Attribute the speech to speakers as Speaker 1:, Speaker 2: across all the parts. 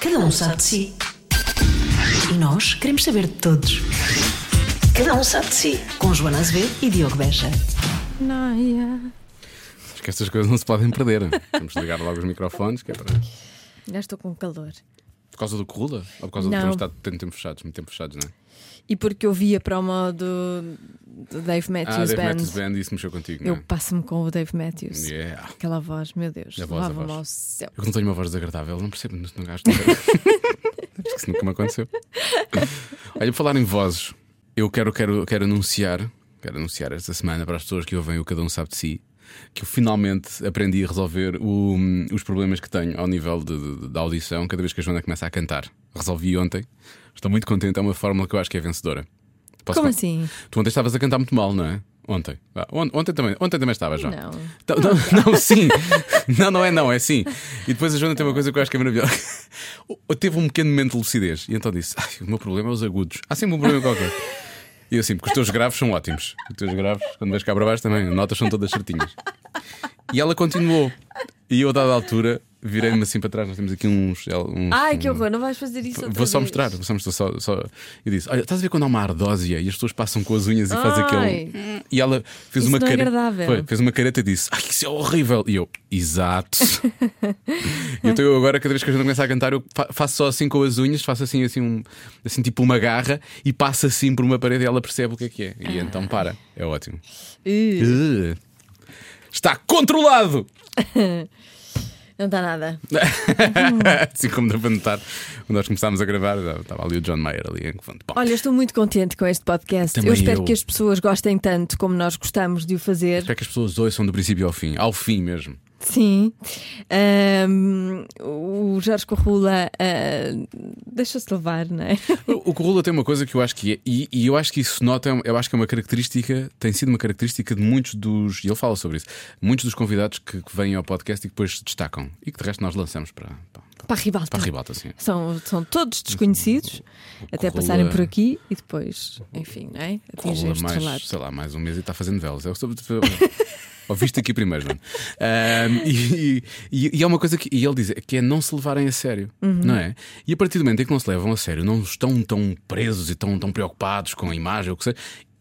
Speaker 1: Cada um sabe de si. E nós queremos saber de todos. Cada um sabe de si. Com Joana Azevedo e Diogo Beja.
Speaker 2: Noia.
Speaker 3: Acho que estas coisas não se podem perder. Temos de ligar logo os microfones, que é para.
Speaker 2: Já estou com calor.
Speaker 3: Por causa do Corrula? Ou por causa
Speaker 2: Não.
Speaker 3: de termos estado tanto tempo fechados, muito tempo fechados, não é?
Speaker 2: E porque eu vi a promo do, do Dave
Speaker 3: Ah,
Speaker 2: Matthews
Speaker 3: Dave
Speaker 2: É Band,
Speaker 3: Matthews Band e isso mexeu contigo, não
Speaker 2: eu
Speaker 3: é?
Speaker 2: passo-me com o Dave Matthews.
Speaker 3: Yeah.
Speaker 2: Aquela voz, meu Deus,
Speaker 3: A voz, a
Speaker 2: levava-me
Speaker 3: voz.
Speaker 2: ao céu.
Speaker 3: Eu que não tenho uma voz desagradável, não percebo, não gasto. Acho que isso nunca me aconteceu. Olha, por falar em vozes, eu quero, quero, quero anunciar, quero anunciar esta semana para as pessoas que ouvem o Cada Um Sabe de Si, que eu finalmente aprendi a resolver o- os problemas que tenho ao nível de- de- da audição cada vez que a Joana começa a cantar. Resolvi ontem, estou muito contente, é uma fórmula que eu acho que é vencedora. Posso
Speaker 2: Como
Speaker 3: con-
Speaker 2: assim?
Speaker 3: Tu ontem estavas a cantar muito mal, não é? Ontem. Vá, on- Ontem também, ontem também estavas, já.
Speaker 2: Não.
Speaker 3: Tá- Não, não, sim. Não, não é não, é sim. E depois a Joana tem uma coisa que eu acho que é maravilhosa. Eu teve um pequeno momento de lucidez e então disse: "Ai, o meu problema é os agudos. Há sempre um problema qualquer. E eu assim, porque os teus graves são ótimos. Os teus graves, quando vais cá para baixo também, notas são todas certinhas. E ela continuou. E eu, a dada altura, virei-me assim para trás. Nós temos aqui uns. uns
Speaker 2: Ai, que
Speaker 3: um-
Speaker 2: horror, não vais fazer isso outra
Speaker 3: Vou só
Speaker 2: vez.
Speaker 3: mostrar, vou só mostrar. Só, só... Eu disse: Olha, estás a ver quando há uma ardósia e as pessoas passam com as unhas e fazem
Speaker 2: Ai.
Speaker 3: aquele. E ela fez
Speaker 2: Isso
Speaker 3: uma
Speaker 2: não é
Speaker 3: careta.
Speaker 2: agradável.
Speaker 3: Foi, fez uma careta e disse: Ai, isso é horrível. E eu: Exato. E então eu agora, cada vez que a gente começa a cantar, eu fa- faço só assim com as unhas, faço assim, assim, um, assim tipo uma garra e passo assim por uma parede e ela percebe o que é que é.
Speaker 2: Ah.
Speaker 3: E então para. É ótimo.
Speaker 2: Ih,
Speaker 3: Uh. Está controlado!
Speaker 2: não está nada. Hum.
Speaker 3: assim como dá para notar, quando nós começámos a gravar, estava ali o John Mayer ali em fundo. Bom.
Speaker 2: Olha, estou muito contente com este podcast.
Speaker 3: Também
Speaker 2: eu espero
Speaker 3: eu.
Speaker 2: que as pessoas gostem tanto como nós gostamos de o fazer.
Speaker 3: Espero que as pessoas ouçam do princípio ao fim, ao fim mesmo.
Speaker 2: Sim. Ahm, o Jorge Corrula ah, deixa-se levar, não é?
Speaker 3: O o Corrula tem uma coisa que eu acho que é, e, e eu acho que isso nota, eu acho que é uma característica, tem sido uma característica de muitos dos, e ele fala sobre isso, muitos dos convidados que, que vêm ao podcast e que depois se destacam e que de resto nós lançamos para, para,
Speaker 2: Para a ribalta.
Speaker 3: para a ribota, assim.
Speaker 2: São, são todos desconhecidos, até
Speaker 3: Corrula-
Speaker 2: passarem por aqui e depois, enfim, não é? Atingem
Speaker 3: Corrula
Speaker 2: este
Speaker 3: é? mais,
Speaker 2: relato.
Speaker 3: sei lá, mais um mês e está fazendo velas. É o que estou- Ouviste aqui primeiro, João. e, e- e é uma coisa que e ele diz que é não se levarem a sério, não é? E a partir do momento em que não se levam a sério, não estão tão presos e tão, tão preocupados com a imagem, o que seja.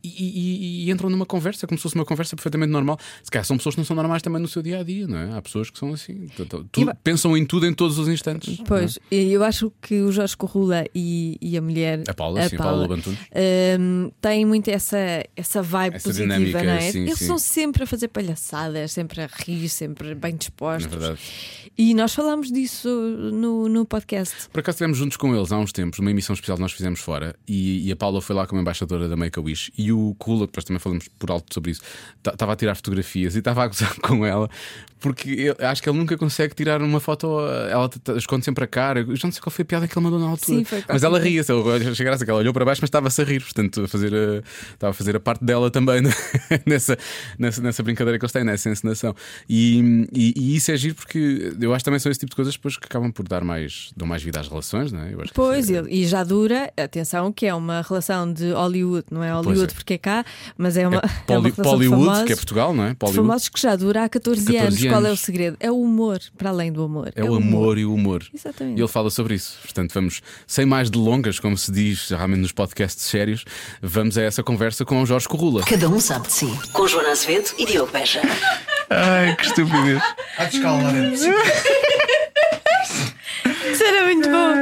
Speaker 3: E, e- e entram numa conversa, como se fosse uma conversa perfeitamente normal. Se calhar são pessoas que não são normais também no seu dia a dia, não é? Há pessoas que são assim, tu- tu- tu-
Speaker 2: E ba-
Speaker 3: pensam em tudo em todos os instantes.
Speaker 2: Pois, e eu acho que o Jorge Corrula e, e a mulher.
Speaker 3: A Paula, sim, a Paula Lobo Antunes.
Speaker 2: ahm, têm muito essa, essa vibe
Speaker 3: Essa
Speaker 2: positiva,
Speaker 3: dinâmica,
Speaker 2: não é?
Speaker 3: sim,
Speaker 2: Eles
Speaker 3: sim.
Speaker 2: são sempre a fazer palhaçadas, sempre a rir, sempre bem dispostos.
Speaker 3: Na É verdade.
Speaker 2: E nós falámos disso no, no podcast.
Speaker 3: Por acaso estivemos juntos com eles há uns tempos, numa emissão emissão especial que nós fizemos fora, e, e a Paula foi lá como embaixadora da Make a Wish. E o Kula, depois também falamos por alto sobre isso, estava a tirar fotografias e estava a gozar com ela, porque ele- acho que ele nunca consegue tirar uma foto, ela t- t- esconde sempre a cara. Eu já não sei qual foi a piada que ele mandou na altura.
Speaker 2: Sim, foi
Speaker 3: mas
Speaker 2: qualquer
Speaker 3: ela ria-se, chegasse que ela olhou para baixo, mas estava-se a rir, portanto, a fazer a- estava a fazer a parte dela também né, nessa, nessa, nessa brincadeira que eles têm, nessa encenação. E, e- e isso é giro porque eu acho que também são esse tipo de coisas depois que acabam por dar mais, dão mais vida às relações, não é? Eu acho que
Speaker 2: Pois,
Speaker 3: isso é-
Speaker 2: ele- e já dura, atenção, que é uma relação de Hollywood, não é Hollywood
Speaker 3: é.
Speaker 2: porque é cá, mas é uma, é uma
Speaker 3: Poli-
Speaker 2: relação de
Speaker 3: Pollywood,
Speaker 2: famosos,
Speaker 3: que é Portugal, não é?
Speaker 2: de
Speaker 3: Pollywood.
Speaker 2: famosos que já dura há 14,
Speaker 3: 14
Speaker 2: anos. Qual é o
Speaker 3: anos.
Speaker 2: segredo? É o humor, para além do amor.
Speaker 3: É o amor e o humor.
Speaker 2: Exatamente.
Speaker 3: E ele fala sobre isso. Portanto, vamos, sem mais delongas, como se diz realmente nos podcasts sérios, vamos a essa conversa com o Jorge Corrula.
Speaker 1: Cada um sabe de si. Com Joana Azevedo e Diogo Beja.
Speaker 3: Ai, que estupidez.
Speaker 4: Há de é? escala lá dentro.
Speaker 2: Isso era muito bom.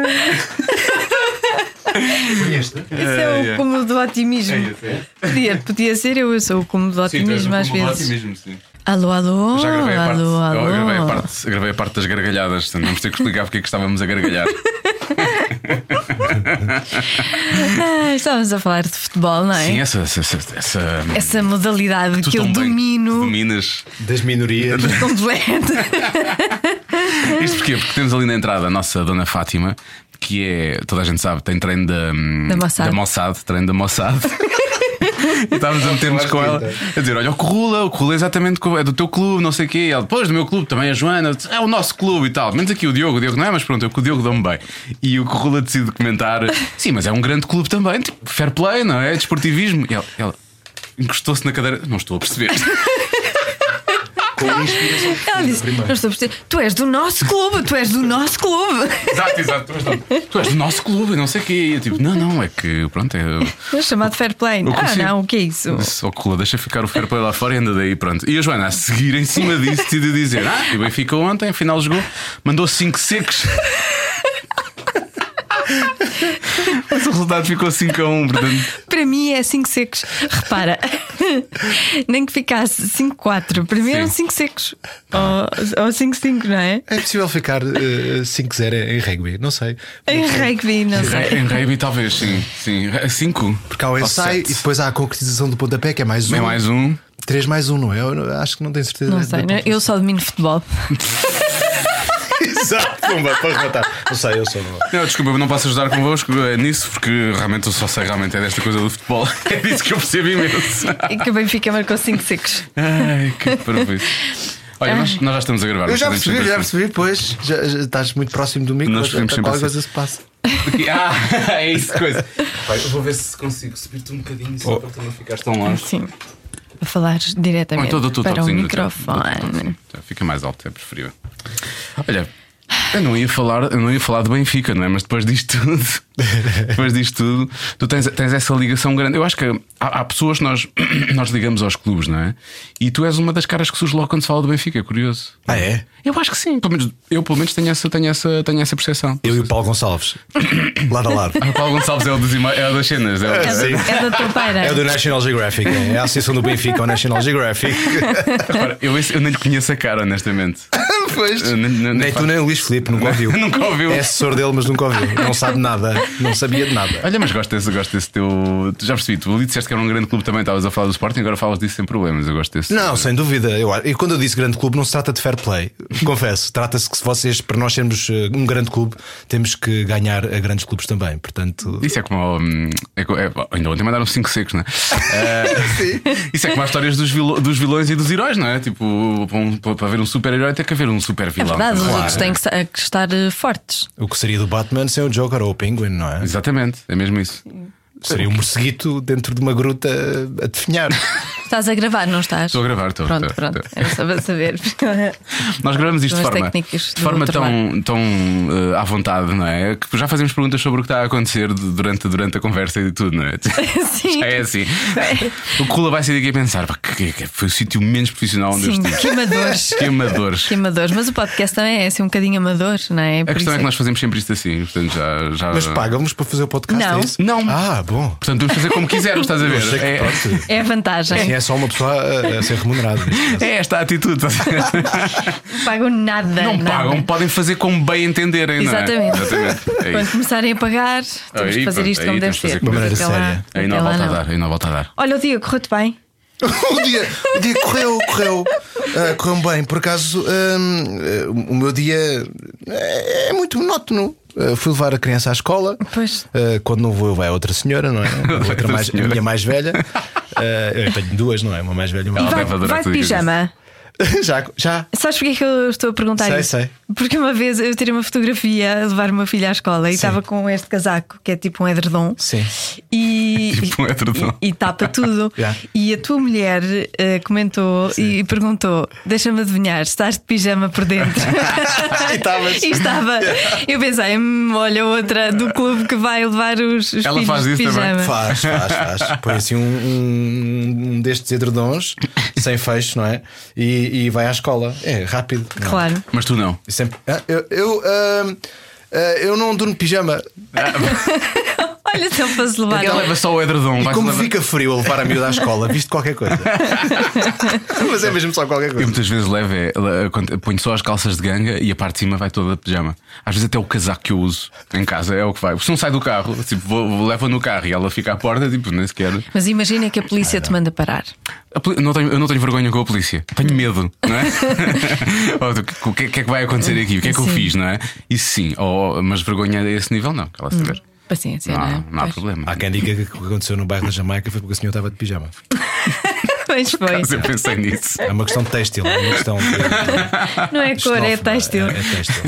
Speaker 4: Conhece?
Speaker 2: Esse é o cúmulo do
Speaker 3: É
Speaker 2: otimismo. Podia, podia ser eu, eu sou o cúmulo do otimismo às vezes.
Speaker 3: um mesmo, sim.
Speaker 2: Alô, alô.
Speaker 3: Já gravei a parte,
Speaker 2: alô, alô.
Speaker 3: eu gravei a parte, gravei a parte das gargalhadas, portanto, vamos ter que explicar porque é que estávamos a gargalhar.
Speaker 2: Ah, estávamos a falar de futebol, não é?
Speaker 3: Sim, essa. essa, essa, essa-
Speaker 2: Essa modalidade
Speaker 3: tu
Speaker 2: É que eu
Speaker 3: tão bem
Speaker 2: domino
Speaker 3: Dominas.
Speaker 4: Das minorias.
Speaker 2: completo.
Speaker 3: Isto porquê? Porque temos ali na entrada a nossa Dona Fátima, que é, toda a gente sabe, tem treino da, hum,
Speaker 2: Da Mossad.
Speaker 3: Mossad, treino da Mossad. E estávamos a meter-nos com ela a dizer: Olha, o Corrula, o Corrula é exatamente co- é do teu clube, não sei o quê. E ela, depois do meu clube, também a Joana, é o nosso clube e tal. Menos aqui o Diogo, o Diogo não é, mas pronto, eu com o Diogo dou-me bem. E o Corrula decide comentar: Sim, mas é um grande clube também, tipo, fair play, não é? Desportivismo. E ela, ela encostou-se na cadeira, não estou a perceber.
Speaker 4: Com inspiração.
Speaker 2: Ela
Speaker 3: é
Speaker 2: disse:
Speaker 4: Primeiro.
Speaker 2: "Eu estou a perceber, Tu és do nosso clube, tu és do nosso clube.
Speaker 3: Exato, exato. Tu és, do, tu és do nosso clube, não sei o quê. E eu, tipo, não, não, é que pronto, é.
Speaker 2: É chamado fair play.
Speaker 3: Eu
Speaker 2: Ah,
Speaker 3: consigo.
Speaker 2: não, o que é
Speaker 4: Então,
Speaker 2: isso?
Speaker 3: Só cola, "Oh, deixa ficar o fair play lá fora e anda daí, pronto. E a Joana, a seguir em cima disso, decide dizer: Ah, e o Benfica ontem, afinal jogou, mandou 5 secos. Mas o resultado ficou 5 a 1, portanto.
Speaker 2: Para mim é 5 secos. Repara, nem que ficasse 5-4. Para mim eram
Speaker 3: Sim.
Speaker 2: 5 secos. Ou 5-5, não é?
Speaker 4: É possível ficar eh, 5-0 em rugby, não sei.
Speaker 2: Em rugby, não sei.
Speaker 3: Em rugby, talvez, sim. Sim, 5.
Speaker 4: Porque há o ensaio e depois há a concretização do pontapé, que é mais um.
Speaker 3: É mais um.
Speaker 4: 3 mais um, não é? Eu não- acho que não tenho certeza.
Speaker 2: Não
Speaker 4: da-
Speaker 2: sei,
Speaker 4: da
Speaker 2: não é? eu só domino futebol.
Speaker 4: Exato, pumba, pode matar. Não sei, eu sou. não.
Speaker 3: Não, desculpa, eu não posso ajudar convosco é nisso, porque realmente eu só sei, realmente é desta coisa do futebol. É disso que eu percebo imenso.
Speaker 2: E que o Benfica marcou 5 secos.
Speaker 3: Ai, que parvoíce. Olha, nós, nós já estamos a gravar.
Speaker 4: É. Eu
Speaker 3: mas
Speaker 4: já
Speaker 3: podemos
Speaker 4: percebi,
Speaker 3: sempre
Speaker 4: já
Speaker 3: assim.
Speaker 4: percebi, pois. Já, já estás muito próximo do micro,
Speaker 3: Nós
Speaker 4: mas
Speaker 3: podemos
Speaker 4: qualquer
Speaker 3: sempre assim.
Speaker 4: coisa se passa.
Speaker 3: Aqui- Ah, é isso, coisa. Pai, eu vou ver se consigo subir-te um bocadinho só para tu não ficares tão longe.
Speaker 2: Sim. Vou falar
Speaker 3: Ou
Speaker 2: diretamente
Speaker 3: então dou-te o
Speaker 2: para o
Speaker 3: toquezinho, dou-te- dou-te o
Speaker 2: microfone.
Speaker 3: toquezinho. Já Fica mais alto, é preferível. Olha, eu não ia falar, eu não ia falar de Benfica, não é? Mas depois disto tudo, depois disto tudo, tu tens, tens essa ligação grande. Eu acho que há, há pessoas que nós, nós ligamos aos clubes, não é? E tu és uma das caras que surge logo quando se fala do Benfica, é curioso.
Speaker 4: Ah, é?
Speaker 3: Eu acho que sim, pelo menos, eu pelo menos tenho essa, tenho essa, tenho essa percepção.
Speaker 4: Eu e o Paulo Gonçalves. lado a lado.
Speaker 3: Ah, O Paulo Gonçalves é o, dos ima- é o das cenas, é o,
Speaker 2: É
Speaker 4: Sim.
Speaker 2: da- É da topeira.
Speaker 4: É o do National Geographic, é a associação do Benfica ao National Geographic.
Speaker 3: Repara, eu, esse- eu nem lhe conheço a cara, honestamente.
Speaker 4: pois.
Speaker 3: Eu nem- nem-
Speaker 4: Nem tu nem o Luís Filipe, nunca ouviu.
Speaker 3: Nunca ouviu.
Speaker 4: É assessor dele, mas nunca ouviu. Não sabe nada. Não sabia de nada.
Speaker 3: Olha, mas gosto desse, gosto desse teu. tu Já percebi, tu ali disseste que era um grande clube também, estavas a falar do Sporting, agora falas disso sem problemas. Eu gosto desse.
Speaker 4: Não, sem dúvida. Eu, acho- e quando eu disse grande clube, não se trata de fair play. Confesso, trata-se que se vocês, para nós sermos eh, um grande clube, temos que ganhar a grandes clubes também. Portanto,
Speaker 3: Isso é como. hum, É, co- é, ainda ontem mandaram 5 secos, não é? Sim. Isso é como as histórias dos, vil- dos vilões e dos heróis, não é? Tipo, para, um- para haver um super-herói tem que haver um
Speaker 2: É
Speaker 3: super-vilão.
Speaker 2: verdade, os
Speaker 3: Claro.
Speaker 2: outros têm que, sa- que estar eh, fortes.
Speaker 4: o que seria do Batman sem o Joker ou o Penguin, não é?
Speaker 3: Exatamente, é mesmo isso.
Speaker 4: Seria um morceguito dentro de uma gruta a definhar.
Speaker 2: Estás a gravar, não estás?
Speaker 3: Estou a gravar, é estou.
Speaker 2: Pronto,
Speaker 3: estou,
Speaker 2: pronto.
Speaker 3: estou.
Speaker 2: Era só para saber.
Speaker 3: Nós gravamos isto de
Speaker 2: São as
Speaker 3: forma,
Speaker 2: técnicas
Speaker 3: de
Speaker 2: do
Speaker 3: forma tão,
Speaker 2: trabalho.
Speaker 3: tão eh, à vontade, não é? Que já fazemos perguntas sobre o que está a acontecer de- durante, durante a conversa e tudo, não é?
Speaker 2: Sim. É.
Speaker 3: Já é assim. O Kula vai sair daqui a pensar: "Pá, que, que- que foi o sítio menos profissional onde eu
Speaker 2: Sim,
Speaker 3: estive.
Speaker 2: queimadores.
Speaker 3: Que amadores.
Speaker 2: Que amadores, mas o podcast também é assim um bocadinho amador, não é?
Speaker 3: A
Speaker 2: Por isso
Speaker 3: questão é que nós fazemos sempre isto assim, portanto já. já-
Speaker 4: Mas pagam-vos para fazer o podcast?
Speaker 2: Não.
Speaker 4: É isso?
Speaker 3: Não.
Speaker 4: Ah, bom.
Speaker 3: Portanto, vamos fazer como quisermos, estás a
Speaker 4: Eu
Speaker 3: ver?
Speaker 4: achei que
Speaker 3: É-
Speaker 4: pronto.
Speaker 2: é a vantagem.
Speaker 4: Sim, é só uma pessoa a, a ser remunerada.
Speaker 3: é, esta a atitude. estás a ver?
Speaker 2: Não pagam nada.
Speaker 3: Não
Speaker 2: nada.
Speaker 3: pagam, podem fazer como bem entenderem,
Speaker 2: Exatamente.
Speaker 3: não é? Exatamente. É
Speaker 2: Quando
Speaker 3: isso.
Speaker 2: começarem a pagar, temos de fazer
Speaker 3: pronto,
Speaker 2: isto
Speaker 3: aí
Speaker 2: como deve
Speaker 3: temos de fazer
Speaker 2: ser.
Speaker 4: como deve ser.
Speaker 2: Até lá,
Speaker 4: Séria.
Speaker 3: Aí
Speaker 2: até
Speaker 3: não
Speaker 2: lá
Speaker 3: volta a
Speaker 2: não.
Speaker 3: dar, aí não volta a dar.
Speaker 2: Olha, o Diego, correu-te bem.
Speaker 4: o, dia, o dia correu, correu. Ah, correu bem. Por acaso, hum, eh, o meu dia é, é muito monótono. Ah, fui levar a criança à escola.
Speaker 2: Pois.
Speaker 4: Ah, quando não vou, eu vai outra senhora, não é? Outra
Speaker 3: Outra
Speaker 4: mais, a
Speaker 3: senhora.
Speaker 4: minha mais velha. Ah, eu tenho duas, não é? Uma mais velha e uma
Speaker 3: Ela
Speaker 4: mais
Speaker 2: Vai,
Speaker 3: deve adorar
Speaker 2: vai de
Speaker 3: fazer isso.
Speaker 2: pijama.
Speaker 4: velha. Já, já.
Speaker 2: Sabes porquê que eu estou a perguntar
Speaker 4: Sei,
Speaker 2: isso?
Speaker 4: sei.
Speaker 2: Porque uma vez eu tirei uma fotografia a levar o meu filho à escola e estava com este casaco que é tipo um edredom.
Speaker 4: Sim.
Speaker 2: E,
Speaker 3: Tipo um edredom.
Speaker 2: e, e tapa tudo.
Speaker 4: Já.
Speaker 2: E a tua mulher eh, comentou e perguntou: Deixa-me adivinhar, estás de pijama por dentro.
Speaker 4: E estavas.
Speaker 2: E estava. Eu pensei: "Hum, Olha, outra do clube que vai levar os, os
Speaker 3: Ela
Speaker 2: filhos
Speaker 3: faz
Speaker 2: de
Speaker 3: isso também.
Speaker 2: pijama.
Speaker 4: Faz, faz, faz. Põe assim um, um- um destes edredons, sem fecho, não é? E, e vai à escola. É rápido. não é?
Speaker 2: Claro.
Speaker 3: Mas tu não.
Speaker 4: E Sempre, Ah, eu, eu, ah, ah, eu não durmo de pijama.
Speaker 2: Olha, se eu fosse levar. um
Speaker 3: Ela Então leva só o edredom,
Speaker 4: E
Speaker 3: vai
Speaker 4: como
Speaker 3: levar...
Speaker 4: fica frio a levar a miúda à escola, viste qualquer coisa. Mas é mesmo só qualquer
Speaker 3: Eu
Speaker 4: coisa.
Speaker 3: muitas vezes levo é, le- quando- ponho só as calças de ganga e a parte de cima vai toda de pijama. Às vezes até o casaco que eu uso em casa é o que vai. Se não sai do carro, tipo, vou, vou- levo no carro e ela fica à porta, tipo, nem sequer.
Speaker 2: Mas imagina que a polícia te manda parar.
Speaker 3: A poli- não tenho- eu não tenho vergonha com a polícia, tenho medo, não é? Ou do que- o que, o que é que vai acontecer aqui? O que é que eu
Speaker 2: Sim.
Speaker 3: fiz, não é? Isso sim, ou, mas vergonha a esse nível, não, que ela saber.
Speaker 2: Paciência, não,
Speaker 3: Não,
Speaker 2: é?
Speaker 3: não há
Speaker 2: Pois.
Speaker 3: problema.
Speaker 4: Há quem diga que o que aconteceu no bairro da Jamaica foi porque a senhora estava de pijama.
Speaker 2: Pois foi.
Speaker 3: Mas eu pensei nisso.
Speaker 4: É uma questão de têxtil, é uma questão. de-
Speaker 2: Não é cor, é
Speaker 4: xenófoba,
Speaker 2: têxtil.
Speaker 4: É, é têxtil.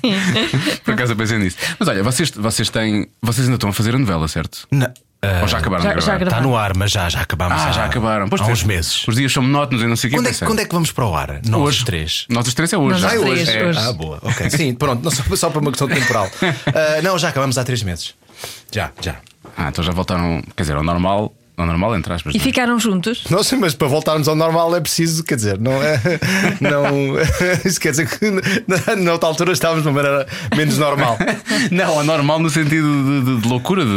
Speaker 2: Sim.
Speaker 3: Por acaso eu pensei nisso. Mas olha, vocês, vocês têm. Vocês ainda estão a fazer a novela, certo?
Speaker 4: Não,
Speaker 3: Ou já acabaram
Speaker 5: já-
Speaker 3: de
Speaker 5: já
Speaker 3: gravar?
Speaker 4: tá
Speaker 5: gravaram.
Speaker 6: Está no ar, mas já, já acabámos.
Speaker 3: Ah,
Speaker 6: há-
Speaker 3: já acabaram. Pois
Speaker 6: há
Speaker 3: tu-
Speaker 6: uns meses.
Speaker 3: Os dias são monótonos e não sei o que.
Speaker 6: Quando é, que- quando é que vamos para o ar? Nós
Speaker 3: Hoje.
Speaker 6: três.
Speaker 3: Nós os três é hoje.
Speaker 5: Nós
Speaker 3: já.
Speaker 5: os três,
Speaker 3: É.
Speaker 5: hoje.
Speaker 6: Ah,
Speaker 5: Ah,
Speaker 6: boa.
Speaker 4: Ok, sim, pronto, não, só, só para uma questão temporal.
Speaker 6: Ah, não, já acabamos há três meses. Já, já.
Speaker 3: Ah, então já voltaram, quer dizer, ao normal, ao normal entre aspas.
Speaker 5: E
Speaker 3: não é?
Speaker 5: ficaram juntos?
Speaker 4: Não sei, mas para voltarmos ao normal é preciso, quer dizer, não é. Não, isso quer dizer que na, na outra altura estávamos de uma maneira menos normal.
Speaker 3: Não, ao normal no sentido de, de- de loucura. de-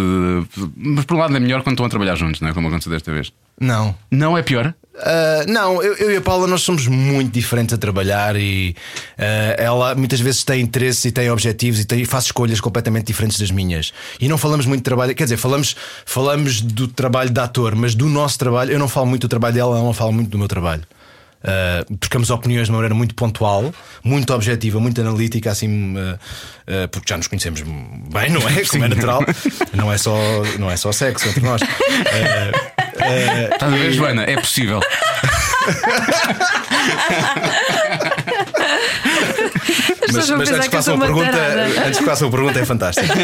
Speaker 3: de- de- mas por um lado é melhor quando estão a trabalhar juntos, não é? Como aconteceu desta vez.
Speaker 4: Não.
Speaker 3: Não é pior?
Speaker 4: Ah, não, eu, eu e a Paula nós somos muito diferentes a trabalhar e ah, ela muitas vezes tem interesses e tem objetivos e, tem, e faz escolhas completamente diferentes das minhas. E não falamos muito de trabalho, quer dizer, falamos, falamos do trabalho de ator, mas do nosso trabalho, eu não falo muito do trabalho dela, ela não fala muito do meu trabalho. Ah, trocamos opiniões de uma maneira muito pontual, muito objetiva, muito analítica, assim, ah, ah, porque já nos conhecemos bem, não é? Como é natural, não é só, não é só sexo entre nós.
Speaker 3: Estás a ver, Joana? É possível.
Speaker 5: pessoas vão pensar
Speaker 4: antes
Speaker 5: que eu
Speaker 4: façam
Speaker 5: sou
Speaker 4: a
Speaker 5: uma
Speaker 4: pergunta,
Speaker 5: tarada.
Speaker 4: antes que façam a pergunta é fantástico.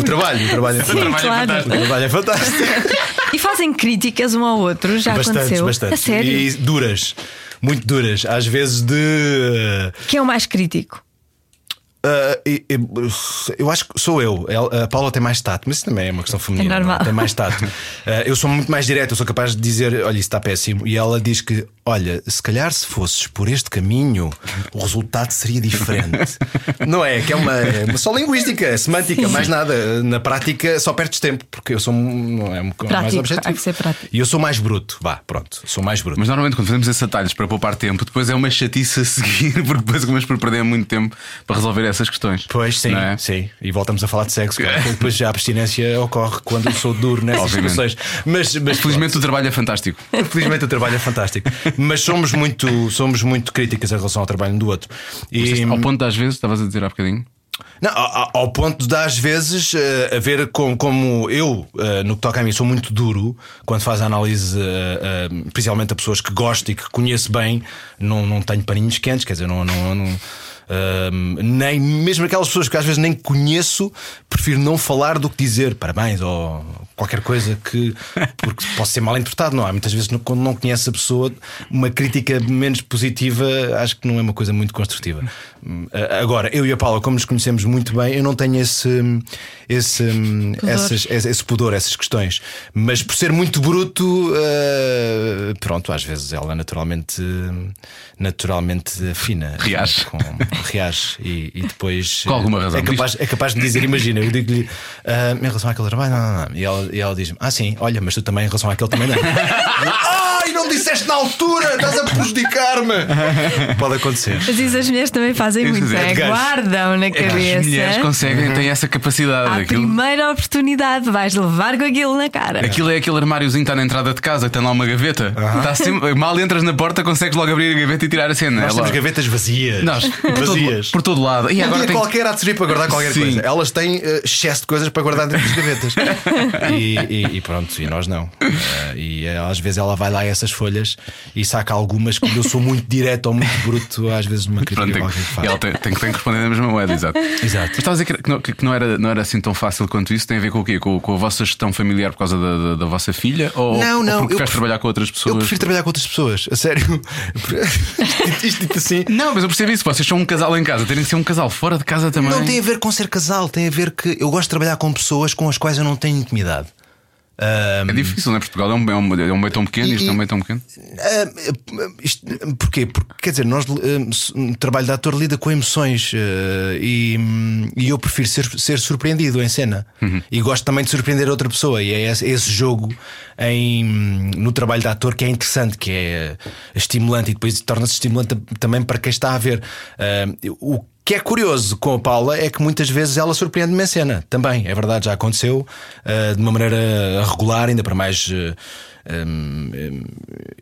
Speaker 4: O trabalho, o trabalho é
Speaker 3: Trabalho é
Speaker 4: fantástico.
Speaker 5: claro.
Speaker 4: O
Speaker 3: fantástico.
Speaker 4: trabalho é fantástico.
Speaker 5: E fazem críticas um ao outro? Já
Speaker 4: Bastantes,
Speaker 5: aconteceu?
Speaker 4: bastantes.
Speaker 5: A sério?
Speaker 4: E duras, muito duras. Às vezes de.
Speaker 5: Quem é o mais crítico?
Speaker 4: ah, e- e- eu acho que sou eu. Ela- A Paula tem mais tato, mas isso também é uma questão feminina.
Speaker 5: É normal.
Speaker 4: não Tem mais tato. Ah, eu sou muito mais direto, eu sou capaz de dizer: olha, isso está péssimo. E ela diz que: olha, se calhar se fosses por este caminho, o resultado seria diferente. não é? Que é uma, é uma só linguística, é semântica, mais nada. Na prática, só perdes tempo, porque eu sou um- não é, um bocado mais
Speaker 5: Prático,
Speaker 4: objetivo.
Speaker 5: há que ser prático.
Speaker 4: E eu sou mais bruto. Vá, pronto, sou mais bruto.
Speaker 3: Mas normalmente quando fazemos esses atalhos para poupar tempo, depois é uma chatice a seguir, porque depois acabamos por perder muito tempo para resolver essas questões.
Speaker 4: Pois sim,
Speaker 3: Não é?
Speaker 4: sim. E voltamos a falar de sexo. claro, porque Depois já a abstinência ocorre quando eu sou duro nessas
Speaker 3: Obviamente.
Speaker 4: situações. Mas, mas
Speaker 3: Felizmente o trabalho é fantástico.
Speaker 4: pronto, felizmente o trabalho é fantástico. Mas somos muito, somos muito críticas em relação ao trabalho um do outro. E,
Speaker 3: Ao ponto das vezes, estavas a dizer há bocadinho,
Speaker 4: não, ao, ao ponto de às vezes eh, haver como, como eu, eh, no que toca a mim, sou muito duro quando faz a análise, eh, eh, principalmente a pessoas que gosto e que conheço bem, não, não tenho paninhos quentes, quer dizer, não. não- não, eh, nem mesmo aquelas pessoas que às vezes nem conheço, prefiro não falar do que dizer parabéns ou qualquer coisa que porque posso ser mal interpretado, não é? Muitas vezes, no- quando não conhece a pessoa, uma crítica menos positiva acho que não é uma coisa muito construtiva. Hum, a- Agora, eu e a Paula, como nos conhecemos muito bem, eu não tenho esse, hum, esse, hum, essas- esse, esse pudor, essas questões, mas por ser muito bruto, eh, pronto, às vezes ela naturalmente, naturalmente fina
Speaker 3: Reage.
Speaker 4: com, reage e, e depois
Speaker 3: Com alguma razão.
Speaker 4: é capaz, é capaz de dizer, imagina, eu digo-lhe "Ah, em relação àquele trabalho, não, não, não. E ela, e ela diz-me, ah, sim, olha, mas tu também em relação àquele também não. Ai, não me disseste na altura, estás a prejudicar-me. Pode acontecer.
Speaker 5: Mas isso as mulheres também fazem
Speaker 3: Isso,
Speaker 5: muito,
Speaker 3: é de
Speaker 5: é?
Speaker 4: gajo.
Speaker 5: Guardam na
Speaker 3: é que as mulheres
Speaker 5: cabeça.
Speaker 3: conseguem, têm essa capacidade.
Speaker 5: À
Speaker 3: Aquilo-
Speaker 5: primeira oportunidade vais levar com aquilo na cara.
Speaker 3: Aquilo é aquele armáriozinho que está na entrada de casa, que tem lá uma gaveta. Está sempre- mal entras na porta, consegues logo abrir a gaveta e tirar a cena.
Speaker 4: Nós
Speaker 3: É
Speaker 4: temos
Speaker 3: logo-
Speaker 4: gavetas vazias.
Speaker 3: Nós, por, todo,
Speaker 4: vazias.
Speaker 3: por todo lado. E
Speaker 4: Um
Speaker 3: agora
Speaker 4: dia
Speaker 3: tem-
Speaker 4: qualquer há de servir para guardar qualquer
Speaker 3: Sim.
Speaker 4: coisa. Elas têm eh, excesso de coisas para guardar dentro das gavetas. e, e- e pronto, e nós não. Eh, e eh, às vezes ela vai lá a essas folhas e saca algumas que eu sou muito direto ou muito bruto, às vezes numa crítica
Speaker 3: Pronto, tem,
Speaker 4: qualquer que
Speaker 3: e
Speaker 4: faça.
Speaker 3: ela tem, tem que tem que responder na mesma moeda, exato.
Speaker 4: Exato.
Speaker 3: Mas estava a dizer que, não, que- que não era, não era assim tão fácil quanto isso. Tem a ver com o quê? Com, com a vossa gestão familiar por causa da, da- da vossa filha? Ou,
Speaker 4: Não,
Speaker 3: ou
Speaker 4: não, eu
Speaker 3: porque queres
Speaker 4: prefiro-
Speaker 3: trabalhar com outras pessoas?
Speaker 4: Eu prefiro trabalhar com outras pessoas, a sério. Isto- Isto dito assim.
Speaker 3: Não, mas eu percebo isso. Vocês são um casal em casa, terem de ser um casal fora de casa também.
Speaker 4: Não tem a ver com ser casal, tem a ver que eu gosto de trabalhar com pessoas com as quais eu não tenho intimidade. Ahm,
Speaker 3: É difícil, não é? Portugal é um, é um, é um meio tão pequeno,
Speaker 4: E-
Speaker 3: isto é um
Speaker 4: e-
Speaker 3: meio tão pequeno.
Speaker 4: Ah, isto- porquê? Porque, quer dizer, nós, ah, se- o trabalho de ator lida com emoções ah, e, e eu prefiro ser, ser surpreendido em cena e gosto também de surpreender outra pessoa. E é esse, esse jogo em, no trabalho de ator que é interessante, que é ah, estimulante e depois torna-se estimulante também para quem está a ver. Ah, o que é curioso com a Paula é que muitas vezes ela surpreende-me em cena também. É verdade, já aconteceu ah, de uma maneira regular, ainda para mais. ah, hum, hum,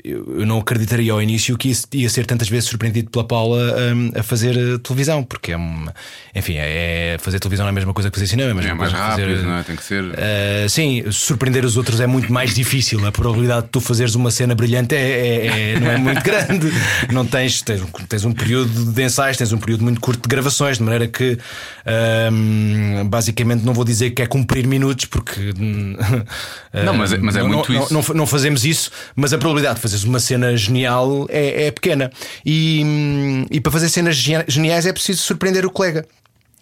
Speaker 4: eu eu não acreditaria ao início que isso ia ser tantas vezes surpreendido pela Paula hum, a fazer eh, televisão, porque é uma, enfim, é fazer televisão não é a mesma coisa que fazer cinema, é a mesma
Speaker 3: É mais
Speaker 4: coisa que fazer-
Speaker 3: rápido, não é? Tem que ser.
Speaker 4: Uh, sim, surpreender os outros é muito mais difícil. A probabilidade de tu fazeres uma cena brilhante é, é- é- não é muito grande. Não tens, tens, um- tens um período de ensaios, tens um período muito curto de gravações, de maneira que ahm, basicamente não vou dizer que é cumprir minutos, porque hum,
Speaker 3: Não, mas é- mas é
Speaker 4: não-
Speaker 3: muito
Speaker 4: não-
Speaker 3: isso.
Speaker 4: não- não fazemos isso, mas a probabilidade de fazeres uma cena genial é, é pequena. E, hum, e para fazer cenas genia- geniais é preciso surpreender o colega.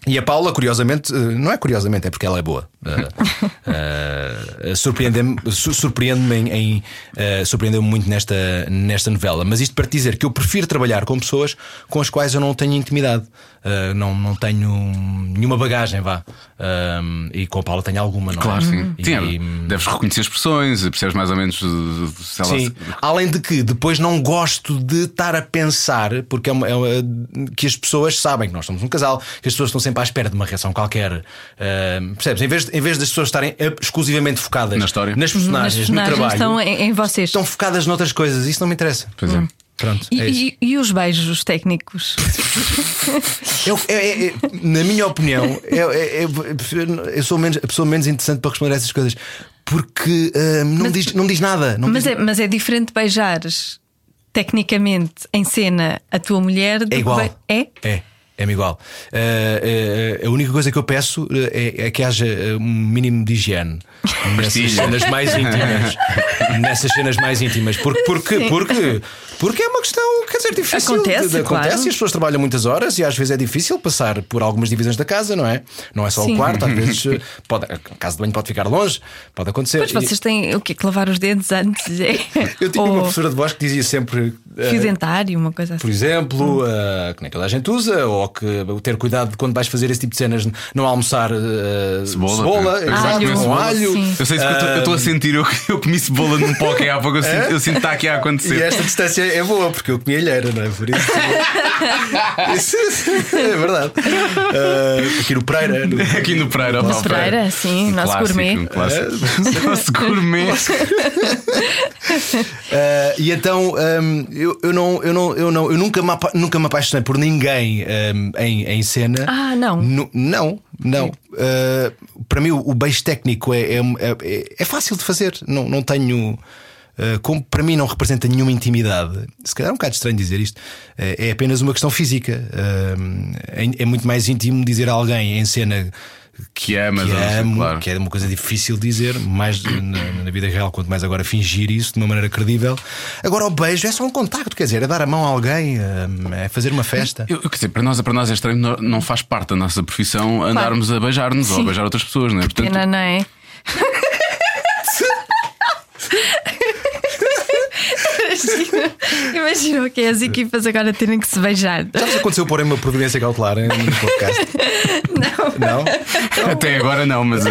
Speaker 4: E a Paula, curiosamente, eh, não é curiosamente, é porque ela é boa. Eh, eh, Surpreende-me su- surpreende-me em, em, eh, surpreendeu-me muito nesta, nesta novela. Mas isto para te dizer que eu prefiro trabalhar com pessoas com as quais eu não tenho intimidade. Eh, não, não tenho nenhuma bagagem, vá. Ahm, e com a Paula tenho alguma, não é?
Speaker 3: Claro, sim.
Speaker 5: Uhum.
Speaker 4: E-
Speaker 3: Sim, é, deves reconhecer expressões, percebes mais ou menos, uh, sei lá,
Speaker 4: Sim. Além de que depois não gosto de estar a pensar, porque é uma- é uma- que as pessoas sabem que nós somos um casal, que as pessoas estão sempre à espera de uma reação qualquer. Ahm, percebes? Em vez, de- em vez das pessoas estarem eh, exclusivamente focadas
Speaker 3: Na história.
Speaker 5: As
Speaker 4: nas é personagens, no
Speaker 5: personagens
Speaker 4: trabalho,
Speaker 2: então,
Speaker 5: estão em, em vocês.
Speaker 4: estão focadas noutras coisas. Isso não me interessa.
Speaker 3: Pois
Speaker 5: Hum.
Speaker 3: é.
Speaker 4: Pronto.
Speaker 5: E,
Speaker 4: é isso.
Speaker 5: e- e os beijos técnicos?
Speaker 4: Eu- é- é- é- na minha opinião, eu, é- é- eu sou menos, a pessoa menos interessante para responder a essas coisas. Porque ahm, não, diz, não diz nada. Não
Speaker 5: mas,
Speaker 4: diz
Speaker 5: é, mas é diferente beijares tecnicamente em cena a tua mulher do
Speaker 4: É igual.
Speaker 5: que be- é?
Speaker 4: É. É-me igual. Eh, eh, a única coisa que eu peço eh, é, é que haja eh, um mínimo de higiene nessas
Speaker 3: Prestígio.
Speaker 4: cenas mais íntimas. nessas cenas mais íntimas. Porque, porque, porque, porque é uma questão, quer dizer, difícil.
Speaker 5: Acontece,
Speaker 4: acontece
Speaker 5: claro.
Speaker 4: e as pessoas trabalham muitas horas e às vezes é difícil passar por algumas divisões da casa, não é? Não é só
Speaker 5: Sim.
Speaker 4: o quarto, às vezes eh, pode, a casa de banho pode ficar longe, pode acontecer.
Speaker 5: Pois vocês têm o quê? Que lavar os dentes antes? É?
Speaker 4: Eu tinha
Speaker 5: Ou
Speaker 4: uma professora de voz que dizia sempre. eh,
Speaker 5: fio dentário, uma coisa assim.
Speaker 4: por exemplo, eh, que nem toda a gente usa, ou que ter cuidado de quando vais fazer esse tipo de cenas, não almoçar eh,
Speaker 3: Cebola,
Speaker 4: cebola,
Speaker 3: né?
Speaker 5: gosto de
Speaker 3: Eu
Speaker 4: exato,
Speaker 5: comer
Speaker 4: com
Speaker 5: cebola,
Speaker 4: alho.
Speaker 5: sim.
Speaker 3: Eu sei isso porque eu estou a sentir, eu, eu comi cebola num pó que Ah. é há pouco, eu sinto, eu sinto que está aqui a
Speaker 4: E
Speaker 3: acontecer.
Speaker 4: esta distância é boa, porque eu comi alheira, não é? Por isso. isso, isso é verdade. Eh, aqui no Pereira. no-
Speaker 3: Aqui no Pereira, opa,
Speaker 5: No Pereira, sim, nosso
Speaker 3: clássico,
Speaker 5: gourmet.
Speaker 3: Um clássico. Nosso gourmet.
Speaker 4: Eh, e então ehm, eu, eu, não, eu, não, eu, não, eu nunca, me apa- nunca me apaixonei por ninguém ehm, em, em cena.
Speaker 5: Ah, não.
Speaker 4: Nu- não, não. Eh, para mim, o, o beijo técnico é, é, é- é fácil de fazer. Não, não tenho. eh, como para mim não representa nenhuma intimidade, se calhar é um bocado estranho dizer isto, eh, é apenas uma questão física. Ehm, é, é muito mais íntimo dizer a alguém em cena
Speaker 3: Que é, mas
Speaker 4: que,
Speaker 3: eu não sei,
Speaker 4: amo,
Speaker 3: claro.
Speaker 4: que é uma coisa difícil dizer, mais na, na vida real, quanto mais agora fingir isso de uma maneira credível. Agora, o beijo é só um contacto, quer dizer, é dar a mão a alguém, hum, é fazer uma festa.
Speaker 3: Eu, eu quer dizer, para nós, para nós é estranho, não- não faz parte da nossa profissão andarmos a beijar-nos ou a
Speaker 5: Sim.
Speaker 3: beijar outras pessoas, não é? Portanto,
Speaker 5: Pena, não é? Imagina o que é as equipas agora terem que se beijar.
Speaker 4: Já vos aconteceu porem uma providência cautelar hein, no podcast? Não.
Speaker 5: Então-
Speaker 3: até agora não, mas eh,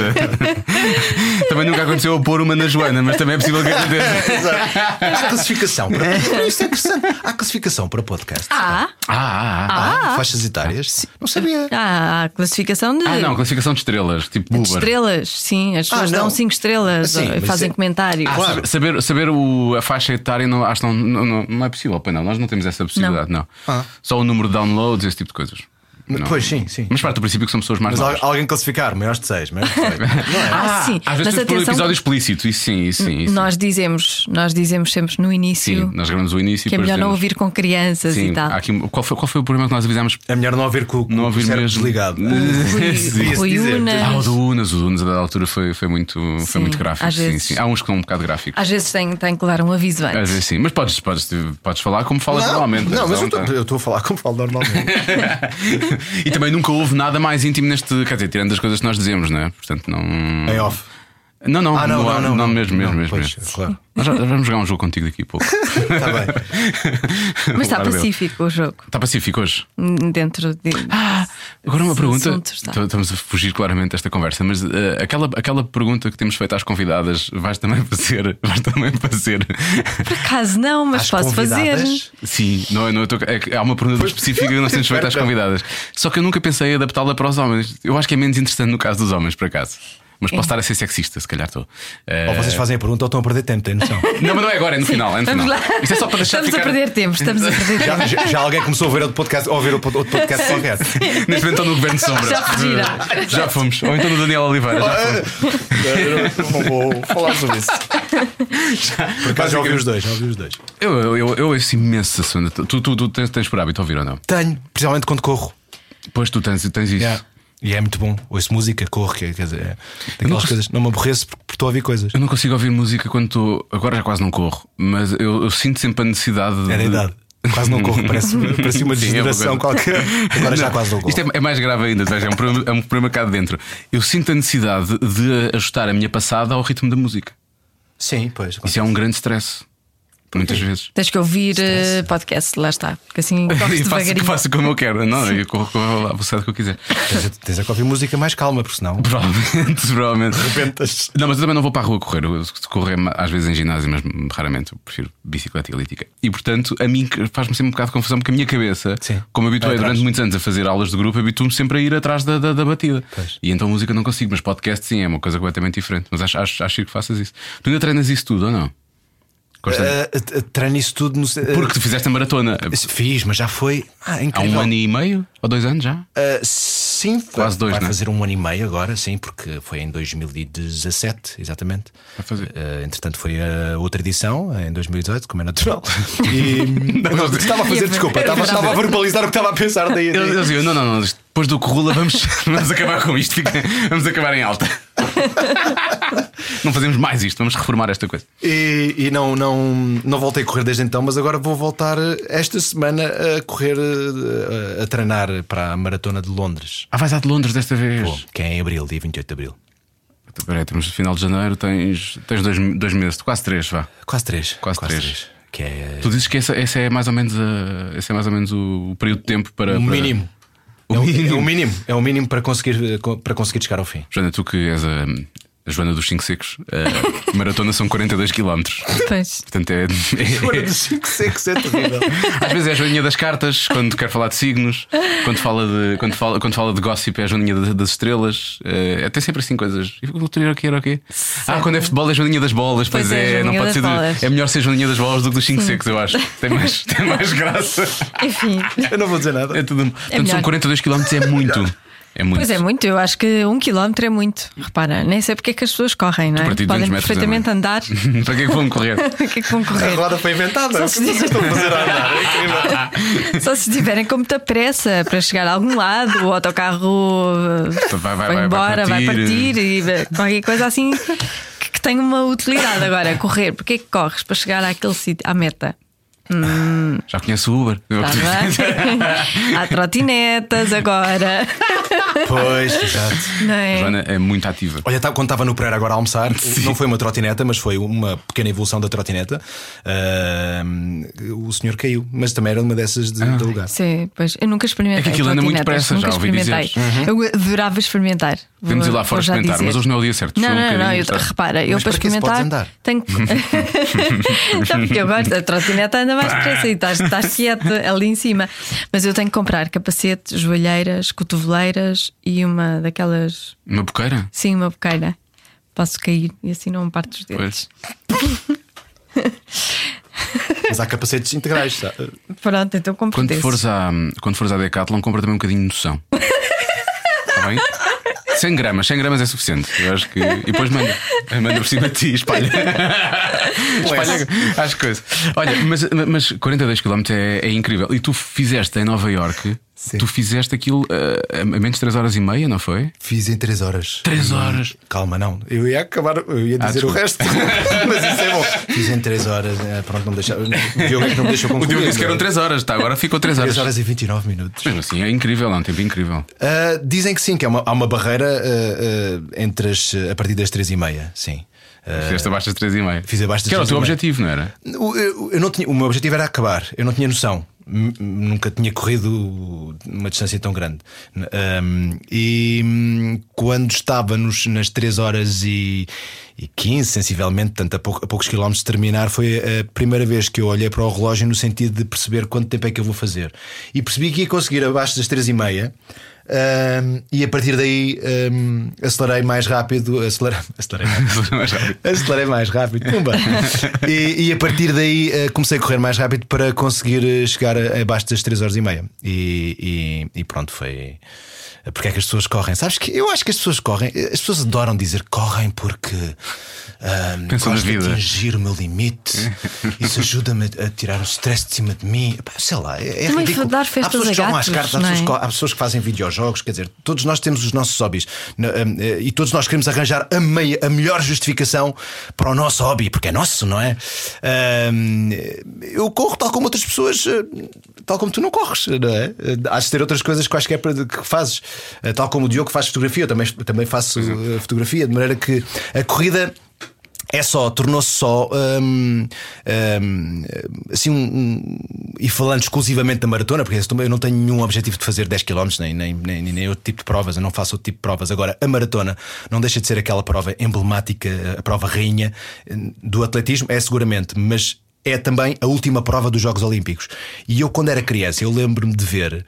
Speaker 3: também nunca aconteceu eu pôr uma na Joana, mas também é possível que aconteça.
Speaker 4: Há classificação para Isto é interessante. Há classificação para podcast.
Speaker 5: Ah,
Speaker 3: Ah, ah, ah.
Speaker 4: Há faixas etárias? Não sabia.
Speaker 5: ah, a classificação de,
Speaker 3: Ah, não, classificação de estrelas, tipo
Speaker 5: de
Speaker 3: Uber.
Speaker 5: estrelas, sim. As pessoas
Speaker 4: Ah, não.
Speaker 5: dão 5 estrelas, eh,
Speaker 4: Sim, mas
Speaker 5: fazem
Speaker 4: é-
Speaker 5: comentários.
Speaker 4: Ah, claro.
Speaker 3: Saber, saber o- a faixa etária não, acho que não, não, não- não é possível, pois não. Nós não temos essa possibilidade, não.
Speaker 4: Ah.
Speaker 3: Só o número de downloads, esse tipo de coisas. Não.
Speaker 4: Pois sim, sim.
Speaker 3: Mas parte do princípio que são pessoas mais
Speaker 4: Mas
Speaker 3: novas.
Speaker 4: al- alguém classificar, maiores de seis, maiores de seis. Não é?
Speaker 5: Ah, sim.
Speaker 3: Às vezes
Speaker 5: Mas
Speaker 3: temos por um
Speaker 5: atenção-
Speaker 3: episódio explícito, isso sim, isso sim. Isso. sim.
Speaker 5: Nós dizemos, nós dizemos sempre no início
Speaker 3: Sim, nós gravamos o início e
Speaker 5: que é
Speaker 3: depois
Speaker 5: melhor não
Speaker 3: dizemos-
Speaker 5: ouvir com crianças
Speaker 3: Sim,
Speaker 5: e tal.
Speaker 3: há aqui um- qual, foi, qual foi o problema que nós avisámos?
Speaker 4: É melhor não ouvir com, com
Speaker 3: Não
Speaker 4: o
Speaker 3: ouvir
Speaker 4: cérebro
Speaker 3: mesmo.
Speaker 4: desligado.
Speaker 5: Rui,
Speaker 4: Devia-se
Speaker 5: Rui
Speaker 4: dizer.
Speaker 5: Unas.
Speaker 3: Ah, o do Unas, o do Unas a dada altura foi, foi, muito, foi
Speaker 5: Sim,
Speaker 3: muito gráfico.
Speaker 5: às
Speaker 3: Sim,
Speaker 5: vezes-
Speaker 3: sim. Há uns que são um bocado gráficos.
Speaker 5: Às vezes tem, tem que dar um aviso antes.
Speaker 3: Às vezes sim, mas podes, podes, podes falar como falas
Speaker 4: Não,
Speaker 3: normalmente.
Speaker 4: não, mas eu
Speaker 3: Então,
Speaker 4: tô- eu estou a falar como falo normalmente.
Speaker 3: E também nunca houve nada mais íntimo neste. Quer dizer, tirando as coisas que nós dizemos, não é? Portanto, não.
Speaker 4: Em off.
Speaker 3: Não, não,
Speaker 4: Ah, não,
Speaker 3: no ar,
Speaker 4: não, não, não.
Speaker 3: mesmo, mesmo,
Speaker 4: Não,
Speaker 3: mesmo.
Speaker 4: pois,
Speaker 3: mesmo.
Speaker 4: claro.
Speaker 3: Nós já- já vamos jogar um jogo contigo daqui a pouco.
Speaker 4: Está bem.
Speaker 5: Mas está
Speaker 3: Guarda.
Speaker 5: pacífico o jogo
Speaker 3: Está pacífico hoje.
Speaker 5: n- dentro de.
Speaker 3: Ah, Agora uma
Speaker 5: Esse
Speaker 3: pergunta.
Speaker 5: assunto está.
Speaker 3: T- Estamos a fugir claramente desta conversa, mas eh, aquela, aquela pergunta que temos feito às convidadas, vais também fazer. Vais também fazer.
Speaker 5: Caso não, mas
Speaker 4: Às
Speaker 5: posso fazer.
Speaker 4: convidadas,
Speaker 3: Sim, não, não, eu tô, é, que há uma pergunta específica que nós temos feito às convidadas. Só que eu nunca pensei em adaptá-la para os homens. Eu acho que é menos interessante no caso dos homens, por acaso. Mas posso estar a ser sexista, se calhar estou. Eh,
Speaker 4: Ou vocês fazem a pergunta ou estão a perder tempo, têm noção?
Speaker 3: Não, mas não é agora, é no final. É no
Speaker 2: Vamos
Speaker 3: final.
Speaker 2: lá.
Speaker 3: Isto é só para deixar
Speaker 2: estamos
Speaker 3: ficar...
Speaker 2: a perder tempo, estamos a perder tempo.
Speaker 4: já, já- já alguém começou a ver outro podcast, ou a ouvir outro outro podcast qualquer.
Speaker 3: Neste momento estão no Governo de Sombra.
Speaker 2: Já fugiram.
Speaker 3: Já fomos. Ou então no Daniel Oliveira. Já fomos.
Speaker 4: Não vou falar sobre isso. Por acaso já ouvi os dois, já ouvi os dois.
Speaker 3: Eu, eu, eu, eu ouço imenso a segunda. Tu, tu, tu tens, tens por hábito ouvir ou não?
Speaker 4: Tenho, principalmente quando corro.
Speaker 3: Pois tu tens, tens isso.
Speaker 4: Yeah. E é muito bom. Ouço música, corro, que é- quer dizer, é daquelas
Speaker 3: não cons-
Speaker 4: coisas. Não me aborreço porque porque estou a ouvir coisas.
Speaker 3: Eu não consigo ouvir música quando estou. Agora já quase não corro, mas eu, eu sinto sempre a necessidade de.
Speaker 4: É da idade. Quase não corro, parece, parece uma
Speaker 3: Sim, é uma
Speaker 4: degeneração
Speaker 3: coisa.
Speaker 4: qualquer. Agora já quase não corro.
Speaker 3: Isto é, é mais grave ainda, ou seja, é um, problema, é um problema cá de dentro. Eu sinto a necessidade de ajustar a minha passada ao ritmo da música.
Speaker 4: Sim, pois.
Speaker 3: Isso é um grande stress. Muitas vezes.
Speaker 2: Tens que ouvir
Speaker 3: é
Speaker 2: eh, podcast, lá está. Porque assim corres
Speaker 3: E faço,
Speaker 2: devagarinho.
Speaker 3: faço como eu quero. Não, eu corro, corro lá, vou sair do que eu quiser.
Speaker 4: Tens, tens é que ouvir música mais calma, porque senão.
Speaker 3: Provavelmente, provavelmente.
Speaker 4: Pentas.
Speaker 3: Não, mas eu também não vou para a rua correr. Eu correr às vezes em ginásio, mas raramente. Eu prefiro bicicleta elítica. E portanto, a mim faz-me sempre um bocado de confusão porque a minha cabeça,
Speaker 4: Sim.
Speaker 3: como habituei
Speaker 4: Vai atrás.
Speaker 3: durante muitos anos a fazer aulas de grupo, habituo-me sempre a ir atrás da, da, da batida.
Speaker 4: Pois.
Speaker 3: E então música não consigo, mas podcast sim, é uma coisa completamente diferente. Mas acho, acho, acho chique que faças isso. Tu ainda treinas isso tudo ou não? Constante.
Speaker 4: Uh, treino isso tudo no. ah,
Speaker 3: porque tu fizeste a maratona
Speaker 4: Fiz, mas já foi. Ah,
Speaker 3: há
Speaker 4: incrível.
Speaker 3: um ano e meio ou dois anos já?
Speaker 4: Uh, sim,
Speaker 3: Quase dois,
Speaker 4: Vai
Speaker 3: né?
Speaker 4: fazer um ano e meio agora, sim, porque foi em 2017, exatamente.
Speaker 3: Vai fazer.
Speaker 4: Uh, entretanto, foi a outra edição, em 2018, como é natural. E.
Speaker 3: não,
Speaker 4: estava a fazer, desculpa, estava, estava a verbalizar o que estava a pensar daí.
Speaker 3: Eu, eu digo, assim, não, não, não, depois do Corrula vamos, vamos acabar com isto, fica- vamos acabar em alta. Não fazemos mais isto, vamos reformar esta coisa.
Speaker 4: E, e não, não, não voltei a correr desde então, mas agora vou voltar eh, esta semana a correr, eh, a, a treinar para a Maratona de Londres.
Speaker 3: Ah, vais à de Londres desta vez.
Speaker 4: Bom, que é em abril, dia 28 de abril.
Speaker 3: Então, Peraí, temos final de janeiro, tens, tens dois, dois meses, quase três, vá.
Speaker 4: Quase três.
Speaker 3: Quase três.
Speaker 4: Que é
Speaker 3: Tu dizes que essa, essa é mais ou menos, a- esse é mais ou menos o, o período de tempo para.
Speaker 4: eh, o
Speaker 3: para-
Speaker 4: mínimo.
Speaker 3: O
Speaker 4: É o-
Speaker 3: mínimo.
Speaker 4: É o mínimo. É o mínimo para conseguir, eh, co- para conseguir chegar ao fim.
Speaker 3: Joana, tu que és a, a Joana dos 5 secos, a maratona são 42 km.
Speaker 2: Pois.
Speaker 3: Portanto, é, é,
Speaker 4: de 5 secos é terrível.
Speaker 3: Às vezes é a joaninha das cartas, quando quer falar de signos, quando fala de, quando fala, quando fala de gossip, é a joaninha da- das estrelas. eh, tem sempre assim coisas. E o outro era o quê? Era o quê? Ah, quando é futebol é a joaninha das bolas, pois,
Speaker 2: Pois é,
Speaker 3: é,
Speaker 2: a
Speaker 3: não
Speaker 2: joaninha das
Speaker 3: pode ser. de-
Speaker 2: bolas.
Speaker 3: é melhor ser a joaninha das bolas do que dos 5 secos, eu acho. Tem mais, tem mais graça.
Speaker 2: Enfim.
Speaker 4: Eu não vou dizer nada.
Speaker 3: É tudo. Portanto, são
Speaker 2: melhor.
Speaker 3: 42 km, é muito. É muito.
Speaker 2: Pois é, muito. Eu acho que um quilómetro é muito. Repara, nem sei porque é que as pessoas correm, não é?
Speaker 3: para ti, 200
Speaker 2: Podem
Speaker 3: metros é
Speaker 2: perfeitamente andar.
Speaker 3: Para que é que vão correr?
Speaker 2: O que é que vão correr?
Speaker 4: Agora foi é inventada.
Speaker 2: Só se diz- Só se tiverem com muita pressa para chegar a algum lado, o autocarro eh, vai,
Speaker 3: Vai- vai- vai- vai
Speaker 2: embora, vai
Speaker 3: partir.
Speaker 2: partir. e eh, qualquer coisa assim que, que tenha uma utilidade agora. Correr, porque é que corres para chegar àquele sítio, à meta?
Speaker 3: Já conheço o Uber.
Speaker 2: Tá bem? Há trotinetas agora,
Speaker 4: Pois, exato.
Speaker 2: não é?
Speaker 3: Joana é muito ativa.
Speaker 4: Olha, tá- quando estava no Pereira agora a almoçar, não foi uma trotineta, mas foi uma pequena evolução da trotineta. Ahm, o senhor caiu, mas também era uma dessas de, de lugar.
Speaker 2: Sim, pois eu nunca experimentei.
Speaker 3: É que aquilo anda muito
Speaker 2: trotinetas,
Speaker 3: depressa,
Speaker 2: nunca
Speaker 3: já ouvi dizer. Uhum.
Speaker 2: experimentei. Eu adorava experimentar. Vou-
Speaker 3: Podemos ir lá
Speaker 2: vou
Speaker 3: fora
Speaker 2: já
Speaker 3: experimentar,
Speaker 2: dizer.
Speaker 3: mas hoje não é o dia certo.
Speaker 2: Não,
Speaker 3: Sou um
Speaker 2: não, não,
Speaker 3: bocadinho-
Speaker 2: eu, repara, eu
Speaker 4: Mas
Speaker 2: para
Speaker 4: para que se
Speaker 2: experimentar
Speaker 4: podes andar?
Speaker 2: tenho que. não, porque é? eu gosto, a trotineta anda mais depressa e estás, estás quieto ali em cima. Mas eu tenho que comprar capacete, joelheiras, cotoveleiras e uma daquelas.
Speaker 3: Uma boqueira?
Speaker 2: Sim, uma boqueira. Posso cair e assim não me parto os dedos.
Speaker 3: Pois.
Speaker 4: Mas há capacetes integrais. tá?
Speaker 2: Pronto, então compro
Speaker 3: Quando
Speaker 2: desse.
Speaker 3: fores, à, quando fores à Decathlon, compra também um bocadinho de noção. Está bem? 100 gramas, 100 gramas é suficiente. Eu acho que. E depois manda. Manda por cima de ti, e espalha. espalha as coisas. Olha, mas, mas 42 km é, é incrível. E tu fizeste em Nova York, tu fizeste aquilo ah, a menos de 3 horas e meia, não foi?
Speaker 4: Fiz em 3 horas.
Speaker 3: 3 horas.
Speaker 4: Calma, não. Eu ia acabar, eu ia dizer o
Speaker 3: desculpa.
Speaker 4: resto. mas isso é bom. Fiz em 3 horas. eh, Pronto, não me deixa. O Diogo é que não me deixou
Speaker 3: O
Speaker 4: concluir.
Speaker 3: Diogo disse que eram 3 horas, tá, agora ficou 3 horas.
Speaker 4: 3 horas e 29 minutos.
Speaker 3: Mesmo assim, é incrível, é um tempo incrível.
Speaker 4: Ah, dizem que sim, que há uma, há uma barreira ah, ah, entre as, a partir das 3 e meia, sim. Ah,
Speaker 3: Fizeste abaixo das 3 e meia.
Speaker 4: Fiz abaixo das
Speaker 3: Que era o teu
Speaker 4: 3 e meia.
Speaker 3: objetivo, não era?
Speaker 4: O, eu- eu não tinha- o meu objetivo era acabar, eu não tinha noção. N- Nunca tinha corrido uma distância tão grande. N- ahm, e hum, quando estava nos- nas 3 horas e, 15, sensivelmente, portanto, a, pouco- a poucos quilómetros de terminar, foi a primeira vez que eu olhei para o relógio no sentido de perceber quanto tempo é que eu vou fazer. E percebi que ia conseguir abaixo das 3 e meia. ahm, e a partir daí ahm, acelerei mais rápido, acelerei, acelerei mais Acelerei mais rápido, pumba. E, e a partir daí eh, comecei a correr mais rápido para conseguir eh, chegar a- abaixo das 3 horas e meia. E, e- e pronto, foi. Porque é que as pessoas correm? Sabes que eu acho que as pessoas correm, eh, as pessoas adoram dizer que correm porque ah,
Speaker 3: Pensam na
Speaker 4: gosto de
Speaker 3: vida.
Speaker 4: atingir o meu limite, isso ajuda-me a a tirar o stress de cima de mim. Pá, Sei lá, é, é
Speaker 2: Também
Speaker 4: ridículo.
Speaker 2: dar
Speaker 4: Há
Speaker 2: festas
Speaker 4: pessoas
Speaker 2: a
Speaker 4: que jogam às
Speaker 2: gatos,
Speaker 4: cartas, há
Speaker 2: não é?
Speaker 4: pessoas que há pessoas que fazem videojogos, quer dizer, todos nós temos os nossos hobbies Na- hum, eh, e todos nós queremos arranjar a, meia- a melhor justificação para o nosso hobby, porque é nosso, não é? Hum, eu corro tal como outras pessoas, eh, tal como tu não corres, não é? Eh, Hás de ter outras coisas quaisquer para- que fazes, Eh, tal como o Diogo faz fotografia, eu também, também faço eh, fotografia, de maneira que a corrida. É só, tornou-se só hum, hum, assim um, um- e falando exclusivamente da maratona, porque esse também eu não tenho nenhum objetivo de fazer 10 km, nem, nem, nem, nem outro tipo de provas, eu não faço outro tipo de provas. Agora, a maratona não deixa de ser aquela prova emblemática, a prova rainha hum, do atletismo, é seguramente, mas é também a última prova dos Jogos Olímpicos. E eu, quando era criança, eu lembro-me de ver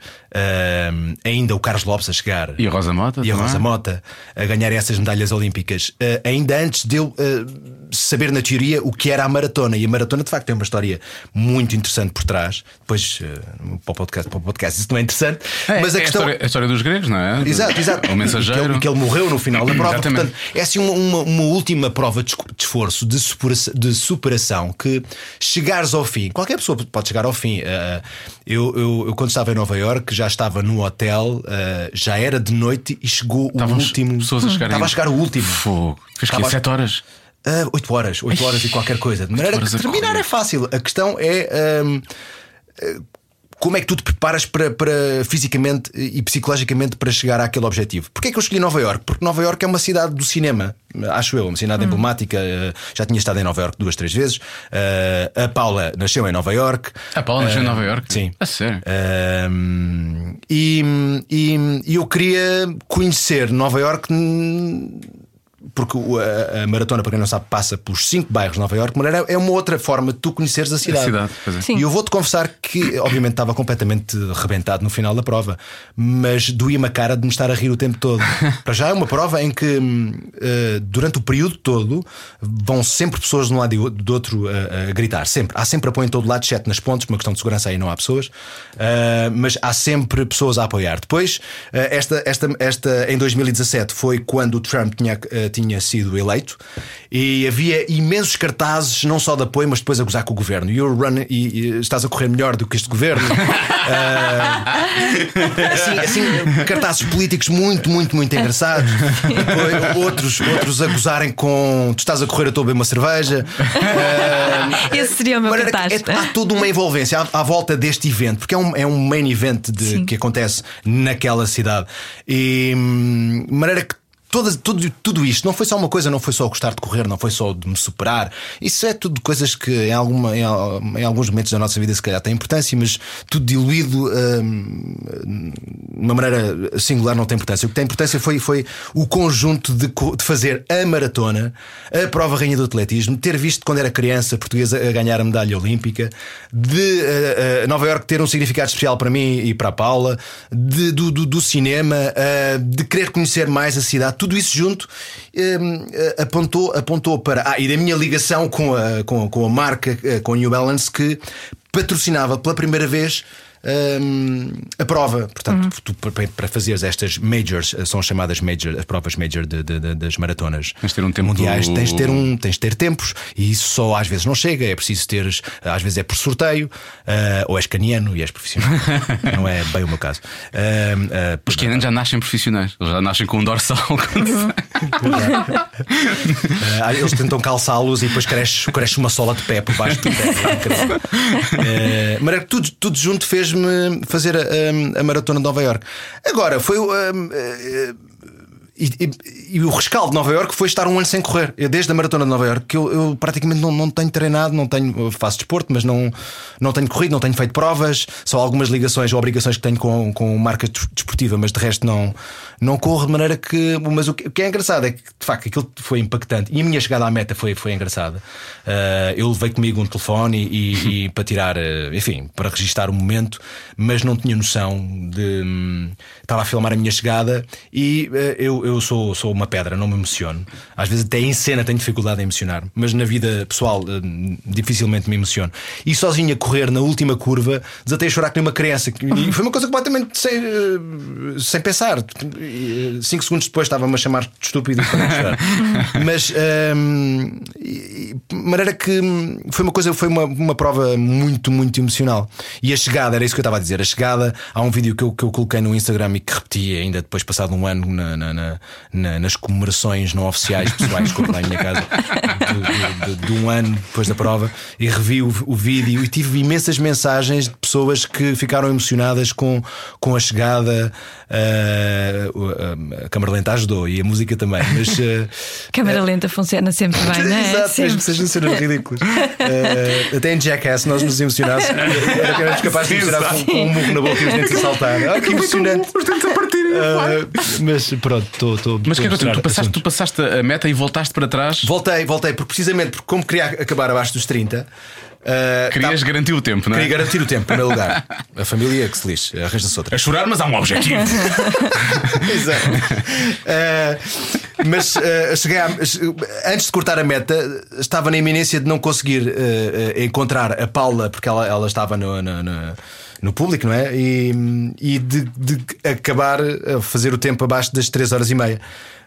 Speaker 4: hum, ainda o Carlos Lopes a chegar
Speaker 3: E a Rosa Mota? é?
Speaker 4: e a
Speaker 3: também?
Speaker 4: Rosa Mota a ganhar essas medalhas olímpicas, eh, ainda antes de eu eh, saber na teoria o que era a maratona. E a maratona, de facto, tem uma história muito interessante por trás. Depois, eh, para, o podcast, para o podcast, isso não é interessante.
Speaker 3: É,
Speaker 4: mas a
Speaker 3: é
Speaker 4: questão.
Speaker 3: história, a história dos gregos, não é?
Speaker 4: Exato, exato.
Speaker 3: O mensageiro.
Speaker 4: E que é ele, e que ele morreu no final da prova.
Speaker 3: Exatamente.
Speaker 4: Portanto, é assim uma, uma- uma última prova de esco- de esforço, de superação, de superação, que chegares ao fim, qualquer pessoa pode chegar ao fim. Ah, eu, eu- eu, quando estava em Nova Iorque, já estava no hotel, ah, já era de noite e chegou o
Speaker 3: Estavam as
Speaker 4: último.
Speaker 3: pessoas a chegarem-
Speaker 4: Estava a chegar o último.
Speaker 3: Fogo. Fez que
Speaker 4: Estava-
Speaker 3: 7 horas.
Speaker 4: 8 Ah, horas, 8 horas e qualquer coisa. De maneira
Speaker 3: horas
Speaker 4: que
Speaker 3: a
Speaker 4: terminar
Speaker 3: correr.
Speaker 4: é fácil. A questão é. hum, eh, como é que tu te preparas para, para fisicamente e psicologicamente para chegar àquele objetivo? Porquê é que eu escolhi Nova Iorque? Porque Nova Iorque é uma cidade do cinema, acho eu, uma
Speaker 3: Hum.
Speaker 4: cidade emblemática. eh, Já tinha estado em Nova Iorque duas, três vezes. Eh, a Paula nasceu em Nova Iorque. Ah,
Speaker 3: A Paula Ah, nasceu em Nova Iorque?
Speaker 4: Sim.
Speaker 3: É. A sério.
Speaker 4: Um, e, e- e eu queria conhecer Nova York porque o- a, a maratona, para quem não sabe, passa pelos cinco bairros de Nova York, mas era- é uma outra forma de tu conheceres a cidade.
Speaker 3: cidade, pois é.
Speaker 2: Sim.
Speaker 4: E eu vou-te confessar que, obviamente, estava completamente rebentado no final da prova, mas doía-me a cara de me estar a rir o tempo todo. para já é uma prova em que, hum, eh, durante o período todo, vão sempre pessoas de um lado e o- do outro eh, a, a gritar. Sempre. Há sempre apoio em todo lado, exceto nas pontes, por uma questão de segurança aí não há pessoas, Ah, mas há sempre pessoas a apoiar. Depois, ah, esta, esta, esta, em 2017, foi quando o Trump tinha, ah, tinha sido eleito e havia imensos cartazes, não só de apoio, mas depois a gozar com o governo. You're run, e, e estás a correr melhor do que este governo. Ah, assim, assim, cartazes políticos muito, muito, muito engraçados. Depois, outros, outros a gozarem com tu estás a correr, eu estou a beber uma cerveja.
Speaker 2: Esse seria o meu
Speaker 4: Mas era que
Speaker 2: cartaz.
Speaker 4: é- há toda uma envolvência à, à volta deste evento, porque é um, é um main event de- que acontece naquela cidade. E hum, maneira que. todas- tudo, tudo isto não foi só uma coisa, não foi só gostar de correr, não foi só de me superar. Isso é tudo coisas que em, alguma, em, al- em alguns momentos da nossa vida se calhar têm importância, mas tudo diluído hum, de uma maneira singular não tem importância. O que tem importância foi, foi o conjunto de, co- de fazer a maratona, a prova rainha do atletismo, ter visto quando era criança portuguesa a ganhar a medalha olímpica, de eh, eh, Nova Iorque ter um significado especial para mim e para a Paula, de- do, do- do cinema, eh, de querer conhecer mais a cidade, tudo isso junto eh, eh, apontou, apontou para. Ah, e da minha ligação com a, com, com a marca, eh, com a New Balance, que patrocinava pela primeira vez hum, a prova. Portanto, tu, para, para fazeres estas majors, eh, são chamadas major, as provas major de- de- de- das maratonas
Speaker 3: Tens de ter um tempo
Speaker 4: mundiais,
Speaker 3: do-
Speaker 4: tens de ter um, tens de ter tempos, e isso só às vezes não chega, é preciso teres, às vezes é por sorteio, ah, ou és caniano e és profissional. não é bem o meu caso. Ahm, ah,
Speaker 3: Os Kenan já nascem profissionais. Eles já nascem com um dorsal.
Speaker 4: Uhum. Ah, eles tentam calçá-los e depois cresce, cresce uma sola de pé por baixo do pé. É incrível. Eh, mas é que tudo, tudo junto fez-me fazer a, a- a maratona de Nova Iorque. Agora, foi. o, ahm, eh, e, e- e o rescaldo de Nova Iorque foi estar um ano sem correr. Eu, desde a maratona de Nova Iorque, que eu, eu praticamente não, não tenho treinado, não tenho, eu faço desporto, mas não, não tenho corrido, não tenho feito provas, só algumas ligações ou obrigações que tenho com, com marca des- desportiva, mas de resto não, não corro de maneira que. Mas o que, o que é engraçado é que, de facto, aquilo foi impactante. E a minha chegada à meta foi, foi engraçada. Ah, eu levei comigo um telefone e, e- e para tirar, eh, enfim, para registar o momento, mas não tinha noção de. hum, Estava a filmar a minha chegada e eh, eu, eu sou, sou uma pedra, não me emociono. Às vezes, até em cena, tenho dificuldade em emocionar, mas na vida pessoal, eh, dificilmente me emociono. E sozinho a correr na última curva, desatei a chorar que nem uma criança. E foi uma coisa completamente sem, eh, sem pensar. E, eh, Cinco segundos depois estava-me a chamar de estúpido e parei de chorar. Mas hum, e- e, de maneira que hum, foi uma coisa, foi uma, uma prova muito, muito emocional. E a chegada, era isso que eu estava a dizer. A chegada, há um vídeo que eu, que eu coloquei no Instagram e que repeti ainda depois, passado um ano, na- na- na- na- nas comemorações não oficiais pessoais que houve lá em minha casa, de, de- de- de um ano depois da prova, e revi o, o vídeo e tive imensas mensagens de pessoas que ficaram emocionadas com, com a chegada. ah, o- a- a Câmara Lenta ajudou e a música também, mas. ah,
Speaker 2: Câmara lenta funciona sempre bem, não é?
Speaker 4: Exato,
Speaker 2: Sempre.
Speaker 4: as pessoas não serão ridículas. Eh, até em Jackass nós nos emocionámos. Era que éramos capazes de emocionar com, com um murro na boca e os dentes a saltar. Ah, que emocionante.
Speaker 3: Os dentes a partirem.
Speaker 4: Eh, mas pronto, estou. estou-
Speaker 3: Mas o
Speaker 4: estou
Speaker 3: que é que aconteceu?
Speaker 4: emocionado.
Speaker 3: Tu passaste, tu passaste a meta e voltaste para trás.
Speaker 4: Assim, Voltei, voltei, porque precisamente porque como queria acabar abaixo dos 30. eh,
Speaker 3: Querias
Speaker 4: tava-
Speaker 3: garantir o tempo, não é?
Speaker 4: Queria garantir o tempo, em primeiro lugar. A família é que se lixe, arranja-se outra.
Speaker 3: A chorar, mas há um objetivo.
Speaker 4: Exato. Eh, mas eh, cheguei à- antes de cortar a meta, estava na iminência de não conseguir eh, eh, encontrar a Paula, porque ela, ela estava no, no- no- no público, não é? E, e de, de acabar a fazer o tempo abaixo das 3 horas e meia.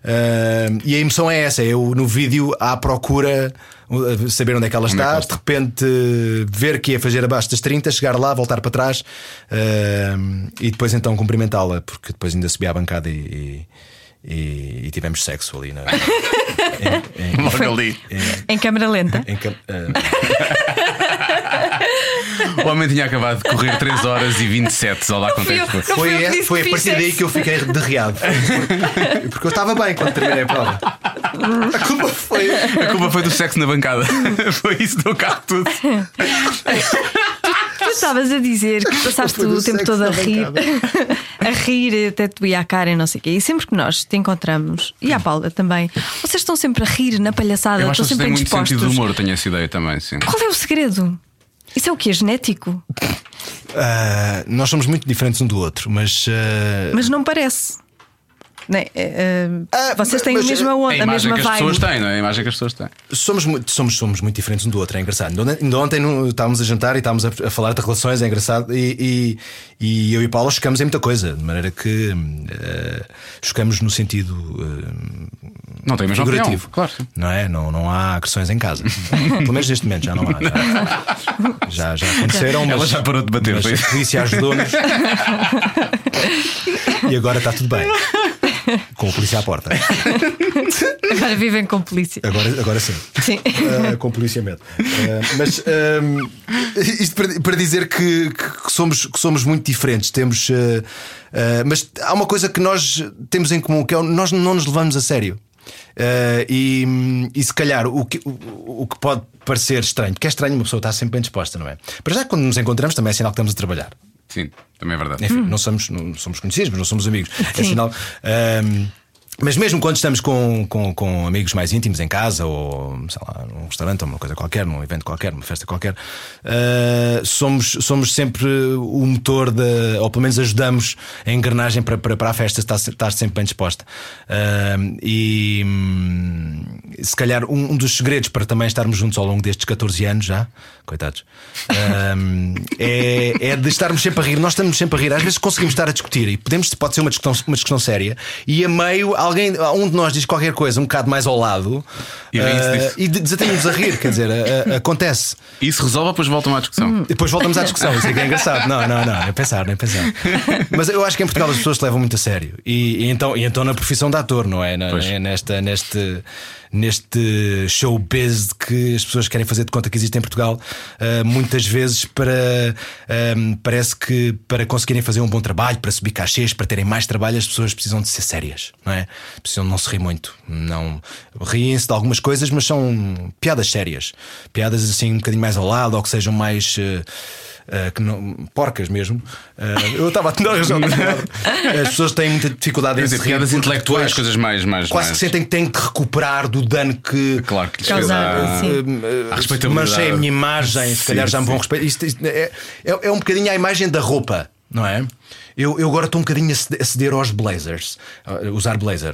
Speaker 4: Eh, e a emoção é essa: eu no vídeo à procura, uh, saber onde é que ela
Speaker 3: é que
Speaker 4: está,
Speaker 3: ela
Speaker 4: de repente eh, ver que ia fazer abaixo das 30, chegar lá, voltar para trás eh, e depois então cumprimentá-la, porque depois ainda subi à bancada e, e- e- e tivemos sexo ali é? na. em,
Speaker 3: Logo ali.
Speaker 2: Em câmara lenta.
Speaker 4: em- em cam- eh, É.
Speaker 3: O homem tinha acabado de correr 3 horas e 27. Olá, quanto
Speaker 2: fui
Speaker 3: tempo
Speaker 2: eu.
Speaker 3: foi.
Speaker 2: Não fui eu que
Speaker 4: foi, esse-
Speaker 2: disse
Speaker 4: foi
Speaker 2: que
Speaker 4: a
Speaker 2: fiz
Speaker 4: partir daí
Speaker 2: sexo.
Speaker 4: que eu fiquei derreado. Porque eu estava bem quando terminei a prova. A culpa foi.
Speaker 3: A culpa foi do sexo na bancada. Foi isso do carro tudo.
Speaker 2: Tu estavas a dizer que passaste
Speaker 4: Foi do
Speaker 2: o tempo
Speaker 4: sexo
Speaker 2: todo
Speaker 4: na
Speaker 2: a rir,
Speaker 4: bancada.
Speaker 2: a rir até te doía a cara e não sei o quê. E sempre que nós te encontramos, e à Paula também, vocês estão sempre a rir na palhaçada,
Speaker 3: Eu acho
Speaker 2: estão
Speaker 3: que
Speaker 2: sempre
Speaker 3: vocês têm muito sentido
Speaker 2: indispostos.
Speaker 3: de humor, eu tenho essa ideia também, sim.
Speaker 2: Qual é o segredo? Isso é o que? É genético?
Speaker 4: Ah, nós somos muito diferentes um do outro, mas. ah,
Speaker 2: Mas não parece. Né? Eh, eh,
Speaker 4: Ah,
Speaker 2: vocês têm
Speaker 4: mas-
Speaker 2: a mesma
Speaker 3: A
Speaker 2: onda, a,
Speaker 3: imagem
Speaker 2: mesma
Speaker 3: que as
Speaker 2: vibe.
Speaker 3: pessoas têm, não é? A imagem que as pessoas têm.
Speaker 4: Somos, mu- somos, somos muito diferentes um do outro, é engraçado. Ainda ontem- Ainda ontem no- estávamos a jantar e estávamos a, a falar de relações, é engraçado. E, e, e eu e Paulo chocamos em muita coisa, de maneira que hum, eh, chocamos no sentido hum,
Speaker 3: Não tem a mesma opinião.
Speaker 4: figurativo.
Speaker 3: Claro.
Speaker 4: Não, é? não, não há agressões em casa. Pelo menos neste momento já não há. Já, já, já aconteceram, mas,
Speaker 3: Ela já parou de bater,
Speaker 4: mas
Speaker 3: foi isso?
Speaker 4: a polícia ajudou-nos. e agora está tudo bem. Com a polícia à porta.
Speaker 2: Agora vivem com polícia.
Speaker 4: Agora, agora sim.
Speaker 2: Sim.
Speaker 4: Ah, com policiamento. Ah, mas ahm, isto para, para dizer que, que- que somos, que somos muito diferentes. Temos, ah, ah, mas há uma coisa que nós temos em comum que é o- nós não nos levamos a sério. Ah, e, e se calhar o que, o, o que pode parecer estranho, porque é estranho uma pessoa estar sempre bem disposta, não é? Para já, quando nos encontramos, também é sinal que estamos a trabalhar.
Speaker 3: Sim, também é verdade.
Speaker 4: Enfim, não, somos, não somos conhecidos, mas não somos amigos. É sinal. Ahm, mas mesmo quando estamos com, com, com amigos mais íntimos em casa, ou sei lá, num restaurante, ou uma coisa qualquer, num evento qualquer, numa festa qualquer, ah, somos, somos sempre o motor da, ou pelo menos ajudamos a engrenagem para, para, para a festa estar, estar sempre bem disposta. Ahm, e hum, se calhar um, um dos segredos para também estarmos juntos ao longo destes 14 anos já, coitados, ahm, é, é de estarmos sempre a rir. Nós estamos sempre a rir. Às vezes conseguimos estar a discutir e podemos, pode ser uma discussão, uma discussão séria. E a meio, alguém, um de nós diz qualquer coisa um bocado mais ao lado
Speaker 3: E riem-se
Speaker 4: ah,
Speaker 3: disso.
Speaker 4: e de- desatamos a rir. Quer dizer, a- a- acontece.
Speaker 3: Isso resolve, depois voltam à
Speaker 2: Hum.
Speaker 3: discussão.
Speaker 4: Depois voltamos à discussão, isso é que é engraçado. Não, não, não, nem pensar, nem pensar. Mas eu acho que em Portugal as pessoas se levam muito a sério. E, e então, e então na profissão de ator, não é? Na-
Speaker 3: Pois.
Speaker 4: é nesta, neste, neste showbiz que as pessoas querem fazer de conta que existe em Portugal, ah, muitas vezes para ahm, parece que para conseguirem fazer um bom trabalho, para subir cachês, para terem mais trabalho, as pessoas precisam de ser sérias, não é? Precisam de não se rir muito. Não riem-se de algumas coisas, mas são piadas sérias. Piadas assim um bocadinho mais ao lado ou que sejam mais. ah, eh, que não, porcas mesmo. Eh, eu estava a tentar arranjar uma palavra. As pessoas têm muita dificuldade
Speaker 3: Quer
Speaker 4: em se
Speaker 3: dizer,
Speaker 4: rir
Speaker 3: piadas
Speaker 4: porque
Speaker 3: intelectuais,
Speaker 4: depois
Speaker 3: coisas mais. mais
Speaker 4: Quase
Speaker 3: mais-
Speaker 4: que sentem que têm que recuperar do dano que. eh,
Speaker 3: Claro que lhes fez Ah,
Speaker 2: Causar,
Speaker 3: a-
Speaker 2: sim.
Speaker 3: a respeitabilidade.
Speaker 4: Manchei a minha imagem, se
Speaker 3: Sim,
Speaker 4: calhar já me vão
Speaker 3: sim.
Speaker 4: respeitar. Isto, isto é, é, é um bocadinho a imagem da roupa, não é? Eu, eu agora estou um bocadinho a cede- a ceder aos blazers, a usar blazer.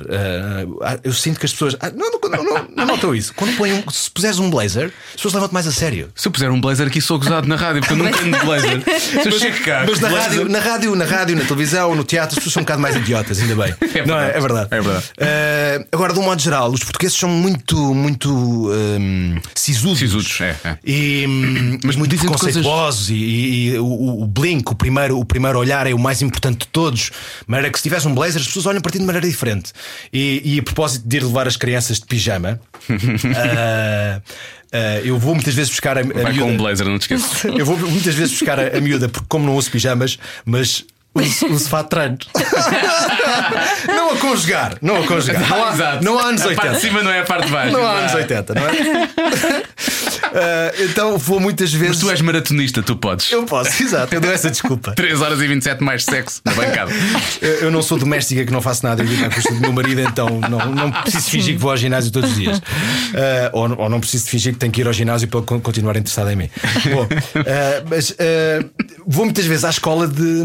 Speaker 4: Ah, eu sinto que as pessoas. ah, não, não, não, não, não notam isso. Quando põem um- se puseres um blazer, as pessoas levam-te mais a sério.
Speaker 3: Se eu puser um blazer aqui, sou gozado na rádio, porque eu nunca ando de blazer. Se eu chego cá,
Speaker 4: Mas na
Speaker 3: blazer-
Speaker 4: rádio, na rádio, na rádio, na televisão, no teatro, as pessoas são um bocado mais idiotas, ainda bem.
Speaker 3: verdade.
Speaker 4: Não é, é verdade.
Speaker 3: É verdade.
Speaker 4: Eh, agora, de um modo geral, os portugueses são muito, muito ehm, sisudos.
Speaker 3: Sisudos, é, é.
Speaker 4: E, hum,
Speaker 3: Mas
Speaker 4: muito
Speaker 3: dizem-te
Speaker 4: preconceituosos. E, e- e o- o, o blink, o primeiro, o primeiro olhar, é o mais importante de todos. De maneira que se tivesse um blazer, as pessoas olham para ti de maneira diferente. E, e a propósito de ir levar as crianças de pijama, ah, ah, eu vou muitas vezes buscar a, a
Speaker 3: Vai
Speaker 4: miúda-
Speaker 3: com um blazer, não te esqueças.
Speaker 4: eu vou muitas vezes buscar a, a miúda, porque como não uso pijamas, mas uso, uso fato de treino. não a conjugar, não a conjugar. Não há,
Speaker 3: Exato.
Speaker 4: não há anos
Speaker 3: A parte de
Speaker 4: 80.
Speaker 3: cima não é a parte de baixo.
Speaker 4: Não há anos
Speaker 3: Vá.
Speaker 4: 80, não é? Ah, então vou muitas
Speaker 3: Mas
Speaker 4: vezes.
Speaker 3: tu és maratonista, tu podes.
Speaker 4: Eu posso, exato, eu dou essa desculpa.
Speaker 3: 3 horas e 27 mais sexo na bancada.
Speaker 4: Eu eu não sou doméstica que não faço nada, eu vivo à custa do meu marido, então não, não preciso fingir que vou ao ginásio todos os dias. Ah, ou, ou não preciso de fingir que tenho que ir ao ginásio para con- continuar interessado em mim. Bom, ah, mas ah, vou muitas vezes à escola de,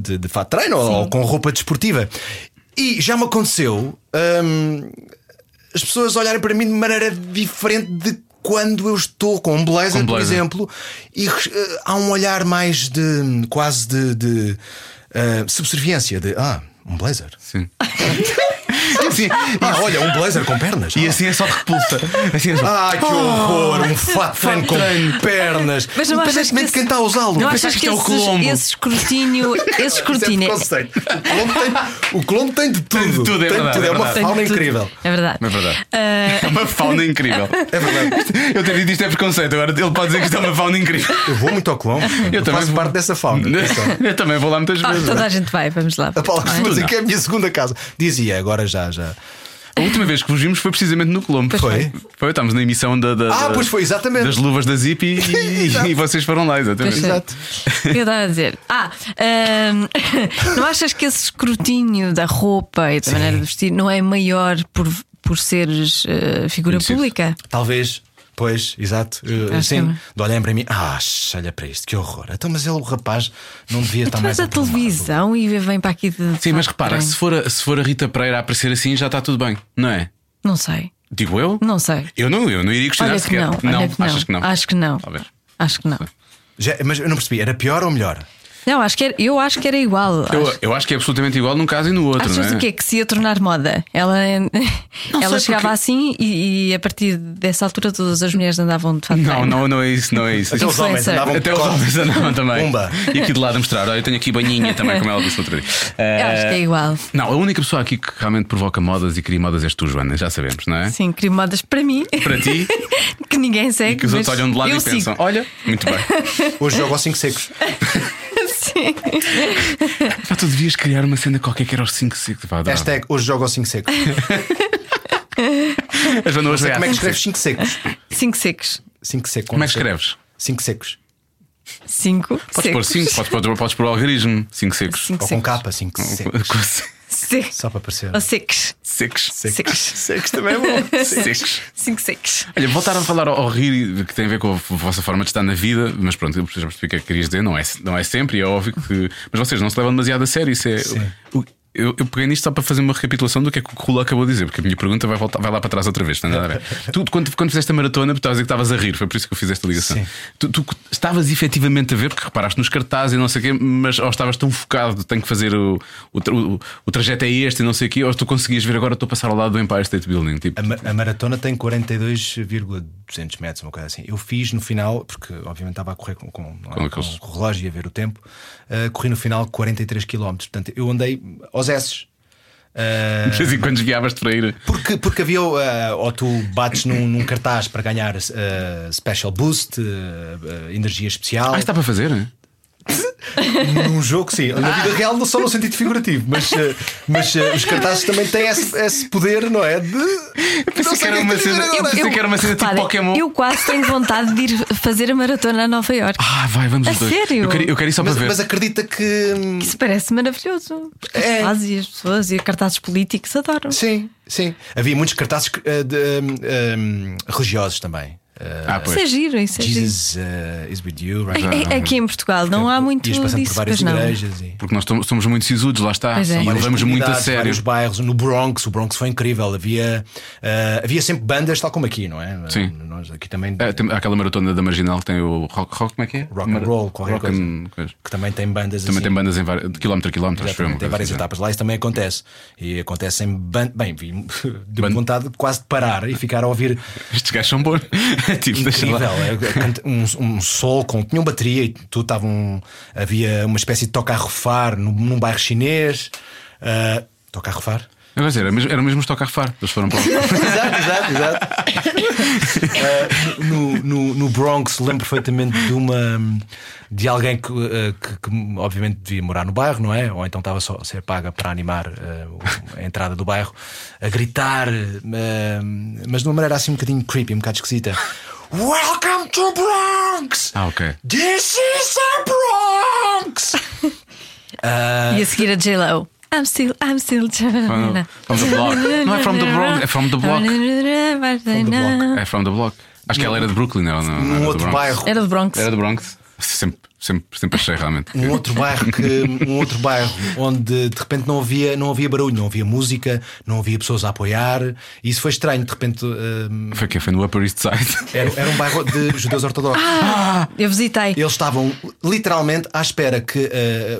Speaker 4: de, de fato de treino ou, ou com roupa desportiva. E já me aconteceu hum, ahm, as pessoas olharem para mim de maneira diferente de quando eu estou com um blazer,
Speaker 3: Com
Speaker 4: por
Speaker 3: blazer.
Speaker 4: exemplo, e eh, há um olhar mais de quase de, de eh, subserviência, de ah, um blazer.
Speaker 3: Sim.
Speaker 4: Enfim, ah, olha, um blazer com pernas.
Speaker 3: E assim é só de repulsa. Assim é só...
Speaker 4: Ah, que horror! Um fato de treino com pernas.
Speaker 2: Mas não achas
Speaker 4: Independentemente de
Speaker 2: que
Speaker 4: quem
Speaker 3: tá
Speaker 4: está a usá-lo.
Speaker 2: Não
Speaker 3: Pensar
Speaker 2: achas
Speaker 3: que
Speaker 2: que
Speaker 3: isto é o
Speaker 2: esse,
Speaker 3: Colombo.
Speaker 2: esse escrutínio, esse
Speaker 4: Isso é
Speaker 2: escrutínio
Speaker 4: preconceito. O Colombo tem, o Colombo tem de tudo.
Speaker 3: de tudo, é
Speaker 4: Tem
Speaker 3: verdade, é
Speaker 4: uma
Speaker 3: verdade.
Speaker 2: Tem
Speaker 4: fauna
Speaker 2: tudo.
Speaker 4: incrível.
Speaker 2: É verdade.
Speaker 3: É verdade.
Speaker 2: Ah,
Speaker 3: É uma fauna incrível.
Speaker 4: É verdade.
Speaker 3: Eu tenho dito isto é preconceito, agora ele pode dizer que isto é uma fauna incrível.
Speaker 4: Eu vou muito ao Colombo. Eu,
Speaker 3: também
Speaker 4: faço
Speaker 3: vou.
Speaker 4: parte dessa fauna. Então, atenção.
Speaker 3: Eu também vou lá muitas
Speaker 2: ah,
Speaker 3: vezes.
Speaker 2: toda a gente vai, vamos lá.
Speaker 4: A Paula costuma
Speaker 3: Tu
Speaker 4: dizer
Speaker 3: não.
Speaker 4: que é a minha segunda casa. Dizia, agora já, já.
Speaker 3: A última vez que vos vimos foi precisamente no Colombo.
Speaker 4: Pois Foi?
Speaker 3: Foi, estávamos na emissão da, da-
Speaker 4: Ah,
Speaker 3: da-
Speaker 4: pois foi, exatamente.
Speaker 3: das luvas da Zip e, e-
Speaker 4: Exato.
Speaker 3: e vocês foram lá,
Speaker 2: Pois
Speaker 3: exatamente.
Speaker 2: foi.
Speaker 4: Exato.
Speaker 2: O que eu estava a dizer? Ah, ahm, não achas que esse escrutínio da roupa e da maneira de vestir não é maior por, por seres ah, figura
Speaker 3: Conhecido.
Speaker 2: pública?
Speaker 4: Talvez. Pois, exato. Eu-
Speaker 2: Acho que
Speaker 4: Sim,
Speaker 2: é.
Speaker 4: de olharem para mim. Ah, sh- olha para isto, que horror. Então, mas ele, o rapaz, não devia
Speaker 3: tá
Speaker 4: estar
Speaker 2: Tu
Speaker 4: mais.
Speaker 2: vais à
Speaker 4: aprumado.
Speaker 2: televisão e vem para aqui de.
Speaker 3: Sim, mas repara, se for, a, se for a Rita Pereira a aparecer assim, já está tudo bem, não é?
Speaker 2: Não sei,
Speaker 3: Digo eu?
Speaker 2: não sei.
Speaker 3: Eu não, eu não iria questionar
Speaker 2: Olha que
Speaker 3: sequer.
Speaker 2: não, olha que não.
Speaker 3: achas que não.
Speaker 2: Acho que não.
Speaker 3: Talvez.
Speaker 2: Acho que não.
Speaker 4: Já- mas eu não percebi, era pior ou melhor?
Speaker 2: Não, acho que era- eu acho que era igual.
Speaker 3: Eu,
Speaker 2: Acho-
Speaker 3: eu acho que é absolutamente igual num caso e no outro, não
Speaker 2: Achas
Speaker 3: é?
Speaker 2: o quê? Que se ia tornar moda? Ela, ela
Speaker 3: sei
Speaker 2: chegava
Speaker 3: porque-
Speaker 2: assim e, e a partir dessa altura todas as mulheres andavam de fato.
Speaker 3: Não, não, não é isso, não é isso.
Speaker 4: Até os homens
Speaker 2: Influencer.
Speaker 4: andavam
Speaker 3: Até os
Speaker 4: com-
Speaker 3: homens andavam também.
Speaker 4: Pumba.
Speaker 3: E aqui de lado a mostrar, olha, eu tenho aqui banhinha também, como ela disse no outro dia. Eh,
Speaker 2: Eu acho que é igual.
Speaker 3: Não, a única pessoa aqui que realmente provoca modas e cria modas és tu, Joana, já sabemos, não é?
Speaker 2: Sim, crio modas para mim.
Speaker 3: Para ti
Speaker 2: que ninguém segue.
Speaker 3: e que os outros
Speaker 2: mas
Speaker 3: olham de lado
Speaker 2: eu
Speaker 3: e pensam:
Speaker 2: sigo.
Speaker 3: olha, muito bem.
Speaker 4: Hoje jogo aos 5 secos.
Speaker 2: Sim.
Speaker 3: Pá, tu devias criar uma cena qualquer que era aos 5 5
Speaker 4: Hashtag hoje jogo aos 5 secos.
Speaker 3: A Joana hoje vai
Speaker 4: Como é que
Speaker 3: às cinco
Speaker 4: escreves 5 secos?
Speaker 2: Cinco secos.
Speaker 4: 5 secos.
Speaker 3: Como é que escreves?
Speaker 4: 5 secos.
Speaker 2: Cinco
Speaker 3: Podes pôr
Speaker 2: secos.
Speaker 3: 5, podes, pôr- podes pôr o algarismo 5 secos.
Speaker 2: Cinco
Speaker 4: Ou com
Speaker 2: secos.
Speaker 4: capa, 5 secos.
Speaker 3: Com se-
Speaker 2: Se-
Speaker 4: Só um para aparecer.
Speaker 2: Ou secos.
Speaker 3: Secos.
Speaker 2: Secos.
Speaker 4: Secos também é bom.
Speaker 3: Secos.
Speaker 2: Cinco secos.
Speaker 3: Olha, voltaram a falar ao, ao rir que tem a ver com a vossa forma de estar na vida, mas pronto, eu já percebi o que é que querias dizer, não é, não é sempre, e é óbvio que. Mas vocês não se levam demasiado a sério, isso é. o- eu, eu peguei nisto só para fazer uma recapitulação do que é que o Rula acabou de dizer, porque a minha pergunta vai, voltar- vai lá para trás outra vez, não tem nada a ver. Tu, quando, quando fizeste a maratona, tu estavas a dizer que estavas a rir, foi por isso que eu fiz esta ligação. Tu, tu estavas efetivamente a ver, porque reparaste nos cartazes e não sei o quê, mas ou estavas tão focado, tenho que fazer o, o, tra- o- o trajeto é este e não sei o quê, ou tu conseguias ver agora, estou a passar ao lado do Empire State Building, tipo.
Speaker 4: A, ma- a maratona tem 42,200 metros, uma coisa assim. Eu fiz no final, porque obviamente estava a correr com, com, não é?
Speaker 3: Com aqueles-
Speaker 4: com o relógio e a ver o tempo, ah, corri no final 43 km. Portanto, eu andei aos S. Eh,
Speaker 3: De vez em quando desviavas-te para ir.
Speaker 4: Porque, porque havia, ah, ou tu bates num, num cartaz para eh, ganhar ah, special boost, ah, ah, energia especial.
Speaker 3: Ah, isto dá para fazer? é?
Speaker 4: Num jogo, sim. Na vida real, não só no sentido figurativo, mas, eh, mas eh, os cartazes também têm esse, esse poder, não é? De.
Speaker 3: Pensei que era
Speaker 4: é
Speaker 3: uma cena- eu pensei que era uma cena tipo
Speaker 2: Reparem,
Speaker 3: Pokémon.
Speaker 2: Eu quase tenho vontade de ir fazer a maratona a Nova York.
Speaker 3: Ah, vai, vamos
Speaker 2: A
Speaker 3: os dois.
Speaker 2: sério?
Speaker 3: Eu quero, eu quero ir só
Speaker 4: Mas,
Speaker 3: para ver.
Speaker 4: mas acredita que. hum,
Speaker 2: Isso parece maravilhoso. Os
Speaker 4: É.
Speaker 2: cartazes e as pessoas e cartazes políticos adoram.
Speaker 4: Sim, sim. Havia muitos cartazes eh, de, hum, hum, religiosos também. Eh,
Speaker 3: Ah,
Speaker 2: Isso é
Speaker 3: pois.
Speaker 2: giro, isso é giro.
Speaker 4: Jesus eh, is with you, right? now.
Speaker 2: A- a- Aqui em Portugal não há muito
Speaker 4: Ias passando
Speaker 2: disso,
Speaker 4: por várias
Speaker 2: pois não.
Speaker 4: igrejas e.
Speaker 3: Porque nós tom- somos muito sisudos, lá está.
Speaker 2: Pois é.
Speaker 3: E
Speaker 2: Várias
Speaker 3: levamos muito a
Speaker 4: comunidades,
Speaker 3: sério.
Speaker 4: Vários bairros, no Bronx, o Bronx foi incrível. Havia, eh, havia sempre bandas, tal como aqui, não é?
Speaker 3: Sim.
Speaker 4: Nós aqui também.
Speaker 3: Ah, tem- há aquela maratona da Marginal que tem o rock, rock como é que é?
Speaker 4: Rock and
Speaker 3: Mar-
Speaker 4: roll, qualquer
Speaker 3: rock and- coisa.
Speaker 4: que também tem bandas
Speaker 3: Também
Speaker 4: assim.
Speaker 3: tem bandas em vari- de quilómetro a quilómetro, acho que
Speaker 4: Exatamente, tem várias etapas lá, isso também acontece. E acontecem. ban- Bem, vi, de
Speaker 3: Ban-
Speaker 4: vontade de quase de parar e ficar a ouvir
Speaker 3: assim. Estes gajos são bons. tipo, deixa
Speaker 4: Incrível,
Speaker 3: lá.
Speaker 4: é, canta- um, um sol com. Tinham bateria e tudo, tava um, havia uma espécie de toca a refar num, num bairro chinês. Ah, toca a refar?
Speaker 3: Eu vou dizer, era mesmo, era mesmo estou a carrefar. Eles foram para lá.
Speaker 4: exato, exato, exato. Ah, no, no, no Bronx, lembro perfeitamente de uma. de alguém que, ah, que, que, obviamente devia morar no bairro, não é? Ou então estava só a ser paga para animar ah, o- a entrada do bairro, a gritar, ah, mas de uma maneira assim um bocadinho creepy, um bocado esquisita. Welcome to Bronx!
Speaker 3: Ah, ok.
Speaker 4: This is a Bronx!
Speaker 2: E a seguir a J-Lo. I'm still, I'm still Jamina.
Speaker 3: From the block. Não é from the block, é from the block. É from the block. Acho que ela era de Brooklyn, era, não, não era
Speaker 4: Um
Speaker 3: do
Speaker 4: outro
Speaker 3: Bronx.
Speaker 4: bairro.
Speaker 2: Era de Bronx.
Speaker 3: Era do Bronx. Sempre, sempre, sempre achei realmente.
Speaker 4: um outro bairro que um outro bairro onde de repente não havia não havia barulho não havia música não havia pessoas a apoiar e isso foi estranho de repente hum,
Speaker 3: Foi o quê? Foi no Upper East Side.
Speaker 4: era, era um bairro de judeus ortodoxos
Speaker 3: Ah.
Speaker 2: Eu visitei.
Speaker 4: eles estavam literalmente à espera que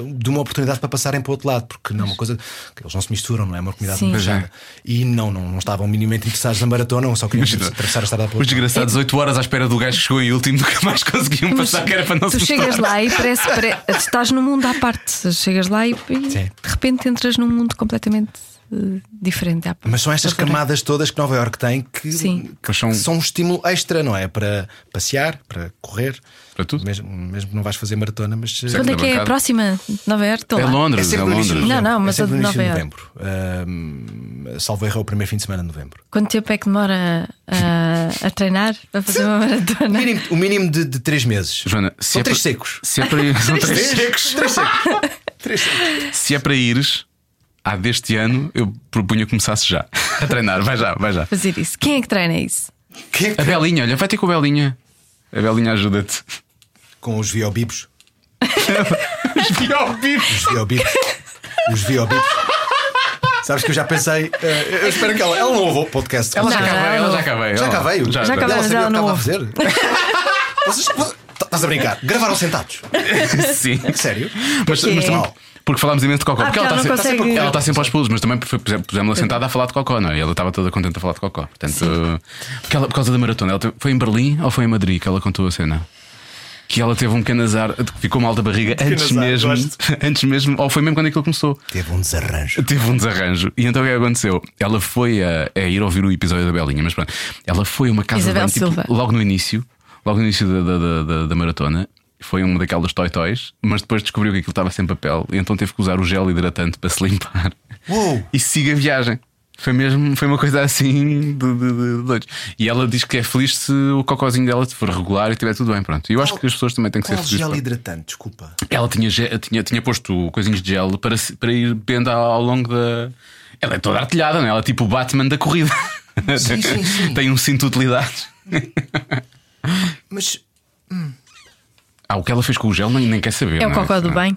Speaker 4: hum, de uma oportunidade para passarem para o outro lado porque não é uma coisa que eles não se misturam não é uma comunidade
Speaker 2: Sim.
Speaker 4: muito fechada e não, não não estavam minimamente interessados na maratona ou só queriam
Speaker 3: Imagina.
Speaker 4: atravessar a estrada para o
Speaker 3: Os
Speaker 4: outro lado.
Speaker 3: desgraçados, 8 horas à espera do gajo que chegou em último, nunca mais conseguiam passar, que era para não
Speaker 2: tu
Speaker 3: se
Speaker 2: chegas
Speaker 3: misturar.
Speaker 2: lá e parece, pare- tu estás num mundo à parte. Chegas lá e, e de repente entras num mundo completamente eh, diferente. à-
Speaker 4: Mas são estas
Speaker 2: Outra.
Speaker 4: camadas todas que Nova Iorque tem que,
Speaker 2: é Sim.
Speaker 4: que são... um estímulo extra, não é? Para passear, para correr,
Speaker 3: Para tudo.
Speaker 4: Mesmo, mesmo que não vais fazer maratona, mas.
Speaker 3: Sim.
Speaker 2: Quando é que é a
Speaker 3: Mercado.
Speaker 2: próxima? Nova York? Estou
Speaker 3: É
Speaker 2: lá.
Speaker 4: É
Speaker 3: Londres, é,
Speaker 4: sempre no início de
Speaker 3: Londres.
Speaker 2: Não,
Speaker 4: novembro.
Speaker 2: não, mas
Speaker 4: é sempre
Speaker 2: a de
Speaker 4: no início
Speaker 2: Nova
Speaker 4: novembro. Ahm, salvo erro, é o primeiro fim de semana de novembro.
Speaker 2: Quanto tempo é que demora eh, a, a treinar para fazer uma maratona?
Speaker 4: O mínimo, o mínimo de, de três meses.
Speaker 3: Joana, se
Speaker 4: são
Speaker 3: é
Speaker 4: três
Speaker 3: para-
Speaker 4: secos.
Speaker 3: Se é para, são três- Ah,
Speaker 4: secos. Três secos. Três secos.
Speaker 3: se é para ires, há deste ano, eu propunha que começasse já a treinar. Vai já, vai já.
Speaker 2: Fazer isso. Quem é que treina isso?
Speaker 4: Quem é
Speaker 3: A
Speaker 4: que-
Speaker 3: Belinha, olha, vai ter com a Belinha. A Belinha ajuda-te.
Speaker 4: Com os viobibos.
Speaker 3: Pior vivo.
Speaker 4: Os viobibos. Os viobibos. Sabes que eu já pensei. eh, eu espero que ela. Ela não ouve o podcast.
Speaker 3: Ela já
Speaker 2: Não,
Speaker 3: cá
Speaker 2: não,
Speaker 3: veio,
Speaker 2: não.
Speaker 3: ela Ah, já cá veio.
Speaker 4: É, Já
Speaker 3: ela-
Speaker 4: cá veio.
Speaker 3: Já,
Speaker 2: Já cá
Speaker 3: cá
Speaker 2: veio.
Speaker 4: Ela
Speaker 2: mas
Speaker 4: sabia
Speaker 2: ela não
Speaker 4: o que estava a fazer. Vocês. vo- Estás a brincar? Gravaram sentados.
Speaker 3: Sim.
Speaker 4: Sério?
Speaker 3: Mas,
Speaker 2: Porquê?
Speaker 3: mas também.
Speaker 4: Mal.
Speaker 3: Porque falámos imenso de Cocó.
Speaker 2: Ah,
Speaker 3: porque
Speaker 2: porque
Speaker 3: ela
Speaker 2: ela
Speaker 3: está
Speaker 2: não
Speaker 3: sempre,
Speaker 2: consegue-
Speaker 3: ela está sempre aos pulos, mas também foi- pusemos- pusemos-la sentada a falar de Cocó, não é? E Ela estava toda contente a falar de Cocó. Portanto, porque ela, por causa da maratona, ela teve- foi em Berlim ou foi em Madrid que ela contou a cena? Que ela teve um pequeno azar, de que ficou mal da barriga antes
Speaker 4: azar,
Speaker 3: mesmo, antes mesmo, ou foi mesmo quando aquilo começou.
Speaker 4: Teve um desarranjo.
Speaker 3: Teve um desarranjo. E então o que aconteceu? Ela foi a, a ir ouvir o episódio da Belinha, mas pronto. Ela foi a uma casa
Speaker 2: Isabel
Speaker 3: de banho,
Speaker 2: Silva.
Speaker 3: tipo, logo no início, logo no início da, da- da, da- da maratona. Foi uma daquelas toy toys, mas depois descobriu que aquilo estava sem papel e então teve que usar o gel hidratante para se limpar.
Speaker 4: Uou!
Speaker 3: E siga a viagem. Foi mesmo, foi uma coisa assim de, de, de doidos. E ela diz que é feliz se o cocôzinho dela for regular e tiver tudo bem, pronto. E eu acho que as pessoas também têm que ser
Speaker 4: Qual
Speaker 3: felizes.
Speaker 4: gel
Speaker 3: pá.
Speaker 4: hidratante, desculpa.
Speaker 3: Ela tinha, ge- tinha, tinha posto coisinhos de gel para, se- para ir bebendo ao, ao longo da. Ela é toda artilhada, não é? Ela é tipo o Batman da corrida.
Speaker 4: Sim, sim, sim.
Speaker 3: Tem um cinto de utilidade.
Speaker 4: Mas
Speaker 3: Ah, o que ela fez com o gel nem, nem quer saber.
Speaker 2: É o
Speaker 3: não
Speaker 2: cocó do bem.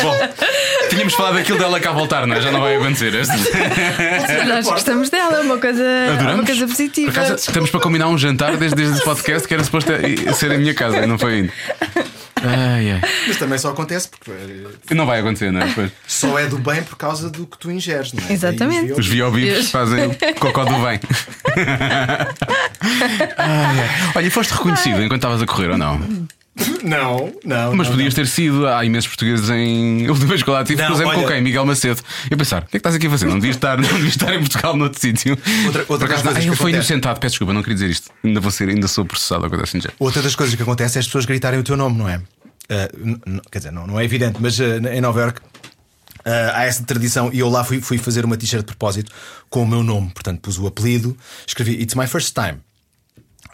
Speaker 3: Bom, tínhamos falado daquilo dela cá voltar, não é? Já não vai acontecer. Este-
Speaker 2: Nós gostamos dela, é uma coisa, é uma coisa
Speaker 3: Por
Speaker 2: positiva.
Speaker 3: acaso, estamos para combinar um jantar desde, desde o podcast que era suposto eh, ser a minha casa, não foi ainda. Ai, ai.
Speaker 4: Mas também só acontece porque eh,
Speaker 3: Não vai acontecer, não é? Pois.
Speaker 4: só é do bem por causa do que tu ingeres, não é?
Speaker 2: Exatamente.
Speaker 4: Daí os
Speaker 3: Os
Speaker 4: viol-
Speaker 3: viobibos fazem cocó do bem. Ai, ai. Olha, e foste reconhecido enquanto estavas a correr ou não?
Speaker 4: Não, não.
Speaker 3: Mas
Speaker 4: não,
Speaker 3: podias ter sido. Há imensos portugueses em. A última vez que eu lá tive, por
Speaker 4: Não,
Speaker 3: exemplo, com
Speaker 4: olha-
Speaker 3: quem? Miguel Macedo. Eu pensar, o que é que estás aqui a fazer? Não devias estar, não devias estar em Portugal, noutro sítio.
Speaker 4: Outra- outra
Speaker 3: Por
Speaker 4: das
Speaker 3: acaso,
Speaker 4: coisas
Speaker 3: ah,
Speaker 4: que
Speaker 3: ele foi
Speaker 4: acontece-
Speaker 3: inocentado, peço desculpa, não queria dizer isto. Ainda vou ser, ainda sou processado ou coisa assim já.
Speaker 4: Outra das coisas que acontece é as pessoas gritarem o teu nome, não é? Ah, n- n- quer dizer, não, não é evidente, mas ah, em Nova York há essa tradição e eu lá fui, fui fazer uma t-shirt de propósito com o meu nome, portanto pus o apelido, escrevi It's My First Time.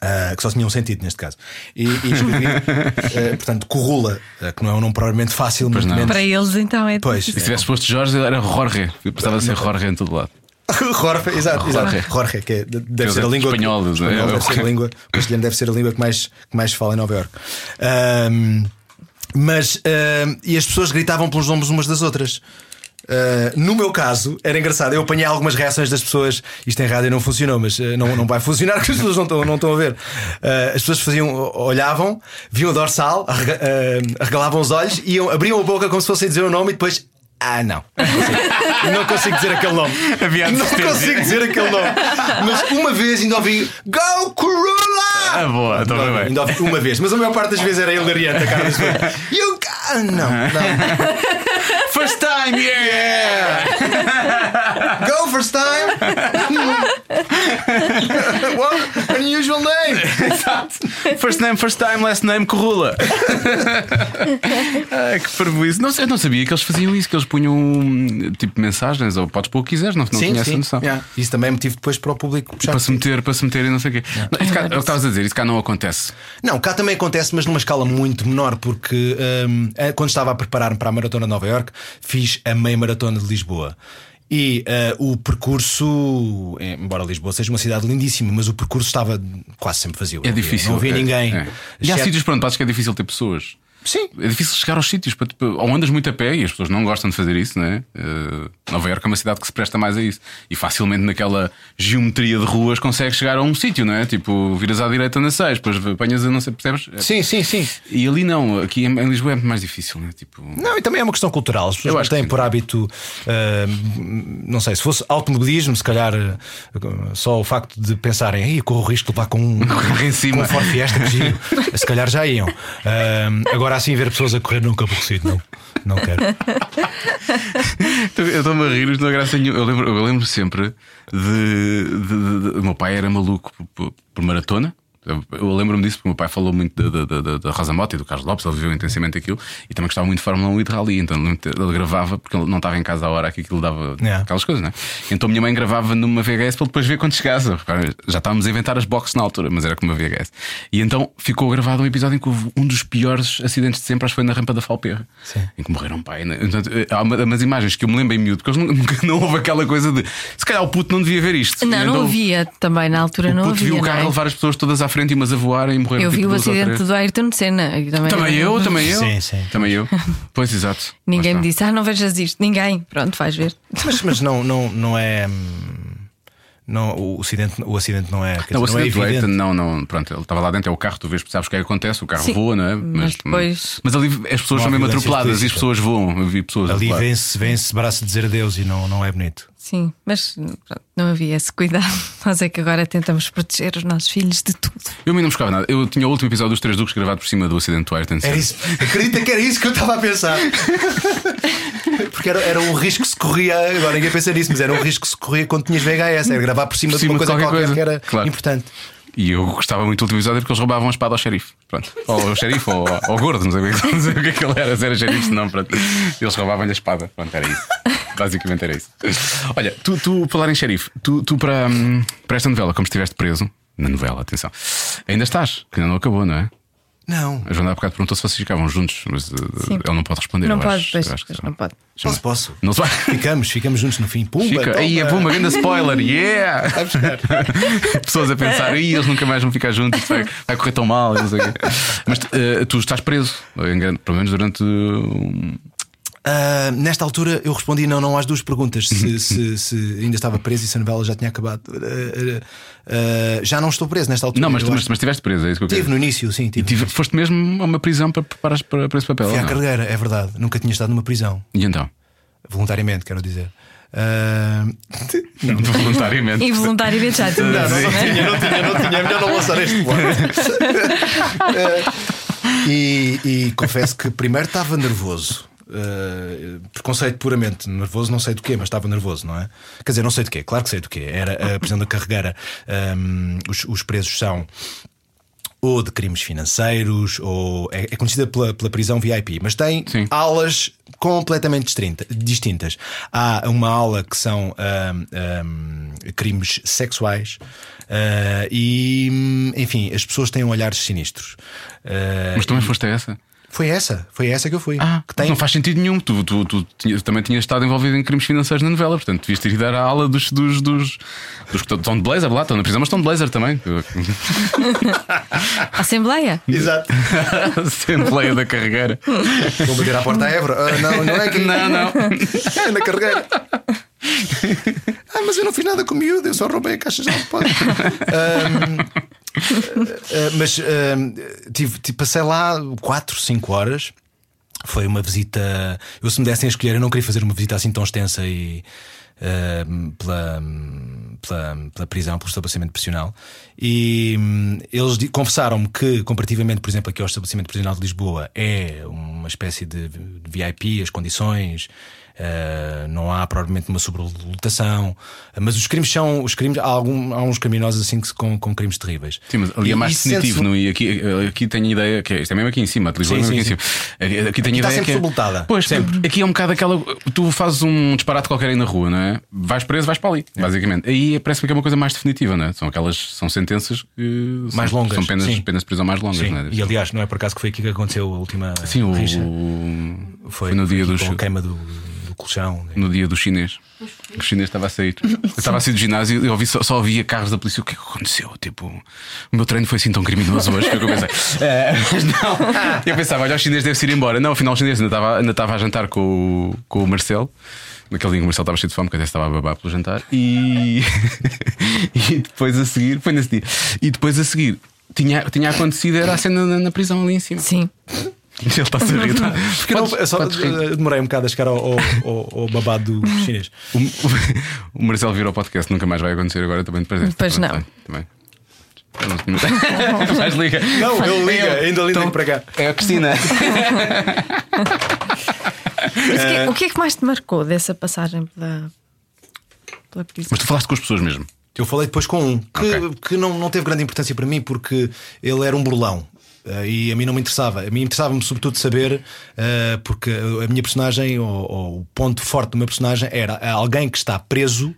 Speaker 4: ah, que só tinha um sentido neste caso. E, e escrevi, ah, portanto, Corrula, ah, que não é um nome provavelmente fácil, muito
Speaker 3: não.
Speaker 4: menos.
Speaker 2: Para eles, então é.
Speaker 4: Pois,
Speaker 3: Se tivesse posto Jorge, era Jorge. Eu precisava de ser Jorge em todo lado.
Speaker 4: Jorge, exato, exato.
Speaker 3: Jorge.
Speaker 4: Jorge, que é- deve
Speaker 3: Deus,
Speaker 4: ser a
Speaker 3: é
Speaker 4: língua. que-
Speaker 3: espanhol,
Speaker 4: espanhol
Speaker 3: não é?
Speaker 4: deve ser a língua. O castelhano deve ser a língua que mais, que mais se fala em Nova Iorque. Ahm, mas, ahm, e as pessoas gritavam pelos nomes umas das outras. Ah, no meu caso, era engraçado. Eu apanhei algumas reações das pessoas. Isto em rádio não funcionou, mas ah, não, não vai funcionar porque as pessoas não estão, não estão a ver. Ah, as pessoas faziam, olhavam, viam o dorsal, arrega- ah, arregalavam os olhos, iam, abriam a boca como se fossem dizer o nome e depois. Ah, não. Não consigo dizer aquele nome.
Speaker 3: Havia a
Speaker 4: não
Speaker 3: tristeza.
Speaker 4: consigo dizer aquele nome. Mas uma vez ainda ouvi Go Corula!
Speaker 3: Ah, boa, então
Speaker 4: Ainda
Speaker 3: bem,
Speaker 4: ouvi-
Speaker 3: bem.
Speaker 4: Ainda ouvi uma vez, mas a maior parte das vezes era hilariante a cara das pessoas. You go- Ah, não, não.
Speaker 3: First time, yeah!
Speaker 4: Go first time! What? Unusual name!
Speaker 3: First name, first time, last name, corrula. Ai, que parvoíce. Não, sei- eu não sabia que eles faziam isso, que eles punham hum, tipo mensagens ou podes pôr o que quiseres, não, não tinha essa noção.
Speaker 4: yeah. Isso também é motivo depois para o público puxar.
Speaker 3: Para se meter, para se meter e não sei o quê. Não, isso cá- é o que estavas a dizer, isso cá não acontece.
Speaker 4: Não, cá também acontece, mas numa escala muito menor, porque hum, eh, quando estava a preparar-me para a maratona de Nova Iorque, fiz a meia maratona de Lisboa. E eh, o percurso, eh, embora Lisboa seja uma cidade lindíssima, mas o percurso estava quase sempre vazio.
Speaker 3: É
Speaker 4: Não havia-
Speaker 3: difícil.
Speaker 4: Não havia
Speaker 3: é,
Speaker 4: ninguém.
Speaker 3: é. E há
Speaker 4: Exceto-
Speaker 3: sítios pronto, acho que é difícil ter pessoas.
Speaker 4: Sim.
Speaker 3: É difícil chegar aos sítios para, para- ou andas muito a pé e as pessoas não gostam de fazer isso, não é? Eh, Nova Iorque é uma cidade que se presta mais a isso. E facilmente naquela geometria de ruas consegues chegar a um sítio, não é? Tipo, viras à direita na 6, depois apanhas a não sei, percebes?
Speaker 4: Sim, sim, sim.
Speaker 3: E ali não, aqui em, em Lisboa é muito mais difícil, não é? Tipo,
Speaker 4: Não, e também é uma questão cultural. As pessoas
Speaker 3: Eu
Speaker 4: não
Speaker 3: acho
Speaker 4: têm
Speaker 3: que-
Speaker 4: por hábito, ah, não sei, se fosse automobilismo, se calhar ah, só o facto de pensarem, aí corro o risco de levar com um,
Speaker 3: Correr em cima."
Speaker 4: com um Ford Fiesta, que giro." se calhar já iam. Ah, agora assim, ver pessoas a correr nunca aborrecido, não. Não quero.
Speaker 3: Eu estou-me a rir, mas não é graça nenhuma. Eu lembro, eu lembro sempre de, de- de- de- O meu pai era maluco por, por- por maratona. Eu, eu lembro-me disso porque o meu pai falou muito da- da, da- da- da Rosa Mota e do Carlos Lopes, ele viveu intensamente aquilo e também gostava muito de Fórmula 1 e de Rally. Então lembro-me de- ele gravava porque ele não estava em casa à hora que aquilo dava
Speaker 4: Yeah.
Speaker 3: aquelas coisas, né? Então minha mãe gravava numa VHS para ele depois ver quando chegasse. Repara, Já estávamos a inventar as boxes na altura, mas era com uma VHS. E então ficou gravado um episódio em que houve um dos piores acidentes de sempre, acho que foi na rampa da Falperra, em que morreram pai. Né? Então, eh, há uma- umas imagens que eu me lembro em miúdo, porque eles nunca não houve aquela coisa de se calhar o puto não devia ver isto.
Speaker 2: Não,
Speaker 3: E
Speaker 2: não
Speaker 3: então,
Speaker 2: havia também, na altura
Speaker 3: O
Speaker 2: não
Speaker 3: puto
Speaker 2: havia.
Speaker 3: viu o
Speaker 2: não
Speaker 3: carro
Speaker 2: é?
Speaker 3: a levar as pessoas todas à frente e umas a voarem e morreram.
Speaker 2: Eu
Speaker 3: tipo,
Speaker 2: vi o
Speaker 3: duas ou
Speaker 2: acidente
Speaker 3: três.
Speaker 2: do Ayrton Senna. Eu Também,
Speaker 3: Também eu, também eu.
Speaker 4: Sim, sim.
Speaker 3: Também eu. Pois exato.
Speaker 2: Ninguém
Speaker 3: Lá
Speaker 2: me
Speaker 3: está.
Speaker 2: disse, ah, não vejas isto. Ninguém. Pronto, vais ver.
Speaker 4: Mas, mas não, não, não é. hum, Não, o, acidente, o acidente não é. quer
Speaker 3: Não, o
Speaker 4: dizer, não é
Speaker 3: acidente do
Speaker 4: evidente.
Speaker 3: Ayrton, não, não, pronto, ele estava lá dentro, é o carro, tu vês, sabes o que é que acontece, o carro
Speaker 2: Sim,
Speaker 3: voa, não é?
Speaker 2: mas depois-
Speaker 3: mas ali as pessoas
Speaker 4: Não há
Speaker 3: são mesmo
Speaker 4: violência
Speaker 3: atropeladas e as
Speaker 4: explícita.
Speaker 3: pessoas voam, eu vi pessoas
Speaker 4: Ali
Speaker 3: atropeladas.
Speaker 4: vence, vence braço de dizer adeus e não, não é bonito.
Speaker 2: Sim, mas pronto, não havia esse cuidado. Nós é que agora tentamos proteger os nossos filhos de tudo.
Speaker 3: Eu a mim não buscava nada, eu tinha o último episódio dos Três Duques gravado por cima do acidente do Ayrton.
Speaker 4: Era
Speaker 3: Senna.
Speaker 4: isso. Acredita que era isso que eu estava a pensar. Porque era, era um risco que se corria. Agora ninguém pensa nisso, mas era um risco que se corria quando tinhas VHS. Era gravar por cima,
Speaker 3: Por cima
Speaker 4: de uma
Speaker 3: de
Speaker 4: coisa
Speaker 3: qualquer
Speaker 4: qualquer,
Speaker 3: coisa.
Speaker 4: que era
Speaker 3: Claro.
Speaker 4: importante.
Speaker 3: E eu gostava muito do último episódio porque eles roubavam a espada ao xerife. Pronto. Ou ao xerife ou ao- ao gordo, não sei, o que- não sei o que é que ele era, se era xerife, se não, pronto. Eles roubavam-lhe a espada. Pronto, era isso. Basicamente era isso. Olha, tu, tu falar em xerife, tu, tu para, hum, para esta novela, como estiveste preso, na novela, atenção, ainda estás, que ainda não acabou, não é?
Speaker 4: Não.
Speaker 3: A Joana há bocado perguntou se vocês ficavam juntos, mas uh, ele não pode responder.
Speaker 2: não
Speaker 3: eu
Speaker 2: pode,
Speaker 3: acho,
Speaker 2: pois,
Speaker 3: eu acho que
Speaker 2: pois
Speaker 3: não.
Speaker 2: não pode.
Speaker 4: Posso, posso.
Speaker 3: Não se vai.
Speaker 4: Ficamos, ficamos juntos no fim. Pumba! então,
Speaker 3: Fica.
Speaker 4: toma.
Speaker 3: Aí é uma grande spoiler, yeah! Pessoas a pensar, "Ih, eles nunca mais vão ficar juntos, isto vai, vai correr tão mal. e não sei o quê. Mas uh, tu estás preso, em grande- pelo menos durante. um-
Speaker 4: Ah, nesta altura eu respondi não, não às duas perguntas.
Speaker 3: Uhum.
Speaker 4: Se, se- se ainda estava preso e se a novela já tinha acabado. Ah, ah, ah, já não estou preso nesta altura.
Speaker 3: Não, mas,
Speaker 4: Eu
Speaker 3: mas,
Speaker 4: acho-
Speaker 3: mas estiveste preso, é isso que eu quero.
Speaker 4: Tive no início, sim.
Speaker 3: E
Speaker 4: Tive.
Speaker 3: tive- Ah. foste mesmo a uma prisão para preparar para, para esse papel.
Speaker 4: Fui
Speaker 3: ou
Speaker 4: à
Speaker 3: não?
Speaker 4: carreira, é verdade. Nunca tinha estado numa prisão.
Speaker 3: E então?
Speaker 4: Voluntariamente, quero dizer. Ah,
Speaker 3: Voluntariamente.
Speaker 2: Involuntariamente já tinha. É
Speaker 4: não, não, não tinha, não tinha, não tinha. É melhor não lançar este plano. E, e confesso que primeiro estava nervoso. Uh, preconceito puramente nervoso, não sei do quê, mas estava nervoso, não é? Quer dizer, não sei do quê, claro que sei do quê. Era eh, a prisão da carregueira. Um, os, os presos são ou de crimes financeiros, ou é, é conhecida pela, pela prisão VIP, mas tem
Speaker 3: Sim.
Speaker 4: alas completamente distrinta- distintas. Há uma ala que são ahm, ahm, crimes sexuais. ah, e enfim, as pessoas têm olhares sinistros. Ah,
Speaker 3: Mas também foste a essa?
Speaker 4: foi essa, foi essa que eu fui.
Speaker 3: Ah,
Speaker 4: que tem
Speaker 3: não faz sentido nenhum. Tu, tu, tu tinhas- também tinhas estado envolvido em crimes financeiros na novela, portanto devias ter ido à ala dos, dos, dos, dos que estão de blazer lá, estão na prisão, mas estão de blazer também.
Speaker 2: Assembleia?
Speaker 4: Exato.
Speaker 3: Assembleia da carregueira.
Speaker 4: Vou bater à porta à Évora. Ah, não, não é aqui.
Speaker 3: Não, não.
Speaker 4: É na carreira. ah, mas eu não fiz nada com o miúdo, eu só roubei a caixa de alpão. Eh, mas ahm, tive, tive- passei lá 4, 5 horas. Foi uma visita. Eu, se me dessem a escolher, eu não queria fazer uma visita assim tão extensa e. ahm, pela, pela, pela prisão, pelo estabelecimento prisional, e hum, eles di- confessaram-me que, comparativamente, por exemplo, aqui ao estabelecimento prisional de Lisboa, é uma espécie de VIP, as condições, Uh, não há provavelmente uma sobrelotação, uh, mas os crimes são os crimes. Há, algum, há uns criminosos assim que se- com, com crimes terríveis.
Speaker 3: Sim, mas ali
Speaker 4: E-
Speaker 3: é mais
Speaker 4: e sente-se
Speaker 3: definitivo,
Speaker 4: um-
Speaker 3: não? E aqui, aqui tenho ideia que é, isto é mesmo aqui em cima, de Lisboa,
Speaker 4: Sim,
Speaker 3: mesmo aqui
Speaker 4: sim,
Speaker 3: em cima. Aqui, tenho
Speaker 4: está
Speaker 3: ideia que
Speaker 4: sempre
Speaker 3: é-
Speaker 4: sublotado.
Speaker 3: Pois,
Speaker 4: Sempre.
Speaker 3: aqui é um bocado aquela. Tu fazes um disparate qualquer aí na rua, não é? Vais preso, vais para ali,
Speaker 4: É.
Speaker 3: basicamente. Aí parece-me que é uma coisa mais definitiva, não é? São aquelas. São sentenças que
Speaker 4: Mais
Speaker 3: são,
Speaker 4: longas,
Speaker 3: São penas,
Speaker 4: sim.
Speaker 3: penas de prisão mais longas,
Speaker 4: Sim,
Speaker 3: não é?
Speaker 4: E aliás, não é por acaso que foi aqui que aconteceu a última
Speaker 3: Sim, o,
Speaker 4: rixa.
Speaker 3: o-
Speaker 4: Foi,
Speaker 3: foi, no, dia
Speaker 4: aqui
Speaker 3: do,
Speaker 4: com a
Speaker 3: chi-
Speaker 4: queima do, do colchão. né?
Speaker 3: no dia do chinês. O chinês estava a sair. Eu estava a sair do ginásio e eu ouvi, só, só ouvia carros da polícia. O que é que aconteceu? Tipo, o meu treino foi assim tão criminoso hoje. Foi o que eu pensei. Eh, mas não. Eu pensava, olha, o chinês deve se ir embora. Não, afinal, o chinês ainda estava, ainda estava a jantar com o, com o Marcelo. Naquele dia em que o Marcelo estava cheio de fome, que até estava a babar pelo jantar. E, e depois a seguir, foi nesse dia. E depois a seguir, tinha, tinha acontecido, era a cena na, na prisão ali em cima.
Speaker 2: Sim.
Speaker 3: Ele está a se rir. tá?
Speaker 4: Porque não,
Speaker 3: Podes-
Speaker 4: eu só
Speaker 3: podes rir.
Speaker 4: eh, demorei um bocado a chegar ao, ao, ao- ao babado do chinês.
Speaker 3: O, o, o Marcelo virou podcast, nunca mais vai acontecer agora também de presente.
Speaker 2: Pois
Speaker 3: Também-
Speaker 2: não.
Speaker 3: Também. também. Mas liga.
Speaker 4: Não, ele liga,
Speaker 3: É
Speaker 4: ainda liga
Speaker 3: Então,
Speaker 4: para cá.
Speaker 3: É a Cristina.
Speaker 2: Mas o,
Speaker 3: Eh.
Speaker 2: que, o que é que mais te marcou dessa passagem pela, pela prisão?
Speaker 3: Mas tu falaste com as pessoas mesmo.
Speaker 4: Eu falei depois com um que,
Speaker 3: Ok.
Speaker 4: que não, não teve grande importância para mim porque ele era um burlão. eh, e a mim não me interessava. A mim interessava-me sobretudo saber, eh, porque a minha personagem, ou, ou o ponto forte do meu personagem, era alguém que está preso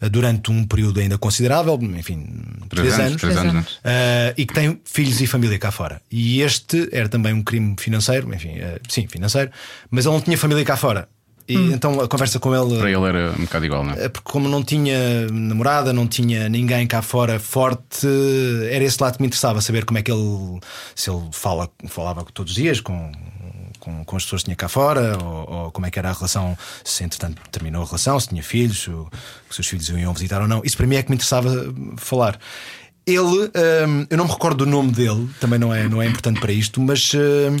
Speaker 4: eh, durante um período ainda considerável, enfim, três anos,
Speaker 3: Três anos. é?
Speaker 2: anos.
Speaker 4: eh, e que tem filhos e família cá fora. E este era também um crime financeiro, enfim, eh, sim, financeiro, mas ele não tinha família cá fora. E então a conversa com ele.
Speaker 3: Para ele era um bocado igual, não é?
Speaker 4: É porque como não tinha namorada, não tinha ninguém cá fora forte, era esse lado que me interessava saber como é que ele se ele fala, falava todos os dias com, com, com as pessoas que tinha cá fora, ou, ou como é que era a relação, se entretanto terminou a relação, se tinha filhos, o- se os filhos o iam visitar ou não. Isso para mim é que me interessava hum, falar. Ele, hum, eu não me recordo do nome dele, também não é, não é importante para isto, mas hum,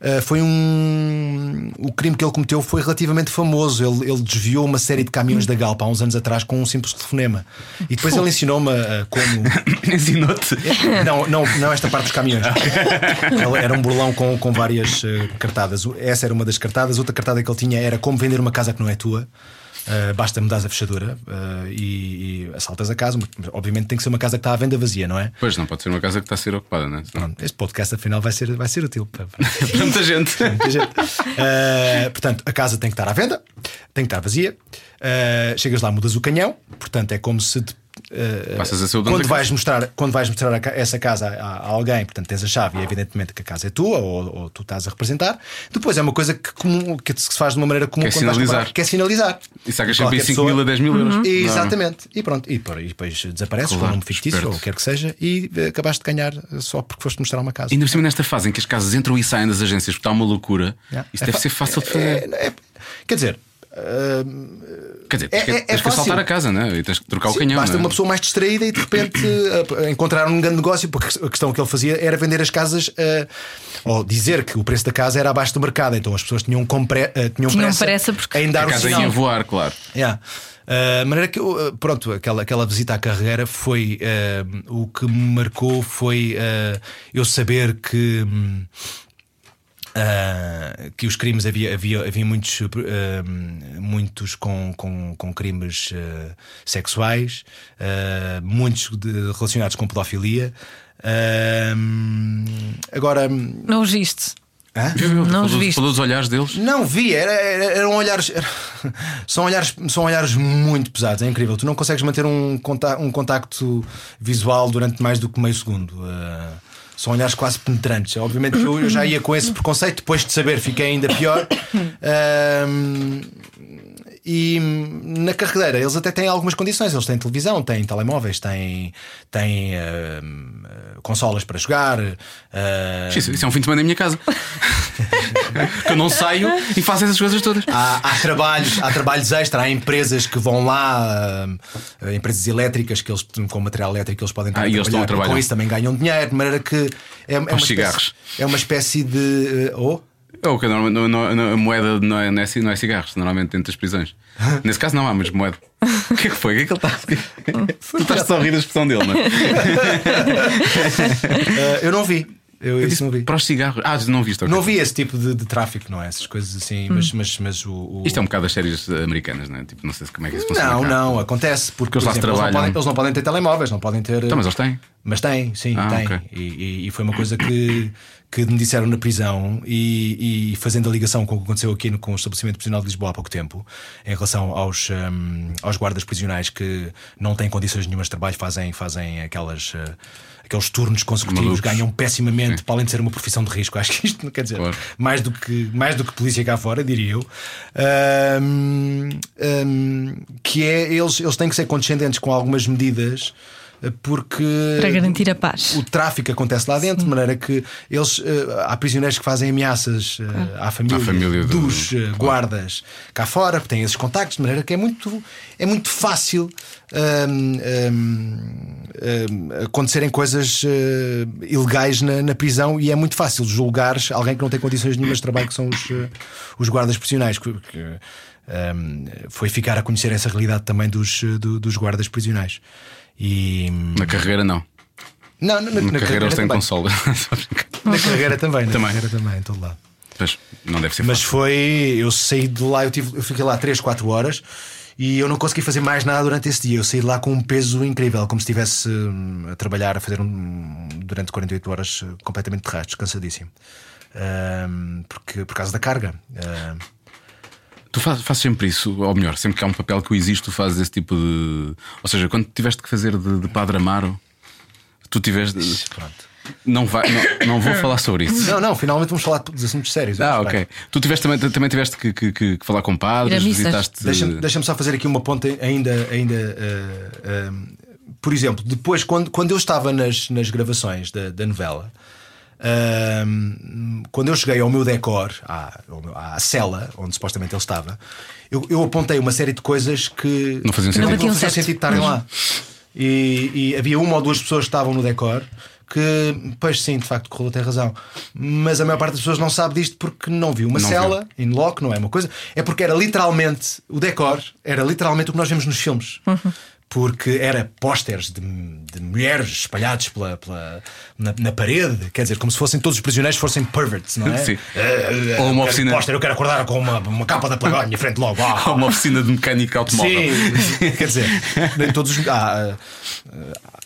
Speaker 4: ah, foi um. O crime que ele cometeu foi relativamente famoso. Ele, ele desviou uma série de caminhões da Galpa há uns anos atrás com um simples telefonema. E depois ele ensinou-me ah, como.
Speaker 3: Ensinou-te.
Speaker 4: Não, não, não esta parte dos caminhões. ele era um burlão com, com várias eh, cartadas. Essa era uma das cartadas. Outra cartada que ele tinha era como vender uma casa que não é tua. Eh, basta mudar a fechadura eh, e, e assaltas a casa. Mas, Obviamente tem que ser uma casa que está à venda vazia, não é?
Speaker 3: Pois não, pode ser uma casa que está a ser ocupada, não é? Senão-
Speaker 4: Pronto, este podcast afinal vai ser, vai ser útil para, para-
Speaker 3: Para muita gente.
Speaker 4: muita gente. Uh, portanto, a casa tem que estar à venda, tem que estar vazia. Uh, chegas lá, mudas o canhão, portanto, é como se. te- uh,
Speaker 3: Passas a ser o dono
Speaker 4: quando
Speaker 3: da
Speaker 4: vais, mostrar, quando vais mostrar a ca- essa casa a, a alguém, portanto tens a chave e evidentemente que a casa é tua ou, ou tu estás a representar. Depois é uma coisa que, comum- que se faz de uma maneira comum
Speaker 3: Que é
Speaker 4: quando vais
Speaker 3: sinalizar.
Speaker 4: comprar, que é sinalizar.
Speaker 3: E sacas
Speaker 4: Qualquer
Speaker 3: sempre aí 5 mil
Speaker 4: pessoa- Uhum.
Speaker 3: a 10 mil euros. Não. é?
Speaker 4: Exatamente. E pronto, e, por- e depois desapareces
Speaker 3: Claro,
Speaker 4: com um nome fictício
Speaker 3: esperto.
Speaker 4: ou o que quer que seja e eh, acabaste de ganhar eh, só porque foste mostrar uma casa.
Speaker 3: Ainda por cima nesta fase em que as casas entram e saem das agências porque está uma loucura,
Speaker 4: Yeah.
Speaker 3: isso
Speaker 4: É
Speaker 3: deve
Speaker 4: fa-
Speaker 3: ser fácil de fazer.
Speaker 4: É- é- quer dizer,
Speaker 3: Quer dizer,
Speaker 4: é-
Speaker 3: tens, que,
Speaker 4: é- é
Speaker 3: tens que
Speaker 4: fácil.
Speaker 3: assaltar a casa, não é? E tens que trocar
Speaker 4: Sim,
Speaker 3: o canhão.
Speaker 4: Basta
Speaker 3: não é?
Speaker 4: uma pessoa mais distraída e de repente eh, encontrar um grande negócio, porque a questão que ele fazia era vender as casas eh, ou dizer que o preço da casa era abaixo do mercado, então as pessoas tinham, compre, eh, tinham,
Speaker 2: Tinham
Speaker 4: pressa,
Speaker 2: pressa porque
Speaker 4: em
Speaker 3: A
Speaker 4: dar o
Speaker 3: casa
Speaker 4: sinal.
Speaker 3: ia voar, claro.
Speaker 4: Yeah. Uh, maneira que eu, uh, pronto, aquela, aquela visita à carreira foi eh, uh, o eh, que me marcou foi uh, eu saber que hum, ah, que os crimes havia, havia, havia muitos, ah, muitos com, com, com crimes ah, sexuais, ah, muitos de- relacionados com pedofilia. Ah, agora,
Speaker 2: Não os viste.
Speaker 4: hã?
Speaker 2: Não os
Speaker 3: pelos,
Speaker 2: viste.
Speaker 3: pelos olhares deles.
Speaker 4: Não vi, era, era, eram olhares, era- são olhares. São olhares muito pesados, é incrível. Tu não consegues manter um, conta- um contacto visual durante mais do que meio segundo. Ah, são olhares quase penetrantes. Obviamente que eu, eu já ia com esse preconceito, depois de saber fiquei ainda pior. Ahm, e na carreira eles até têm algumas condições. Eles têm televisão, têm telemóveis, têm, têm ahm, consolas para jogar. ah,
Speaker 3: Isso, isso é um fim de semana em minha casa. que eu não saio e faço essas coisas todas.
Speaker 4: Há, há trabalhos, há trabalhos extra, há empresas que vão lá, hum, eh, empresas elétricas que eles com material elétrico eles podem estar
Speaker 3: Ah, e eles estão a trabalhar.
Speaker 4: com isso também ganham dinheiro, de maneira que é, é uma, espécie,
Speaker 3: cigarros.
Speaker 4: é uma espécie de eh, oh,
Speaker 3: Ou É que norma- não- não- não- a moeda não é, não, é, ci- não é cigarros, normalmente dentro das prisões. Nesse caso não há, mas moeda. O que é que foi? O que é que ele está a Tu estás só a rir da expressão dele, não é?
Speaker 4: eh, eu não vi, eu isso não vi.
Speaker 3: Para os cigarros. Ah, não viste. ok.
Speaker 4: Não vi esse tipo de, de tráfico, não é? Essas coisas assim, mas, mas, mas o, o-
Speaker 3: Hum. Isto é um bocado das séries americanas, não é? Tipo, não sei se como é que isso funciona.
Speaker 4: Não,
Speaker 3: cá.
Speaker 4: não, acontece, porque
Speaker 3: Eles
Speaker 4: por
Speaker 3: lá
Speaker 4: exemplo, eles, não
Speaker 3: trabalham.
Speaker 4: podem, eles não podem ter telemóveis, não podem ter.
Speaker 3: Então, mas eles têm.
Speaker 4: Mas tem, sim,
Speaker 3: Ah,
Speaker 4: tem.
Speaker 3: ok.
Speaker 4: E, e- e foi uma coisa que, que me disseram na prisão e, e fazendo a ligação com o que aconteceu aqui no, com o estabelecimento prisional de Lisboa há pouco tempo, em relação aos, hum, aos guardas prisionais que não têm condições nenhumas de trabalho, fazem, fazem aquelas. eh, Aqueles turnos consecutivos
Speaker 3: Malucos.
Speaker 4: ganham pessimamente, para além de ser uma profissão de risco. Acho que isto não quer dizer
Speaker 3: Claro.
Speaker 4: mais, do que, mais do que polícia cá fora, diria eu. Ahm, ahm, que é, eles, eles têm que ser condescendentes com algumas medidas, eh, porque
Speaker 2: Para garantir a paz.
Speaker 4: o tráfico acontece lá dentro, de maneira que eles eh, há prisioneiros que fazem ameaças eh, à família,
Speaker 3: À família do-
Speaker 4: dos eh, guardas cá fora, porque têm esses contactos, de maneira que é muito, é muito fácil ahm, ahm, ahm, ehm, acontecerem coisas eh, ilegais na, na prisão e é muito fácil julgares alguém que não tem condições nenhumas de trabalho, que são os, eh, os guardas prisionais. que- que, ahm, foi ficar a conhecer essa realidade também dos, eh, do- dos guardas prisionais. E,
Speaker 3: Na carreira não.
Speaker 4: não, na, na-
Speaker 3: Na,
Speaker 4: na
Speaker 3: carreira, eles têm
Speaker 4: também.
Speaker 3: console. Só brincar.
Speaker 4: Na carreira também, na
Speaker 3: Também.
Speaker 4: carreira também, em todo lado.
Speaker 3: Pois, não deve ser
Speaker 4: Mas
Speaker 3: fácil.
Speaker 4: foi, eu saí de lá, eu, tive, eu fiquei lá 3, 4 horas e eu não consegui fazer mais nada durante esse dia. Eu saí de lá com um peso incrível, como se estivesse hum, a trabalhar, a fazer um, durante 48 horas eh, completamente de rastros, cansadíssimo. Ahm, porque, por causa da carga. Ahm,
Speaker 3: Tu faz- fazes sempre isso, ou melhor, sempre que há um papel que existe, tu fazes esse tipo de. Ou seja, quando tiveste que fazer de, de Padre Amaro, tu tiveste.
Speaker 4: pronto.
Speaker 3: Não, vai, não, não vou falar sobre isso.
Speaker 4: Não, não, finalmente vamos falar de assuntos sérios.
Speaker 3: Ah,
Speaker 4: Vamos, vai.
Speaker 3: ok. Tu tiveste também, também tiveste que, que- que- que falar com padres,
Speaker 2: Ir a missas.
Speaker 3: visitaste.
Speaker 4: Deixa-me deixa-me só fazer aqui uma ponta ainda. ainda eh, eh, por exemplo, depois, quando, quando eu estava nas, nas gravações da, da novela, ahm, quando eu cheguei ao meu decor, à, ao meu- à cela onde supostamente ele estava, eu, eu apontei uma série de coisas que
Speaker 3: Não faziam sentido.
Speaker 2: Não
Speaker 4: não
Speaker 2: batiam
Speaker 4: fazia
Speaker 2: certo.
Speaker 4: sentido estarem lá. E, e havia uma ou duas pessoas que estavam no decor que, pois sim, de facto, Correlo tem razão. Mas a maior parte das pessoas não sabe disto porque não viu uma
Speaker 3: Não
Speaker 4: cela in loco, não é uma coisa. É porque era literalmente o decor, era literalmente o que nós vemos nos filmes. Porque era pósteres de, de mulheres espalhados pela, pela- na, na parede, quer dizer, como se fossem todos os prisioneiros fossem perverts, não é?
Speaker 3: Sim.
Speaker 4: Eh, eh,
Speaker 3: Ou uma
Speaker 4: eu quero
Speaker 3: oficina.
Speaker 4: Póster, eu quero acordar com uma, uma capa da Playboy à minha frente logo. Ah,
Speaker 3: Há uma oficina de mecânica automóvel.
Speaker 4: Sim, quer dizer, nem todos os. há, ah, ah,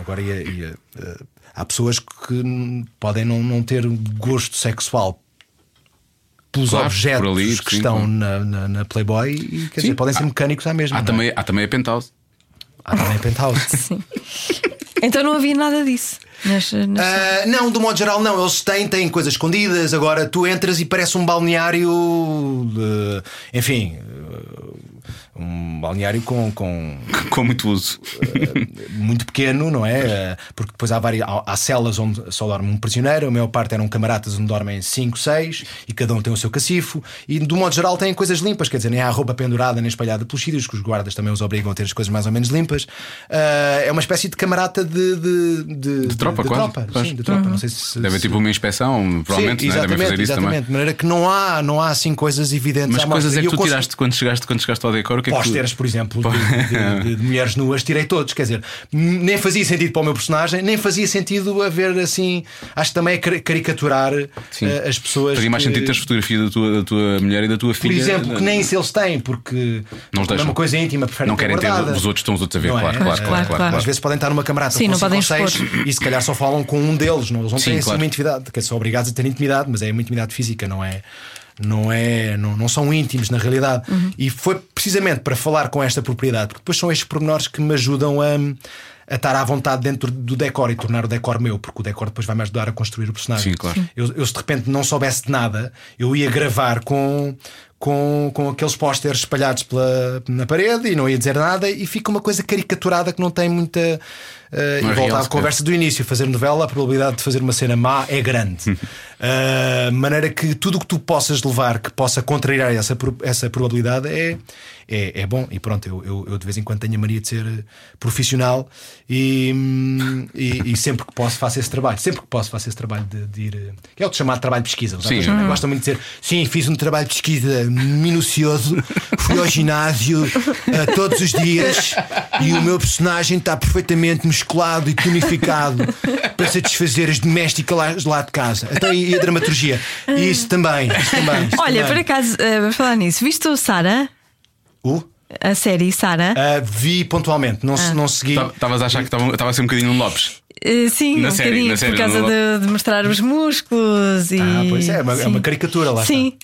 Speaker 4: agora ia. ia, ah, há pessoas que n- podem não, não ter gosto sexual pelos
Speaker 3: Claro,
Speaker 4: objetos
Speaker 3: por ali,
Speaker 4: que
Speaker 3: sim,
Speaker 4: estão
Speaker 3: claro.
Speaker 4: na, na- na Playboy e quer
Speaker 3: Sim,
Speaker 4: dizer, podem ser
Speaker 3: há-
Speaker 4: mecânicos à mesma.
Speaker 3: Há
Speaker 4: não é?
Speaker 3: também, há também a penthouse.
Speaker 4: Há também penthouse.
Speaker 2: Então não havia nada disso. Nas, nas-
Speaker 4: Ah, não, do modo geral, não. Eles têm, têm coisas escondidas. Agora tu entras e parece um balneário. de- enfim. eh, Um balneário com- com
Speaker 3: Com muito uso.
Speaker 4: muito pequeno, não é? Eh, Porque depois há, várias, há, há celas onde só dorme um prisioneiro, a maior parte eram camaradas onde dormem 5, 6 e cada um tem o seu cacifo. E do modo geral têm coisas limpas, quer dizer, nem há roupa pendurada nem espalhada pelos sítios, que os guardas também os obrigam a ter as coisas mais ou menos limpas. Ah, é uma espécie de camarata de, de, de,
Speaker 3: tropa,
Speaker 4: de,
Speaker 3: quase.
Speaker 4: tropa,
Speaker 3: Pois.
Speaker 4: sim, de tropa. Não sei se.
Speaker 3: Deve
Speaker 4: se-
Speaker 3: haver tipo uma inspeção, provavelmente,
Speaker 4: Sim,
Speaker 3: não é?
Speaker 4: exatamente,
Speaker 3: devem fazer isso
Speaker 4: exatamente.
Speaker 3: também.
Speaker 4: De maneira que não há, não há assim coisas evidentes
Speaker 3: Mas
Speaker 4: à
Speaker 3: coisas
Speaker 4: mostra.
Speaker 3: é
Speaker 4: E
Speaker 3: que
Speaker 4: eu
Speaker 3: tu
Speaker 4: consigo-
Speaker 3: tiraste quando chegaste, quando chegaste ao decor marca que-
Speaker 4: Pósteres, por exemplo, de, de- de- de mulheres nuas, tirei todos. Quer dizer, nem fazia sentido para o meu personagem, nem fazia sentido haver assim. Acho que também é cari- caricaturar
Speaker 3: Sim.
Speaker 4: eh, as pessoas.
Speaker 3: Fazia mais
Speaker 4: que-
Speaker 3: sentido teres fotografia da tua, da tua mulher e da tua
Speaker 4: por
Speaker 3: filha.
Speaker 4: exemplo, que nem se eles têm, porque
Speaker 3: eh, Não os
Speaker 4: é
Speaker 3: deixam.
Speaker 4: uma coisa íntima, preferem
Speaker 3: Não querem ter
Speaker 4: guardada.
Speaker 3: os outros, estão os outros a ver,
Speaker 4: Não é?
Speaker 3: claro, claro,
Speaker 2: Claro,
Speaker 3: claro,
Speaker 2: claro.
Speaker 3: claro.
Speaker 4: Às vezes podem estar numa camarada
Speaker 2: Sim,
Speaker 4: com
Speaker 2: não
Speaker 4: cinco
Speaker 2: podem
Speaker 4: ou seis
Speaker 2: expor.
Speaker 4: e se calhar só falam com um deles, não, eles não
Speaker 3: Sim,
Speaker 4: têm assim
Speaker 3: claro.
Speaker 4: uma intimidade, que são obrigados a ter intimidade, mas é uma intimidade física, não é? Não, é, não, não são íntimos na realidade. E foi precisamente para falar com esta propriedade, porque depois são estes pormenores que me ajudam a, a estar à vontade dentro do decor e tornar o decor meu, porque o decor depois vai me ajudar a construir o personagem.
Speaker 3: Sim, claro. Sim.
Speaker 4: Eu, eu, se de repente não soubesse de nada, eu ia gravar com, com, com aqueles pósteres espalhados pela, na parede e não ia dizer nada, e fica uma coisa caricaturada que não tem muita. eh,
Speaker 3: Não é
Speaker 4: e volta
Speaker 3: real,
Speaker 4: à
Speaker 3: sequer.
Speaker 4: conversa do início, fazer novela, a probabilidade de fazer uma cena má é grande. Eh, maneira que tudo o que tu possas levar que possa contrariar essa, pro- essa probabilidade é, é, é bom. E pronto, eu, eu, eu de vez em quando tenho a mania de ser eh, profissional e, hum, e, e sempre que posso faço esse trabalho. Sempre que posso faço esse trabalho de, de ir. eh, que é o chamado trabalho de pesquisa. Os
Speaker 3: Sim.
Speaker 4: atores também gostam muito de dizer: sim, fiz um trabalho de pesquisa minucioso, fui ao ginásio eh, todos os dias e o meu personagem está perfeitamente mesclado e tonificado para satisfazer as domésticas lá, lá de casa. Até e a dramaturgia. Isso também. Isso também isso
Speaker 2: Olha, por
Speaker 4: também.
Speaker 2: acaso, eh, vamos falar nisso. Viste o Sara?
Speaker 4: Uh,
Speaker 2: A série Sara?
Speaker 4: ah, vi pontualmente,
Speaker 2: Ah.
Speaker 4: não, se- não segui.
Speaker 3: Tá- Estavas a achar que estavam- estava a ser um bocadinho um Lopes.
Speaker 2: Eh, sim,
Speaker 3: na
Speaker 2: um
Speaker 3: série,
Speaker 2: bocadinho,
Speaker 3: na série,
Speaker 2: por causa
Speaker 3: não-
Speaker 2: de, de mostrar os músculos e.
Speaker 4: Ah, pois é, é uma, é uma
Speaker 2: Sim.
Speaker 4: caricatura lá. está.
Speaker 2: Sim.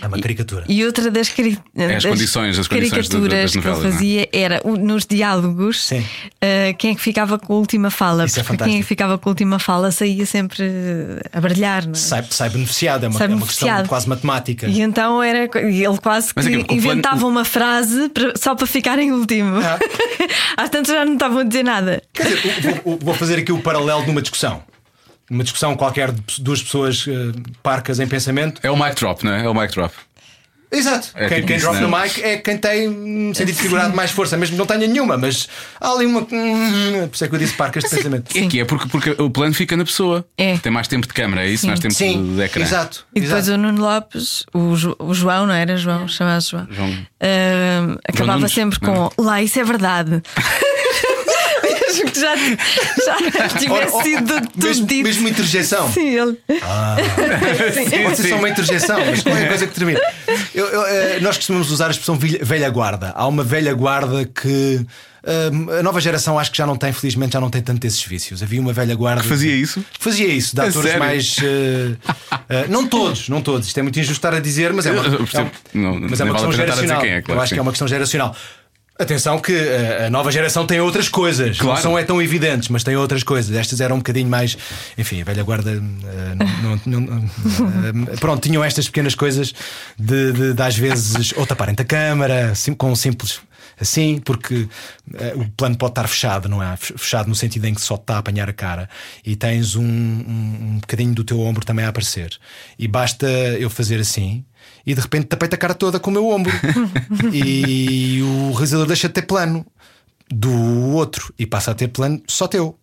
Speaker 4: É uma caricatura.
Speaker 2: E outra das, cari-
Speaker 3: É, as
Speaker 2: das
Speaker 3: condições, as condições da- da- das
Speaker 2: caricaturas
Speaker 3: novelas,
Speaker 2: que
Speaker 3: não
Speaker 2: ele
Speaker 3: é?
Speaker 2: fazia era o- nos diálogos
Speaker 4: Sim.
Speaker 2: eh, quem é que ficava com a última fala.
Speaker 4: Isso é
Speaker 2: porque quem
Speaker 4: fantástico.
Speaker 2: ficava com a última fala saía sempre eh, a brilhar, não é?
Speaker 4: Sai, sai beneficiado, é uma,
Speaker 2: Sai
Speaker 4: é uma questão
Speaker 2: beneficiado.
Speaker 4: quase matemática.
Speaker 2: E então era co- e ele quase que
Speaker 3: Mas é que o plano-
Speaker 2: inventava uma frase para- só para ficar em último.
Speaker 4: Ah.
Speaker 2: Às tantas já não estavam a dizer nada.
Speaker 4: Quer dizer, vou- vou, vou fazer aqui o paralelo de uma discussão. Uma discussão qualquer de pe- duas pessoas eh, parcas em pensamento.
Speaker 3: É o mic drop, não é? É o mic drop.
Speaker 4: Exato.
Speaker 3: É
Speaker 4: quem
Speaker 3: tipo
Speaker 4: quem
Speaker 3: isso,
Speaker 4: drop
Speaker 3: né?
Speaker 4: no mic é quem tem hum, sentido figurado mais força, mesmo que não tenha nenhuma, mas há ali uma. hum, Por isso é que eu disse parcas de pensamento.
Speaker 3: É que é porque, porque o plano fica na pessoa.
Speaker 2: É.
Speaker 3: Tem mais tempo de câmara, é isso?
Speaker 2: Sim.
Speaker 3: Mais tempo de,
Speaker 4: Sim,
Speaker 3: de ecrã.
Speaker 4: exato.
Speaker 2: E depois
Speaker 4: exato.
Speaker 2: o Nuno Lopes, o, Jo- o João, não era João? Chamava João.
Speaker 3: Então,
Speaker 2: Ah, acabava
Speaker 3: Nunes,
Speaker 2: sempre com
Speaker 3: não
Speaker 2: lá, isso é verdade. Mesmo que já, já
Speaker 4: Ora,
Speaker 2: tivesse
Speaker 4: oh,
Speaker 2: sido tudo
Speaker 4: mesmo, Ah.
Speaker 2: dito.
Speaker 4: mesmo uma interjeição.
Speaker 2: Sim, ele.
Speaker 4: Pode ser É só uma interjeição, mas qual é a coisa que termina? Eu- eu, eh, nós costumamos usar a expressão vilha- velha guarda. Há uma velha guarda que. hum, a nova geração acho que já não tem, felizmente, já não tem tanto esses vícios. Havia uma velha guarda.
Speaker 3: Que fazia isso?
Speaker 4: Fazia isso, de
Speaker 3: A
Speaker 4: atores
Speaker 3: sério?
Speaker 4: mais. eh, eh, não todos, não todos. Isto é muito injusto estar a dizer, mas é uma,
Speaker 3: Eu- eu percebo.
Speaker 4: é um-
Speaker 3: Não-
Speaker 4: mas é
Speaker 3: nem vale
Speaker 4: uma
Speaker 3: a pena
Speaker 4: questão
Speaker 3: estar a dizer
Speaker 4: geracional.
Speaker 3: quem é, claro,
Speaker 4: eu acho
Speaker 3: sim.
Speaker 4: que é uma questão geracional. Atenção que eh, a nova geração tem outras coisas,
Speaker 3: Claro.
Speaker 4: não são é tão evidentes, mas tem outras coisas. Estas eram um bocadinho mais. Enfim, a velha guarda. eh, não- não- não- eh, pronto, tinham estas pequenas coisas de, de, de às vezes ou taparem a câmara, sim- com um simples. Assim, porque eh, o plano pode estar fechado, não é? Fechado no sentido em que só te está a apanhar a cara e tens um, um, um bocadinho do teu ombro também a aparecer. E basta eu fazer assim e de repente tapei-te a cara toda com o meu ombro. e o realizador deixa de ter plano do outro e passa a ter plano só teu.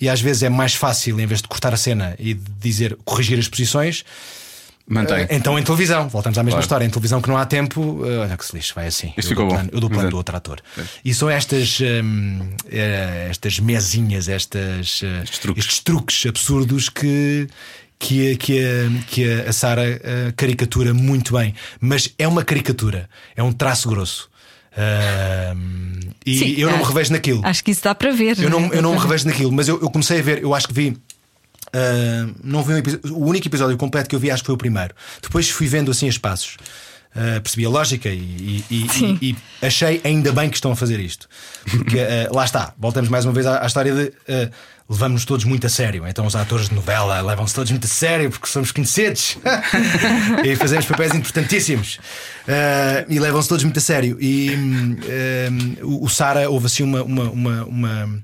Speaker 4: E às vezes é mais fácil, em vez de cortar a cena e de dizer corrigir as posições,
Speaker 3: Mantém.
Speaker 4: então em televisão, voltamos à mesma
Speaker 3: Claro.
Speaker 4: história. Em televisão que não há tempo, eh, olha que se lixo, vai assim.
Speaker 3: Isso
Speaker 4: eu
Speaker 3: ficou
Speaker 4: dou
Speaker 3: bom.
Speaker 4: plano, Eu dou plano
Speaker 3: Exato.
Speaker 4: do outro ator. E são estas, hum, eh, estas mesinhas, estas, eh,
Speaker 3: truques.
Speaker 4: estes truques absurdos que. Que, a- que, a, que a- a Sara eh, caricatura muito bem, mas é uma caricatura, é um traço grosso. Ahm, e
Speaker 2: Sim,
Speaker 4: eu não me
Speaker 2: acho-
Speaker 4: revejo naquilo.
Speaker 2: Acho que isso dá para ver.
Speaker 4: Eu não,
Speaker 2: é?
Speaker 4: eu não me revejo naquilo, mas eu, eu comecei a ver, eu acho que vi. ah, não vi um episo- o único episódio completo que eu vi, acho que foi o primeiro. Depois fui vendo assim os passos. Ah, percebi a lógica e, e- e- e- e achei ainda bem que estão a fazer isto. Porque ah, lá está, voltamos mais uma vez à, à história de ah, levamos-nos todos muito a sério. Então os atores de novela levam-se todos muito a sério porque somos conhecidos e fazemos papéis importantíssimos. Ah, e levam-se todos muito a sério. E hum, hum, o- o Sara houve assim uma- uma- uma- uma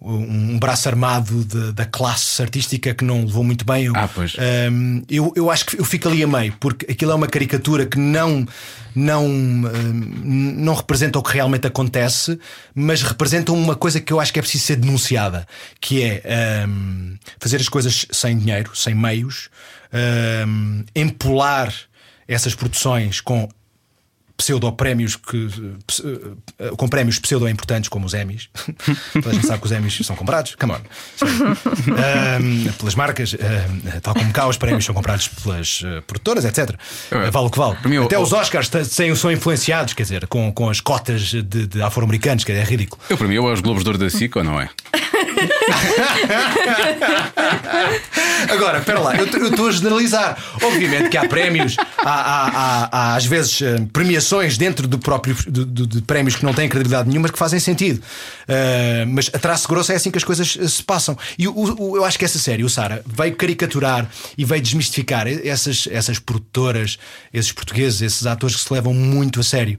Speaker 4: um braço armado de- da classe artística que não levou muito bem. Eu,
Speaker 3: Ah, pois.
Speaker 4: Hum, eu, eu acho que eu fico ali a meio, porque aquilo é uma caricatura que não, não, hum, não representa o que realmente acontece, mas representa uma coisa que eu acho que é preciso ser denunciada, que é hum, fazer as coisas sem dinheiro, sem um, meios, hum, empolar essas produções com pseudo-prémios que, ps- eh, com prémios pseudo-importantes como os Emmys. Toda a gente sabe que os Emmys são comprados, come on. Ahm, pelas marcas, ahm, tal como cá, os prémios são comprados pelas eh, produtoras, etc.
Speaker 3: É.
Speaker 4: vale o que vale.
Speaker 3: Para mim,
Speaker 4: Até
Speaker 3: o-
Speaker 4: os Oscars t- são- são influenciados, quer dizer, com, com as cotas de, de afro-americanos, quer dizer, é ridículo.
Speaker 3: Eu, para mim, eu aos Globos de Ouro da SIC ou não é?
Speaker 4: Agora, espera lá, eu estou a generalizar. Obviamente que há prémios, há, há- há- há, às vezes eh, premiações dentro do próprio, de, de- de prémios que não têm credibilidade nenhuma, mas que fazem sentido. Eh, mas a traço grosso é assim que as coisas eh, se passam. E o- o- eu acho que essa série, o Sara, veio caricaturar e veio desmistificar essas, essas produtoras, esses portugueses, esses atores que se levam muito a sério.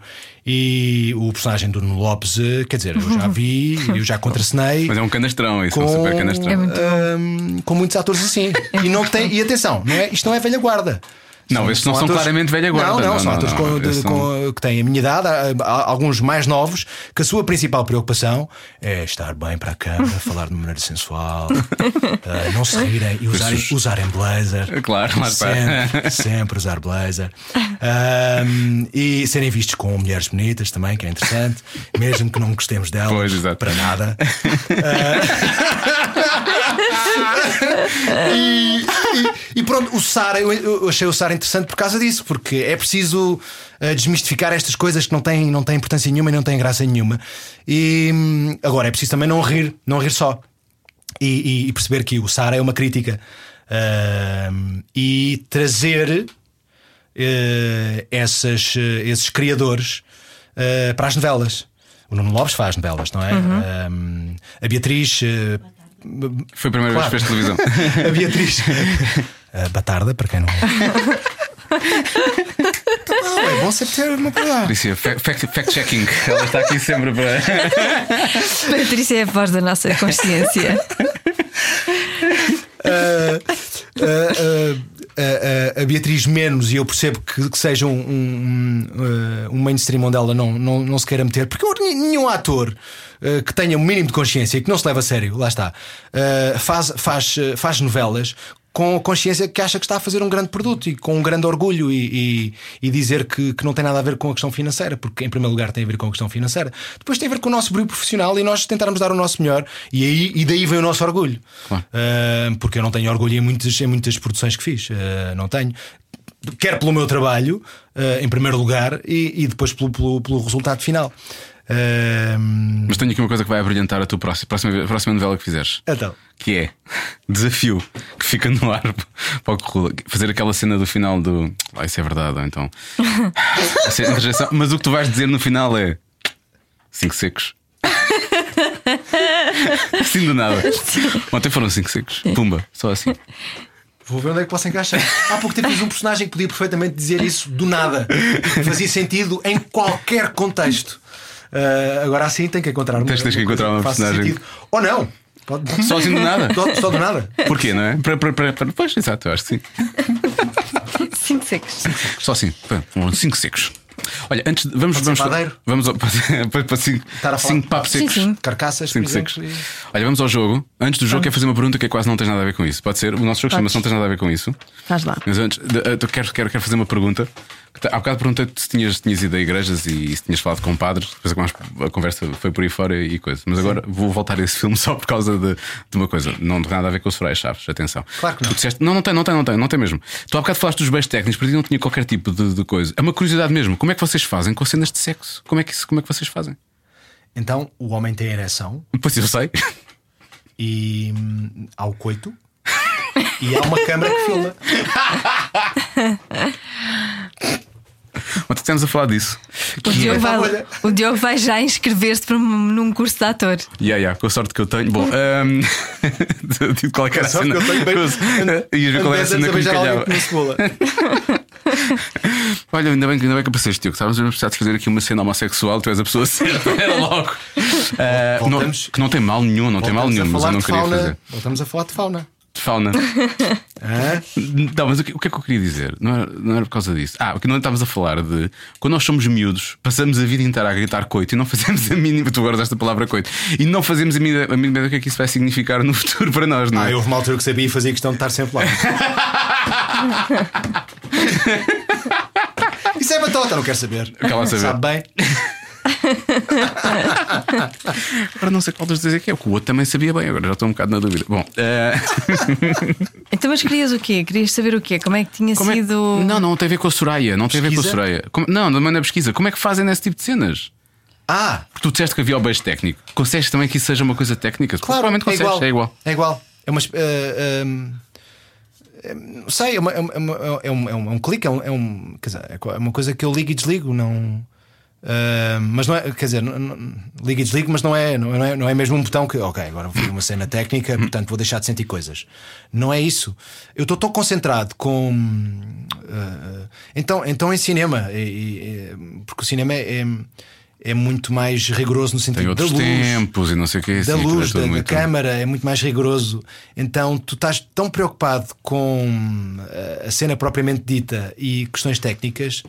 Speaker 4: E o personagem do Nuno Lopes, eh, quer dizer, eu já vi, eu já contracenei
Speaker 3: Mas é um canastrão, isso é um
Speaker 4: com,
Speaker 3: super canastrão.
Speaker 2: É muito bom.
Speaker 4: ahm, com muitos atores assim. e, não tem, e atenção, não é, isto não é velha guarda.
Speaker 3: Não, esses não são claramente velha guarda.
Speaker 4: Não, não,
Speaker 3: Não,
Speaker 4: são
Speaker 3: não,
Speaker 4: atores
Speaker 3: não,
Speaker 4: com- de-
Speaker 3: esses não.
Speaker 4: com- que têm a minha idade, há- há alguns mais novos, que a sua principal preocupação é estar bem para a câmara, falar de maneira sensual, ah, não se rirem e usarem,
Speaker 3: Isso.
Speaker 4: usarem blazer.
Speaker 3: Claro, lá está.
Speaker 4: sempre, sempre usar blazer. Ahm, e serem vistos com mulheres bonitas também, que é interessante, mesmo que não gostemos delas
Speaker 3: Pois, exato.
Speaker 4: para nada. e, e- e pronto, o Sara, eu, eu achei o Sara interessante por causa disso, porque é preciso eh, desmistificar estas coisas que não têm, não têm importância nenhuma e não têm graça nenhuma. E hum, agora é preciso também não rir, não rir só. E, e- e perceber que o Sara é uma crítica. Ahm, e trazer eh, essas, eh, esses criadores eh, para as novelas. O Nuno Lopes faz novelas, não é? Ahm, a Beatriz. eh,
Speaker 3: Foi a primeira
Speaker 4: Claro.
Speaker 3: vez que fez televisão.
Speaker 4: a Beatriz. A Batarda, para quem não é. Não, é bom sempre ter uma coisa.
Speaker 3: Dizia fa- fact- fact-checking. Ela está aqui sempre para.
Speaker 2: Patrícia é a voz da nossa consciência.
Speaker 4: Ah, ah, ah, ah, a Beatriz menos, e eu percebo que, que seja um, um, um, ah, um mainstream onde ela não, não, não se queira meter, porque eu- nenhum ator ah, que tenha o mínimo de consciência e que não se leve a sério, lá está, ah, faz, faz, ah, faz novelas. Com a consciência que acha que está a fazer um grande produto e com um grande orgulho, e, e- e dizer que, que não tem nada a ver com a questão financeira, porque em primeiro lugar tem a ver com a questão financeira, depois tem a ver com o nosso brilho profissional e nós tentarmos dar o nosso melhor, e, aí, e daí vem o nosso orgulho.
Speaker 3: Claro.
Speaker 4: Uh, porque eu não tenho orgulho em muitas, em muitas produções que fiz. uh, não tenho. Quer pelo meu trabalho, uh, em primeiro lugar, e, e depois pelo, pelo, pelo resultado final. Uh,
Speaker 3: Mas tenho aqui uma coisa que vai abrilhantar a tua próxima, próxima, vez- próxima novela que fizeres.
Speaker 4: então,
Speaker 3: Que é desafio que fica no ar para o currículo. Fazer aquela cena do final do. Ah, isso é verdade, ou então. a cena de rejeição. Mas o que tu vais dizer no final é. Cinco secos. Assim do nada. Ontem foram cinco secos. Pumba, só assim.
Speaker 4: vou ver onde é que posso encaixar. Há pouco tempo fiz um personagem que podia perfeitamente dizer isso do nada. Fazia sentido em qualquer contexto. Uh, agora assim tem que encontrar uma,
Speaker 3: Tens- tens que
Speaker 4: coisa
Speaker 3: encontrar uma
Speaker 4: faça
Speaker 3: personagem.
Speaker 4: sentido. Ou não. Pode-
Speaker 3: Só assim do nada.
Speaker 4: Só, só do nada.
Speaker 3: Porquê, não é? Para, para, para, para- Pois, exato, eu acho que sim.
Speaker 2: Cinco secos.
Speaker 3: Só assim. Pá, Foram cinco secos. Olha, antes de- vamos vamos
Speaker 4: padeiro?
Speaker 3: vamos ao, para, para cinco,
Speaker 4: Estar a falar-
Speaker 3: cinco papos
Speaker 2: Sim,
Speaker 3: secos.
Speaker 2: sim.
Speaker 4: Carcaças,
Speaker 3: Cinco
Speaker 4: por exemplo,
Speaker 3: secos.
Speaker 4: e-
Speaker 3: Olha, vamos ao jogo. Antes do jogo, quero fazer uma pergunta que é quase não tens nada a ver com isso. Pode ser? O nosso jogo chama-se Não Tens Nada a Ver com Isso.
Speaker 2: Faz lá.
Speaker 3: Mas antes, de- eh, eu quero, quero, quero fazer uma pergunta. Que tá- Há bocado perguntei-te se tinhas, tinhas ido a igrejas e se tinhas falado com padres. Depois é a- a conversa foi por aí fora e coisa. Mas agora vou voltar a esse filme só por causa de, de uma coisa. Não tem nada a ver com o Soraya Chaves, atenção.
Speaker 4: Claro que não.
Speaker 3: Tu disseste, não, não tem, não tem, não tem, não tem mesmo. Tu há bocado falaste dos bens técnicos, para ti não tinha qualquer tipo de, de coisa. É uma curiosidade mesmo. Como é que vocês fazem com cenas de sexo? Como é que, isso- como é que vocês fazem?
Speaker 4: Então o homem tem ereção.
Speaker 3: Pois eu sei.
Speaker 4: e hum, há o coito e há uma câmara que filma.
Speaker 3: Ontem estamos a falar disso.
Speaker 2: O
Speaker 3: é.
Speaker 2: Diogo,
Speaker 4: Então,
Speaker 2: vai,
Speaker 4: olha.
Speaker 2: o Diogo vai já inscrever-se para um- num curso de ator.
Speaker 3: Ya, ya, com a sorte que eu tenho. Bom, ahm, digo qual é que era a
Speaker 4: Só que
Speaker 3: cena.
Speaker 4: eu tenho bem.
Speaker 3: Ias ver qual era a cena
Speaker 4: Andei a
Speaker 3: que me
Speaker 4: beijar alguém
Speaker 3: calhava.
Speaker 4: que me cebola.
Speaker 3: Olha, ainda bem, que- ainda bem que apareceste, Tiago. Estávamos a precisar de fazer aqui uma cena homossexual, tu és a pessoa certa, era logo. Ah, não-
Speaker 4: Voltamos-
Speaker 3: que não tem mal nenhum, não tem mal nenhum, mas eu não queria fazer.
Speaker 4: Voltamos a falar de fauna.
Speaker 3: De fauna.
Speaker 4: Hã?
Speaker 3: Não, mas o que, o que é que eu queria dizer? Não era, não era por causa disso. Ah, porque não estávamos a falar de quando nós somos miúdos, passamos a vida inteira a gritar coito e não fazemos a mínima. Tu agora usaste a palavra coito e não fazemos a mínima, a mínima ideia do que é que isso vai significar no futuro para nós, não é?
Speaker 4: Ah, eu houve uma altura que sabia e fazia questão de estar sempre lá. Isso é batota, não quero saber.
Speaker 3: Quero lá saber.
Speaker 4: Sabe bem?
Speaker 3: Agora não sei qual dos dois é que é, porque o outro também sabia bem, agora já estou um bocado na dúvida. Bom, eh,
Speaker 2: Então, mas querias o quê? Querias saber o quê? Como é que tinha
Speaker 3: como é-
Speaker 2: sido.
Speaker 3: Não, não tem a ver com a Soraya, não tem a ver com a
Speaker 4: Pesquisa?
Speaker 3: Soraya. Como- Não, não é na pesquisa. Como é que fazem nesse tipo de cenas?
Speaker 4: Ah,
Speaker 3: Porque tu disseste que havia o beijo técnico. Consegues também que isso seja uma coisa técnica?
Speaker 4: claro.
Speaker 3: Provavelmente
Speaker 4: é
Speaker 3: consegues,
Speaker 4: igual.
Speaker 3: é igual.
Speaker 4: É igual. É uma. es- eh, ehm, eh, não sei, é, uma- é uma- é uma- é um, é um- é um clique, é, um, é, um- quer dizer, é co- é uma coisa que eu ligo e desligo, não. ehm, mas não é, quer dizer, não- não- ligo e desligo, mas não é, não, é, não é mesmo um botão que, ok, agora vou fazer uma cena técnica,
Speaker 3: Hum.
Speaker 4: portanto vou deixar de sentir coisas. Não é isso. Eu estou tão concentrado com. eh, então, então em cinema, e- e- e- porque o cinema é, é, é muito mais rigoroso no sentido
Speaker 3: Tem outros
Speaker 4: da luz,
Speaker 3: tempos e não sei o que.
Speaker 4: da luz, da, da câmara, é muito mais rigoroso. Então tu estás tão preocupado com eh, a cena propriamente dita e questões técnicas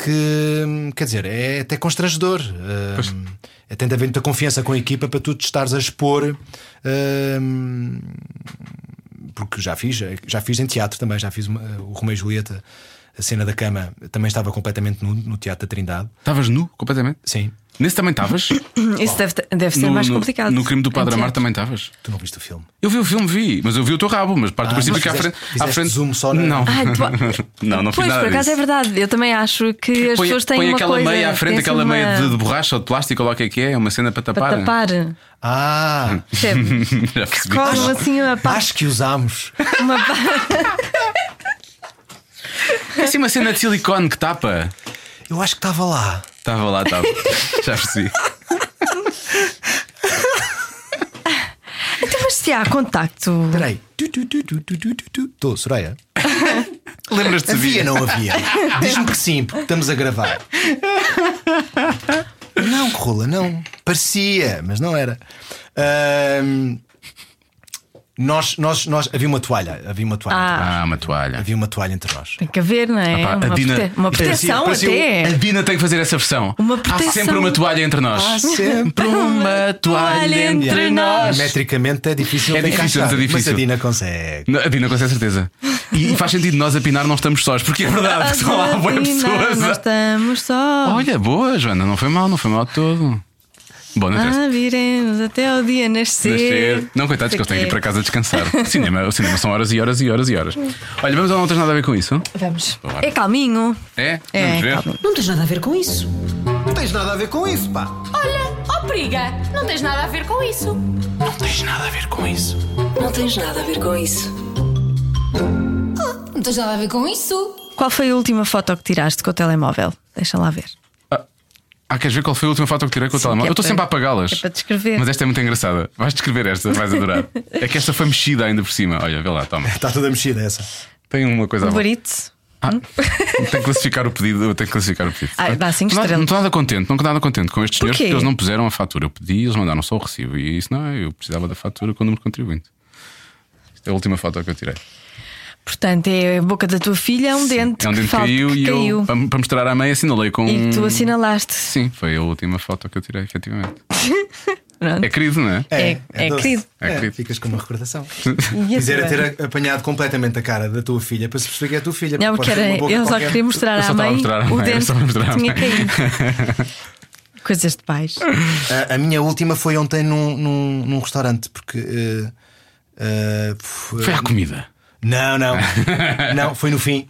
Speaker 4: que, hum, quer dizer, é até constrangedor. Eh, é, tem de haver muita confiança com a equipa para tu te estares a expor. hum, porque já fiz, já fiz em teatro também, já fiz uma- o Romeu e Julieta, a cena da cama, também estava completamente nu no Teatro da Trindade.
Speaker 3: Estavas nu, completamente.
Speaker 4: Sim,
Speaker 3: Nesse também estavas?
Speaker 2: Isso deve, ter- deve ser
Speaker 3: Hum. No-
Speaker 2: mais
Speaker 3: no-
Speaker 2: complicado. É
Speaker 3: No crime do Padre
Speaker 2: Em
Speaker 3: Amar
Speaker 2: teatro.
Speaker 3: também estavas?
Speaker 4: tu não viste o filme.
Speaker 3: Eu vi o filme, vi, mas eu vi o teu rabo, mas parte do
Speaker 4: Ah,
Speaker 3: princípio
Speaker 4: mas
Speaker 3: que à frente.
Speaker 4: fizeste-
Speaker 3: à
Speaker 4: fizeste
Speaker 3: frente
Speaker 4: zoom só na-
Speaker 3: Não.
Speaker 2: Ai, Ah, tu-
Speaker 3: não, não fiz
Speaker 2: Pois,
Speaker 3: nada.
Speaker 2: por acaso é
Speaker 3: disso.
Speaker 2: verdade. Eu também acho que as
Speaker 3: põe,
Speaker 2: pessoas têm
Speaker 3: põe
Speaker 2: uma
Speaker 3: aquela
Speaker 2: coisa.
Speaker 3: meia à frente,
Speaker 2: tem
Speaker 3: aquela
Speaker 2: assim
Speaker 3: meia de,
Speaker 2: uma-
Speaker 3: de borracha ou de plástico, ou lá o que é que é, é uma cena para
Speaker 2: Para
Speaker 3: tapar.
Speaker 2: tapar.
Speaker 4: Ah!
Speaker 2: Hum. Percebe? Que
Speaker 3: Já percebi.
Speaker 2: colam assim uma pá.
Speaker 4: Acho que usámos.
Speaker 2: Uma pá.
Speaker 3: É assim uma cena de silicone que tapa.
Speaker 4: Eu acho que estava lá.
Speaker 3: Estava lá, estava. Já percebi.
Speaker 2: Então, mas se há contacto.
Speaker 4: Peraí. Estou, Soraya.
Speaker 3: Lembras-te de
Speaker 4: Havia,
Speaker 3: Via?
Speaker 4: não havia. Diz-me que sim, porque estamos a gravar. Não, Rola, não. Parecia, mas não era. Ahm, nós, nós, nós. Havia uma toalha. Havia uma toalha. entre nós.
Speaker 3: Ah, uma toalha.
Speaker 4: Havia uma toalha entre nós.
Speaker 2: Tem que haver, não é?
Speaker 3: Ah, pá, a
Speaker 2: uma,
Speaker 3: Dina-
Speaker 2: prote- uma proteção
Speaker 3: Parecia-
Speaker 2: até.
Speaker 3: A Dina tem que fazer essa versão.
Speaker 2: É. Uma
Speaker 3: Há
Speaker 2: proteção.
Speaker 3: sempre uma toalha entre nós.
Speaker 4: Há sempre
Speaker 3: uma toalha entre nós.
Speaker 4: Metricamente é difícil
Speaker 3: É
Speaker 4: de
Speaker 3: difícil,
Speaker 4: encaixar,
Speaker 3: é difícil.
Speaker 4: Mas a Dina consegue.
Speaker 3: Não, A Dina, com essa certeza. E, e faz sentido nós a pinar não estamos sós, porque é verdade que estão lá boas pessoas.
Speaker 2: Ah,
Speaker 3: é?
Speaker 2: Nós estamos só.
Speaker 3: Olha, boa, Joana, não foi mal, não foi mal de todo. Bom, não interessa.
Speaker 2: Ah, viremos até ao dia nascer.
Speaker 3: Não, coitados,
Speaker 2: Sei
Speaker 3: que eles têm que ir
Speaker 2: quê.
Speaker 3: para casa descansar. Cinema, o cinema são horas e horas e horas e horas. Olha, vamos a não tens nada a ver com isso?
Speaker 2: Vamos.
Speaker 3: Bora.
Speaker 2: É calminho.
Speaker 3: É?
Speaker 2: É,
Speaker 3: vamos ver.
Speaker 2: calminho.
Speaker 1: Não tens nada a ver com isso.
Speaker 4: Não tens nada a ver com isso, pá.
Speaker 7: Olha, ó periga, não tens nada a ver com isso.
Speaker 1: Não tens nada a ver com isso.
Speaker 7: Não tens nada a ver com isso.
Speaker 2: Qual foi a última foto que tiraste com o telemóvel? Deixa lá ver.
Speaker 3: Ah, queres ver qual foi a última foto que tirei com o
Speaker 2: Sim,
Speaker 3: telemóvel?
Speaker 2: que é
Speaker 3: Eu estou
Speaker 2: para-
Speaker 3: sempre a apagá-las.
Speaker 2: que é para descrever.
Speaker 3: Mas esta é muito engraçada. Vais descrever esta, vais adorar. é que esta foi mexida ainda por cima. Olha, vê lá, toma.
Speaker 4: Está toda mexida essa.
Speaker 3: Tem uma coisa à
Speaker 2: O
Speaker 3: volta.
Speaker 2: Um barito.
Speaker 3: Ah, tenho que classificar o pedido, eu tenho que classificar o pedido.
Speaker 2: Hum? Ah, dá cinco
Speaker 3: Não-
Speaker 2: estrelas.
Speaker 3: Não estou nada contente, não estou nada contente com estes senhores
Speaker 2: quê?
Speaker 3: porque eles não puseram a fatura. Eu pedi, eles mandaram só o recibo e isso não é, eu precisava da fatura com o número de contribuinte. Isto é a última foto que eu tirei.
Speaker 2: Portanto, é a boca da tua filha, é um dente.
Speaker 3: é um
Speaker 2: que
Speaker 3: dente que
Speaker 2: falta-
Speaker 3: caiu
Speaker 2: que
Speaker 3: e
Speaker 2: caiu.
Speaker 3: eu, um para para mostrar à mãe, assinalei com.
Speaker 2: E tu assinalaste.
Speaker 3: Sim, foi a última foto que eu tirei, efetivamente.
Speaker 2: Pronto.
Speaker 3: É querido, não é?
Speaker 2: É, é
Speaker 4: doce.
Speaker 2: querido.
Speaker 3: É querido.
Speaker 4: Ficas com uma recordação.
Speaker 2: E assim a tua?
Speaker 4: Quisera ter apanhado completamente a cara da tua filha para se perceber que é a tua filha.
Speaker 2: Não,
Speaker 4: porque
Speaker 2: porque
Speaker 4: pode ser
Speaker 2: era,
Speaker 4: uma boca
Speaker 2: eu só
Speaker 4: qualquer.
Speaker 2: queria mostrar
Speaker 3: Eu só
Speaker 2: à
Speaker 3: estava a
Speaker 2: mãe
Speaker 3: mostrar à
Speaker 2: o
Speaker 3: mãe, eu
Speaker 2: dente
Speaker 3: só estava a mostrar à
Speaker 2: que tinha
Speaker 3: mãe.
Speaker 2: caído. Coisas de pais.
Speaker 4: A, a minha última foi ontem num, num, num restaurante, porque. eh, eh, f-
Speaker 3: Foi à comida.
Speaker 4: Não, não. não, foi no fim.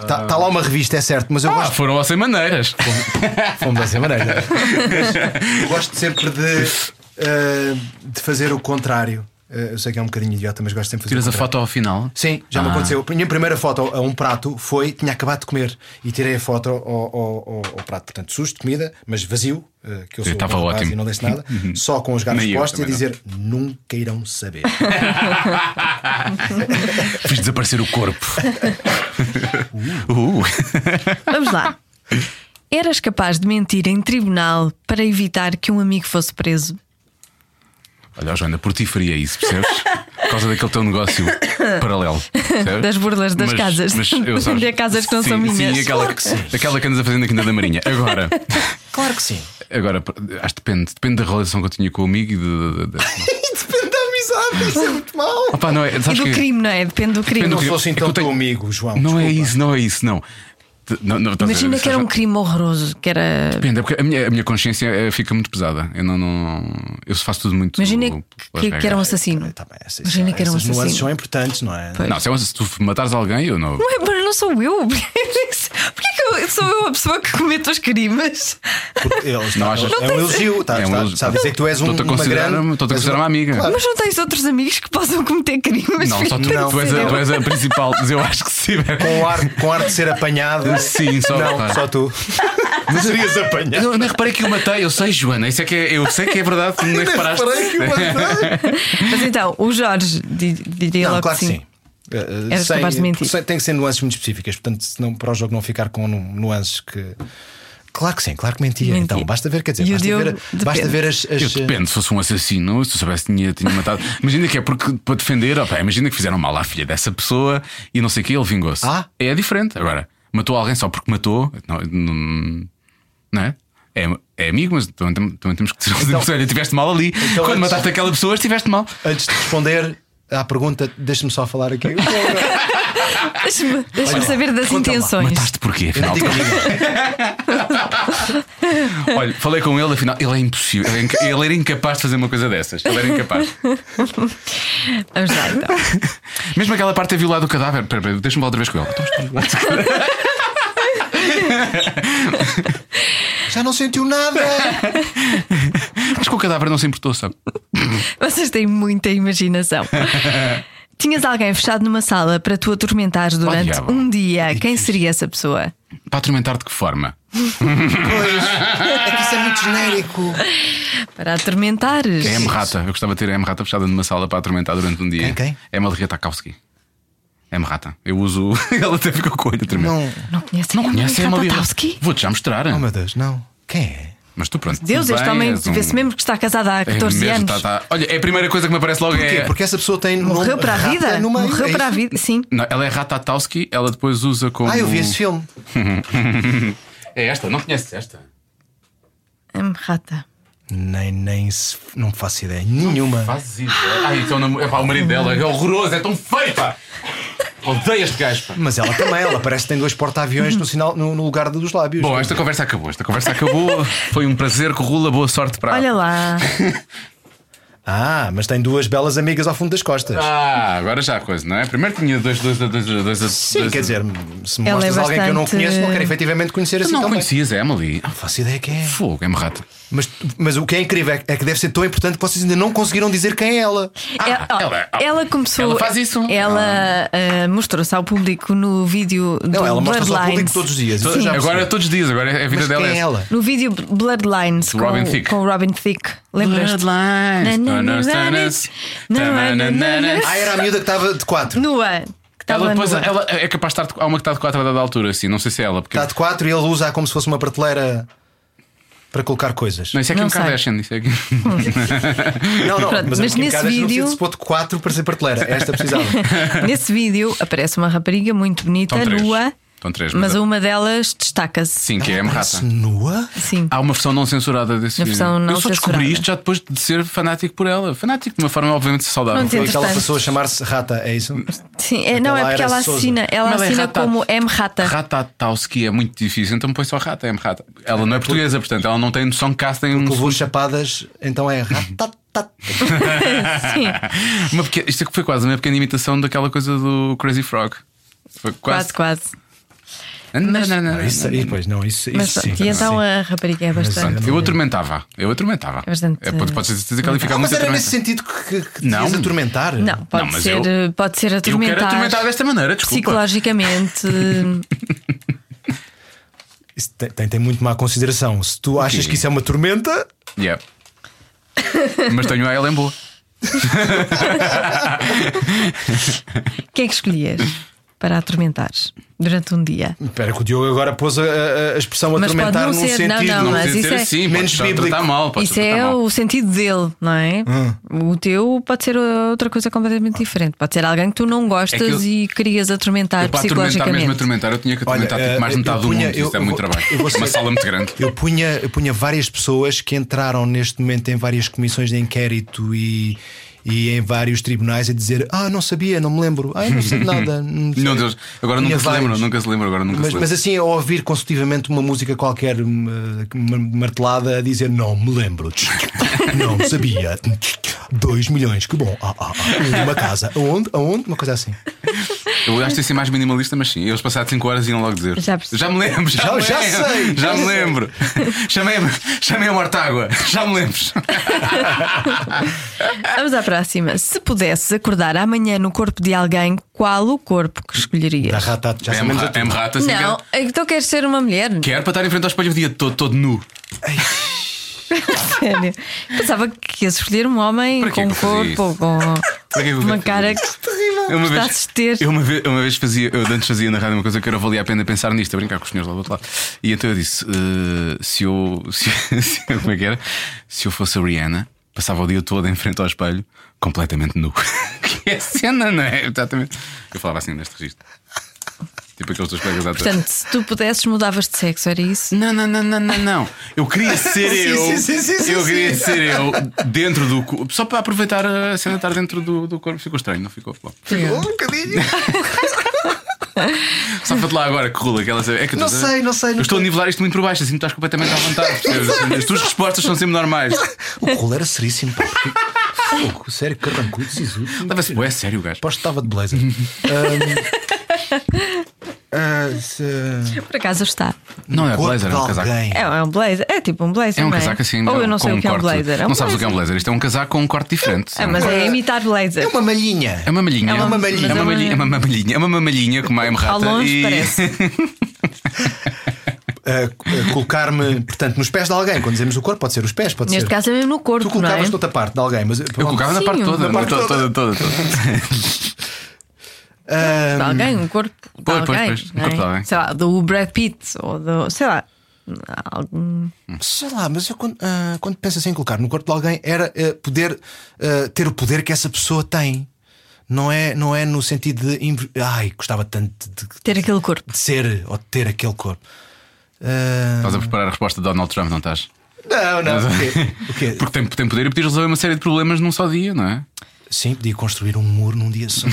Speaker 4: Está lá uma revista, é certo, mas eu
Speaker 3: Ah,
Speaker 4: gosto.
Speaker 3: foram ao sem maneiras.
Speaker 2: Ah!
Speaker 4: Fomos dessa maneira. eu gosto sempre de, eh, de fazer o contrário. Eh, eu sei que é um bocadinho idiota, mas gosto sempre de fazer
Speaker 3: Tiras
Speaker 4: o
Speaker 3: a
Speaker 4: contrário.
Speaker 3: foto ao final.
Speaker 4: Sim, já me
Speaker 3: Ah.
Speaker 4: aconteceu. A minha primeira foto a um prato foi, tinha acabado de comer e tirei a foto ao, ao- ao- ao prato. Portanto, susto, comida, mas vazio, eh, que eu sou
Speaker 3: estava
Speaker 4: um rapaz
Speaker 3: ótimo. Uhum.
Speaker 4: e não desse nada, só com os garfos
Speaker 3: Nem eu
Speaker 4: postos e a
Speaker 3: também não.
Speaker 4: dizer nunca irão saber.
Speaker 3: Fiz desaparecer o corpo. Uh.
Speaker 2: Vamos lá. Eras capaz de mentir em tribunal para evitar que um amigo fosse preso?
Speaker 3: Olha, ó, Joana, por ti faria isso, percebes? Por causa daquele teu negócio paralelo. percebes?
Speaker 2: Das burlas das
Speaker 3: Mas-
Speaker 2: casas.
Speaker 3: Mas eu, sabes,
Speaker 2: Vender casas que não
Speaker 3: sim,
Speaker 2: são minhas.
Speaker 3: Sim, aquela,
Speaker 2: Claro
Speaker 3: que, aquela que andas a fazer na Quinta da Marinha. Agora,
Speaker 4: claro que sim.
Speaker 3: agora, acho que depende. Depende da relação que eu tinha com o amigo e de. de, de...
Speaker 4: Depende da amizade, isso é muito mau.
Speaker 3: Opa, não é,
Speaker 2: E
Speaker 3: sabes
Speaker 2: do
Speaker 3: que-
Speaker 2: crime, não é? Depende do crime.
Speaker 3: Depende do
Speaker 4: Não
Speaker 3: crime.
Speaker 4: sou assim
Speaker 3: É que
Speaker 4: tão
Speaker 3: eu tenho-
Speaker 4: teu amigo, João.
Speaker 3: Não é
Speaker 4: desculpa.
Speaker 3: isso, não é isso, não. Não, não, estás a ver,
Speaker 2: Imagina que era um crime horroroso, que era.
Speaker 3: Depende, é porque a minha, a minha consciência eh, fica muito pesada. Eu não, não- Eu faço tudo muito.
Speaker 2: Imagina
Speaker 3: pelas
Speaker 2: que, que era um
Speaker 3: regras.
Speaker 2: assassino.
Speaker 4: Tá bem, essas-
Speaker 2: Imagina que era um
Speaker 4: essas nuances são
Speaker 2: assassino.
Speaker 4: importantes, não é?
Speaker 2: Pois.
Speaker 3: Não, se, é um- se tu matares alguém, eu não.
Speaker 2: Ué, mas não sou eu. Porquê que eu, sou eu a pessoa que comete os crimes?
Speaker 4: Porque eles-
Speaker 3: Não achas-
Speaker 4: É um elogio, tá,
Speaker 3: É um
Speaker 4: está,
Speaker 3: elogio.
Speaker 4: está a dizer que tu és um.
Speaker 3: Estou-te a
Speaker 4: uma
Speaker 3: considerar-
Speaker 4: grande-
Speaker 3: estou-te a
Speaker 4: és um
Speaker 3: considerar uma amiga.
Speaker 4: Claro.
Speaker 2: Mas não tens outros amigos que possam cometer crimes?
Speaker 3: Não, só tu,
Speaker 4: Não.
Speaker 3: tu, és a, tu és a principal, mas eu acho que sim. né?
Speaker 4: Com ar, com ar de ser apanhado.
Speaker 3: Sim, só-
Speaker 4: Não, só tu. Mas serias apanhado.
Speaker 3: Eu nem reparei que o matei, eu sei, Joana, isso é que é, eu sei que é verdade, tu nem reparaste.
Speaker 4: Reparei que uma-
Speaker 2: Mas então, o Jorge di- diria
Speaker 4: Não,
Speaker 2: logo
Speaker 4: claro que sim. Eh, eh,
Speaker 2: Eras capaz de mentir.
Speaker 4: sem- tem que ser nuances muito específicas, portanto, senão, para o jogo não ficar com nu- nuances que. Claro que sim, claro que mentia.
Speaker 2: Mentia.
Speaker 4: Então, basta ver, quer dizer,
Speaker 2: E o
Speaker 4: basta
Speaker 2: Diogo
Speaker 4: ver, basta
Speaker 2: depende.
Speaker 4: ver as. as-
Speaker 3: Eu depende, se fosse um assassino, se eu soubesse tinha, tinha matado. Imagina que é porque para defender, opa, imagina que fizeram mal à filha dessa pessoa e não sei o que, ele vingou-se.
Speaker 4: Ah.
Speaker 3: É diferente. Agora, matou alguém só porque matou, não, não, não é? É, é amigo, mas também, tem- também temos que dizer então, olha, tiveste mal ali. Quando
Speaker 4: então antes-
Speaker 3: mataste aquela pessoa, estiveste mal.
Speaker 4: Antes de responder à pergunta, deixa-me só falar aqui.
Speaker 2: Deixa-me deixa-me
Speaker 4: Olha lá,
Speaker 2: saber das
Speaker 4: conta lá.
Speaker 2: intenções.
Speaker 3: Mataste porquê, afinal.
Speaker 4: Diga, diga.
Speaker 3: Olha, falei com ele, afinal, ele é impossível. Ele, é inca- ele era incapaz de fazer uma coisa dessas. Ele era incapaz.
Speaker 2: Vamos lá então.
Speaker 3: Mesmo aquela parte de ter violado o cadáver. Pera, pera, deixa-me falar outra vez com ele. Então, está bom.
Speaker 4: Já não sentiu nada.
Speaker 3: Acho que o cadáver não se importou, sabe?
Speaker 2: Vocês têm muita imaginação. Tinhas alguém fechado numa sala para tu atormentares durante
Speaker 3: diabo.
Speaker 2: um dia. Quem seria essa pessoa?
Speaker 3: Para atormentar de que forma?
Speaker 4: Pois. É que isso é muito genérico.
Speaker 2: Para atormentares.
Speaker 3: É M. Rata. Eu gostava de ter a M. Rata fechada numa sala para atormentar durante um dia.
Speaker 4: Quem, quem?
Speaker 3: É Malrieta Kowski. M. Rata. Eu uso. Ela até ficou com o olho tremendo.
Speaker 4: Não.
Speaker 2: Não conhece
Speaker 3: Não conhece a Emma Lira?
Speaker 2: Ratatowski?
Speaker 3: Vou-te já mostrar.
Speaker 4: Oh meu Deus, não. Quem é?
Speaker 3: Mas tu pronto.
Speaker 2: Deus,
Speaker 3: tudo
Speaker 2: este
Speaker 3: bem,
Speaker 2: homem
Speaker 3: és um-
Speaker 2: vê-se mesmo que está casado há
Speaker 3: É
Speaker 2: 14
Speaker 3: mesmo,
Speaker 2: anos.
Speaker 3: tá, tá. Olha, é a primeira coisa que me aparece logo
Speaker 4: Porquê?
Speaker 3: é.
Speaker 4: Porque essa pessoa tem.
Speaker 2: Morreu para a
Speaker 4: rata
Speaker 2: vida.
Speaker 4: no meio,
Speaker 2: Morreu
Speaker 4: é
Speaker 2: para a
Speaker 4: isso?
Speaker 2: vida, sim.
Speaker 3: Não, ela é Ratatowski, ela depois usa como.
Speaker 4: Ah, eu vi esse filme.
Speaker 3: É esta, não conheces esta?
Speaker 2: Hum, Rata.
Speaker 4: Nem, nem se- não faço ideia nenhuma.
Speaker 3: Fazes isso. Ai, então, namo- é pá, o marido dela é horroroso, é tão feio, pá. Odeio este gajo, pá.
Speaker 4: Mas ela também, ela parece que tem dois porta-aviões no, sinal, no, no lugar dos lábios.
Speaker 3: Bom, esta conversa acabou. Esta conversa acabou. Foi um prazer, Corrula. Boa sorte para.
Speaker 2: Olha lá.
Speaker 4: Ah, mas tem duas belas amigas ao fundo das costas.
Speaker 3: Ah, agora já a coisa, não é? Primeiro tinha dois, dois, dois, dois, dois, dois
Speaker 4: Sim,
Speaker 3: dois-
Speaker 4: quer dizer, se me
Speaker 2: Ela
Speaker 4: mostras
Speaker 2: é
Speaker 4: alguém que eu não
Speaker 2: bastante-
Speaker 4: conheço, não quero efetivamente conhecer
Speaker 3: Tu
Speaker 4: assim
Speaker 3: não
Speaker 4: também.
Speaker 3: conhecias a Emily? Ah,
Speaker 4: Não faço ideia quem é.
Speaker 3: Fogo, é rata.
Speaker 4: Mas, mas o que é incrível é que- é que deve ser tão importante que vocês ainda não conseguiram dizer quem é ela.
Speaker 2: Ela,
Speaker 3: Ah,
Speaker 2: ela,
Speaker 3: ela-
Speaker 2: começou.
Speaker 3: ela faz isso.
Speaker 2: Ela ah, mostrou-se ao público no vídeo É do
Speaker 4: Não, ela mostra-se ao
Speaker 2: Bloodlines.
Speaker 4: público todos os dias. isso
Speaker 2: Sim.
Speaker 4: eu já
Speaker 3: Agora
Speaker 4: percebi.
Speaker 3: todos os dias, agora a vida
Speaker 4: mas
Speaker 3: dela
Speaker 4: quem é
Speaker 3: essa.
Speaker 4: ela?
Speaker 2: No vídeo Bloodlines
Speaker 3: Do
Speaker 2: com,
Speaker 3: Robin Thicke.
Speaker 2: com o Robin Thicke. Lembras?
Speaker 3: Bloodlines.
Speaker 4: Ah, era a miúda que estava de 4.
Speaker 2: Nua. Que
Speaker 3: Ela,
Speaker 2: estava
Speaker 3: depois,
Speaker 2: nua.
Speaker 3: ela é capaz de estar. Há uma que está de 4 a dada altura, assim. Não sei se é ela. Porque...
Speaker 4: Está de 4 e ele usa como se fosse uma prateleira para colocar coisas.
Speaker 3: Não, isso é Kim
Speaker 2: Não sei.
Speaker 3: Kardashian. Isso é Kim...
Speaker 4: Não, não,
Speaker 2: Pronto,
Speaker 4: mas,
Speaker 2: mas
Speaker 4: a Kim
Speaker 2: nesse
Speaker 4: Kardashian
Speaker 2: vídeo-
Speaker 4: não precisa de se pôr de 4 para ser prateleira. é Esta precisava.
Speaker 2: É Nesse vídeo aparece uma rapariga muito bonita,
Speaker 3: Estão três.
Speaker 2: nua.
Speaker 3: Estão três, mas-
Speaker 2: Mas uma delas destaca-se.
Speaker 3: Sim, Ah. que é a
Speaker 4: Parece
Speaker 3: Emrata.
Speaker 4: nua?
Speaker 2: Sim.
Speaker 3: Há uma versão não censurada desse
Speaker 2: Na
Speaker 3: vídeo.
Speaker 2: versão não
Speaker 3: Eu só descobri
Speaker 2: censurada.
Speaker 3: isto já depois de ser fanático por ela. Fanático de uma forma, obviamente, saudável.
Speaker 2: Não
Speaker 4: E
Speaker 2: entendo.
Speaker 4: aquela
Speaker 2: Interessante.
Speaker 4: pessoa a chamar-se Rata, é isso?
Speaker 2: Sim, é, não, é
Speaker 4: Ela
Speaker 2: porque
Speaker 4: era
Speaker 2: ela
Speaker 4: Sousa.
Speaker 2: assina, ela
Speaker 3: Mas ela é
Speaker 2: assina
Speaker 3: rata.
Speaker 2: como M. Rata.
Speaker 3: Ratatowski é muito difícil, então põe só Rata, é M. Rata. Ela não é portuguesa, portanto, ela não tem noção que cá se tem um.
Speaker 4: Levou chapadas, então é Rata.
Speaker 2: Sim,
Speaker 3: Uma pequena, isto é que foi quase uma pequena imitação daquela coisa do Crazy Frog. Foi
Speaker 2: quase,
Speaker 3: quase.
Speaker 2: quase.
Speaker 3: Não, não, não, não.
Speaker 4: Ah, Isso aí, pois não, isso, isso
Speaker 2: Mas,
Speaker 4: sim.
Speaker 2: e então a rapariga é bastante.
Speaker 3: Pronto, eu atormentava. Eu atormentava.
Speaker 2: É bastante-
Speaker 3: É, pode, pode ser dizer que ela ficava
Speaker 4: Ah, mas
Speaker 3: muito
Speaker 4: era nesse
Speaker 3: atormentada.
Speaker 4: sentido que, que, que te
Speaker 3: Não.
Speaker 4: ias atormentar?
Speaker 2: Não, pode,
Speaker 3: mas
Speaker 2: ser,
Speaker 3: eu-
Speaker 2: pode ser
Speaker 3: Eu quero atormentar
Speaker 2: atormentar
Speaker 3: desta maneira, desculpa.
Speaker 2: psicologicamente.
Speaker 4: Isso tem, tem, tem muito má consideração. Se tu achas que isso é uma tormenta,
Speaker 3: Yeah. mas tenho a ela em boa.
Speaker 2: Quem é que escolhias para atormentares durante um dia?
Speaker 4: espera que o Diogo agora pôs a, a- a expressão
Speaker 2: Mas pode
Speaker 4: atormentar
Speaker 2: não
Speaker 4: num
Speaker 2: ser- não,
Speaker 4: sentido.
Speaker 2: não, mas
Speaker 3: precisa
Speaker 2: isso
Speaker 3: ser
Speaker 2: é-
Speaker 3: assim,
Speaker 4: Menos
Speaker 3: menos pode
Speaker 4: bíblico.
Speaker 3: tratar mal. Pode
Speaker 2: Isso é
Speaker 3: mal. Hum.
Speaker 2: o sentido dele, não é? O teu pode ser outra coisa completamente diferente. Pode ser alguém que tu não gostas
Speaker 3: É que eu-
Speaker 2: e querias atormentar
Speaker 3: Eu para atormentar,
Speaker 2: psicologicamente.
Speaker 3: mesmo atormentar, eu tinha que
Speaker 4: Olha,
Speaker 3: atormentar
Speaker 4: eh,
Speaker 3: tipo, mais
Speaker 4: eu-
Speaker 3: metade
Speaker 4: eu
Speaker 3: do
Speaker 4: punha-
Speaker 3: mundo.
Speaker 4: eu-
Speaker 3: Isto é
Speaker 4: eu
Speaker 3: muito
Speaker 4: vou-
Speaker 3: trabalho.
Speaker 4: eu vou
Speaker 3: Uma
Speaker 4: ser-
Speaker 3: sala muito grande.
Speaker 4: Eu punha, eu punha várias pessoas que entraram neste momento em várias comissões de inquérito e, e em vários tribunais a dizer: Ah, não sabia, não me lembro, ah, eu não sei de nada. Não, sei.
Speaker 3: Não, Deus, agora
Speaker 4: Tinha
Speaker 3: nunca se
Speaker 4: vários.
Speaker 3: lembra, nunca se lembra, agora nunca
Speaker 4: Mas,
Speaker 3: se
Speaker 4: mas
Speaker 3: lembra.
Speaker 4: assim, a ouvir consecutivamente uma música qualquer uma- uma martelada a dizer não me lembro, não sabia, 2 milhões, que bom, ah, ah, ah. uma casa, aonde, aonde, uma coisa assim.
Speaker 3: Eu acho que isso é mais minimalista, mas sim, eles passaram 5 horas iam logo dizer.
Speaker 2: Já percebi.
Speaker 3: me lembro, já, me
Speaker 4: Já- já
Speaker 3: lembro,
Speaker 4: sei,
Speaker 3: já
Speaker 4: já
Speaker 3: me
Speaker 4: sei."
Speaker 3: lembro. Chamei-me, chamei a Mortágua, já me lembro. É
Speaker 2: Vamos à próxima. Se pudesses acordar amanhã no corpo de alguém, qual o corpo que
Speaker 4: Da
Speaker 2: escolherias?
Speaker 4: rata, "Tá,
Speaker 3: É
Speaker 4: já "Ah, sabemos a
Speaker 3: É-me rata, assim,
Speaker 2: Não,
Speaker 3: quero-
Speaker 2: então queres ser uma mulher?
Speaker 3: Quero é para estar em frente ao espelho o dia todo, todo nu.
Speaker 2: Sério? Pensava que ias escolher um homem
Speaker 3: Para quê
Speaker 2: com
Speaker 3: que
Speaker 2: um
Speaker 3: eu fazia
Speaker 2: corpo ou com
Speaker 3: Para que é que eu
Speaker 2: uma
Speaker 3: quero
Speaker 2: cara
Speaker 3: fazer
Speaker 2: que
Speaker 3: Eu uma vez-
Speaker 2: gostasses de ter.
Speaker 3: Eu uma vez, eu uma vez fazia, eu antes fazia na rádio uma coisa que era valia a pena pensar nisto, a brincar com os senhores lá do outro lado. E então eu disse: eh, se eu. se- se- como é que era? Se eu fosse a Rihanna, passava o dia todo em frente ao espelho, completamente nu. que é cena, não é? Exatamente. Eu falava assim neste registro. Tipo aqueles dois colegas à
Speaker 2: Portanto, se tu pudesses, mudavas de sexo, era isso?
Speaker 3: não, não, não, não, não, não. Eu queria ser eu.
Speaker 4: sim, sim, sim, sim,
Speaker 3: eu queria
Speaker 4: sim.
Speaker 3: ser eu dentro do. cu- Só para aproveitar a cena de estar dentro do, do corpo. Ficou estranho, não ficou? Bom.
Speaker 4: Um bocadinho.
Speaker 3: Só para lá agora que rola aquela. É que eu
Speaker 4: Não
Speaker 3: estou a-
Speaker 4: sei, não sei, não
Speaker 3: Eu estou a
Speaker 4: sei.
Speaker 3: nivelar isto muito por baixo, assim tu estás completamente à vontade. percebes? Assim, As tuas respostas são sempre normais.
Speaker 4: O rolo era seríssimo, pá. Fogo, sério, carrancudo, sisudo.
Speaker 3: Leva-se, ué, é sério, gajo.
Speaker 4: Aposto que estava de blazer. Ahm, ah, se-
Speaker 2: Por acaso está.
Speaker 3: Não é
Speaker 4: corpo
Speaker 3: blazer, é
Speaker 4: de
Speaker 3: um casaco.
Speaker 4: alguém.
Speaker 2: É, é um blazer. É tipo um blazer.
Speaker 3: É um
Speaker 2: não
Speaker 3: casaco assim.
Speaker 2: Ou eu não
Speaker 3: com
Speaker 2: sei o que é um
Speaker 3: corte.
Speaker 2: blazer. É um
Speaker 3: não sabes o que é um
Speaker 2: blazer.
Speaker 3: blazer. Isto é um casaco com um corte diferente.
Speaker 2: É, mas é imitar blazer.
Speaker 4: É uma malhinha.
Speaker 3: É uma mamalhinha.
Speaker 2: É uma
Speaker 4: mamalhinha.
Speaker 3: É uma mamalhinha, é uma mamalhinha, é uma mamalhinha como a M.
Speaker 2: Ao
Speaker 3: Rata.
Speaker 2: longe
Speaker 3: e-
Speaker 2: parece.
Speaker 4: Ah, ah, Colocar-me, portanto, nos pés de alguém. Quando dizemos o corpo, pode ser os pés, pode
Speaker 2: Neste
Speaker 4: ser.
Speaker 2: caso é mesmo no corpo,
Speaker 4: Tu
Speaker 2: não é?
Speaker 4: colocavas noutra parte de alguém, mas
Speaker 3: Eu colocava na
Speaker 2: Sim,
Speaker 3: parte toda,
Speaker 4: na parte
Speaker 3: toda, toda,
Speaker 4: toda.
Speaker 3: toda, toda.
Speaker 2: De alguém, um corpo de
Speaker 3: Pois, pois,
Speaker 2: alguém.
Speaker 3: pois, um
Speaker 2: não é?
Speaker 3: corpo de alguém.
Speaker 2: Sei lá, do Brad Pitt ou do. Sei lá. Algum.
Speaker 4: Sei lá, mas eu quando, ah, quando penso assim em colocar no corpo de alguém era ah, poder ah, ter o poder que essa pessoa tem. Não é, não é no sentido de. inv- Ai, gostava tanto de,
Speaker 2: Ter aquele corpo.
Speaker 4: de ser ou de ter aquele corpo. Ah,
Speaker 3: Estás a preparar a resposta de Donald Trump, não estás?
Speaker 4: não, não. Ah, O quê? O quê?
Speaker 3: Porque tem, tem poder e podias resolver uma série de problemas num só dia, não é?
Speaker 4: Sim, podia construir um muro num dia só.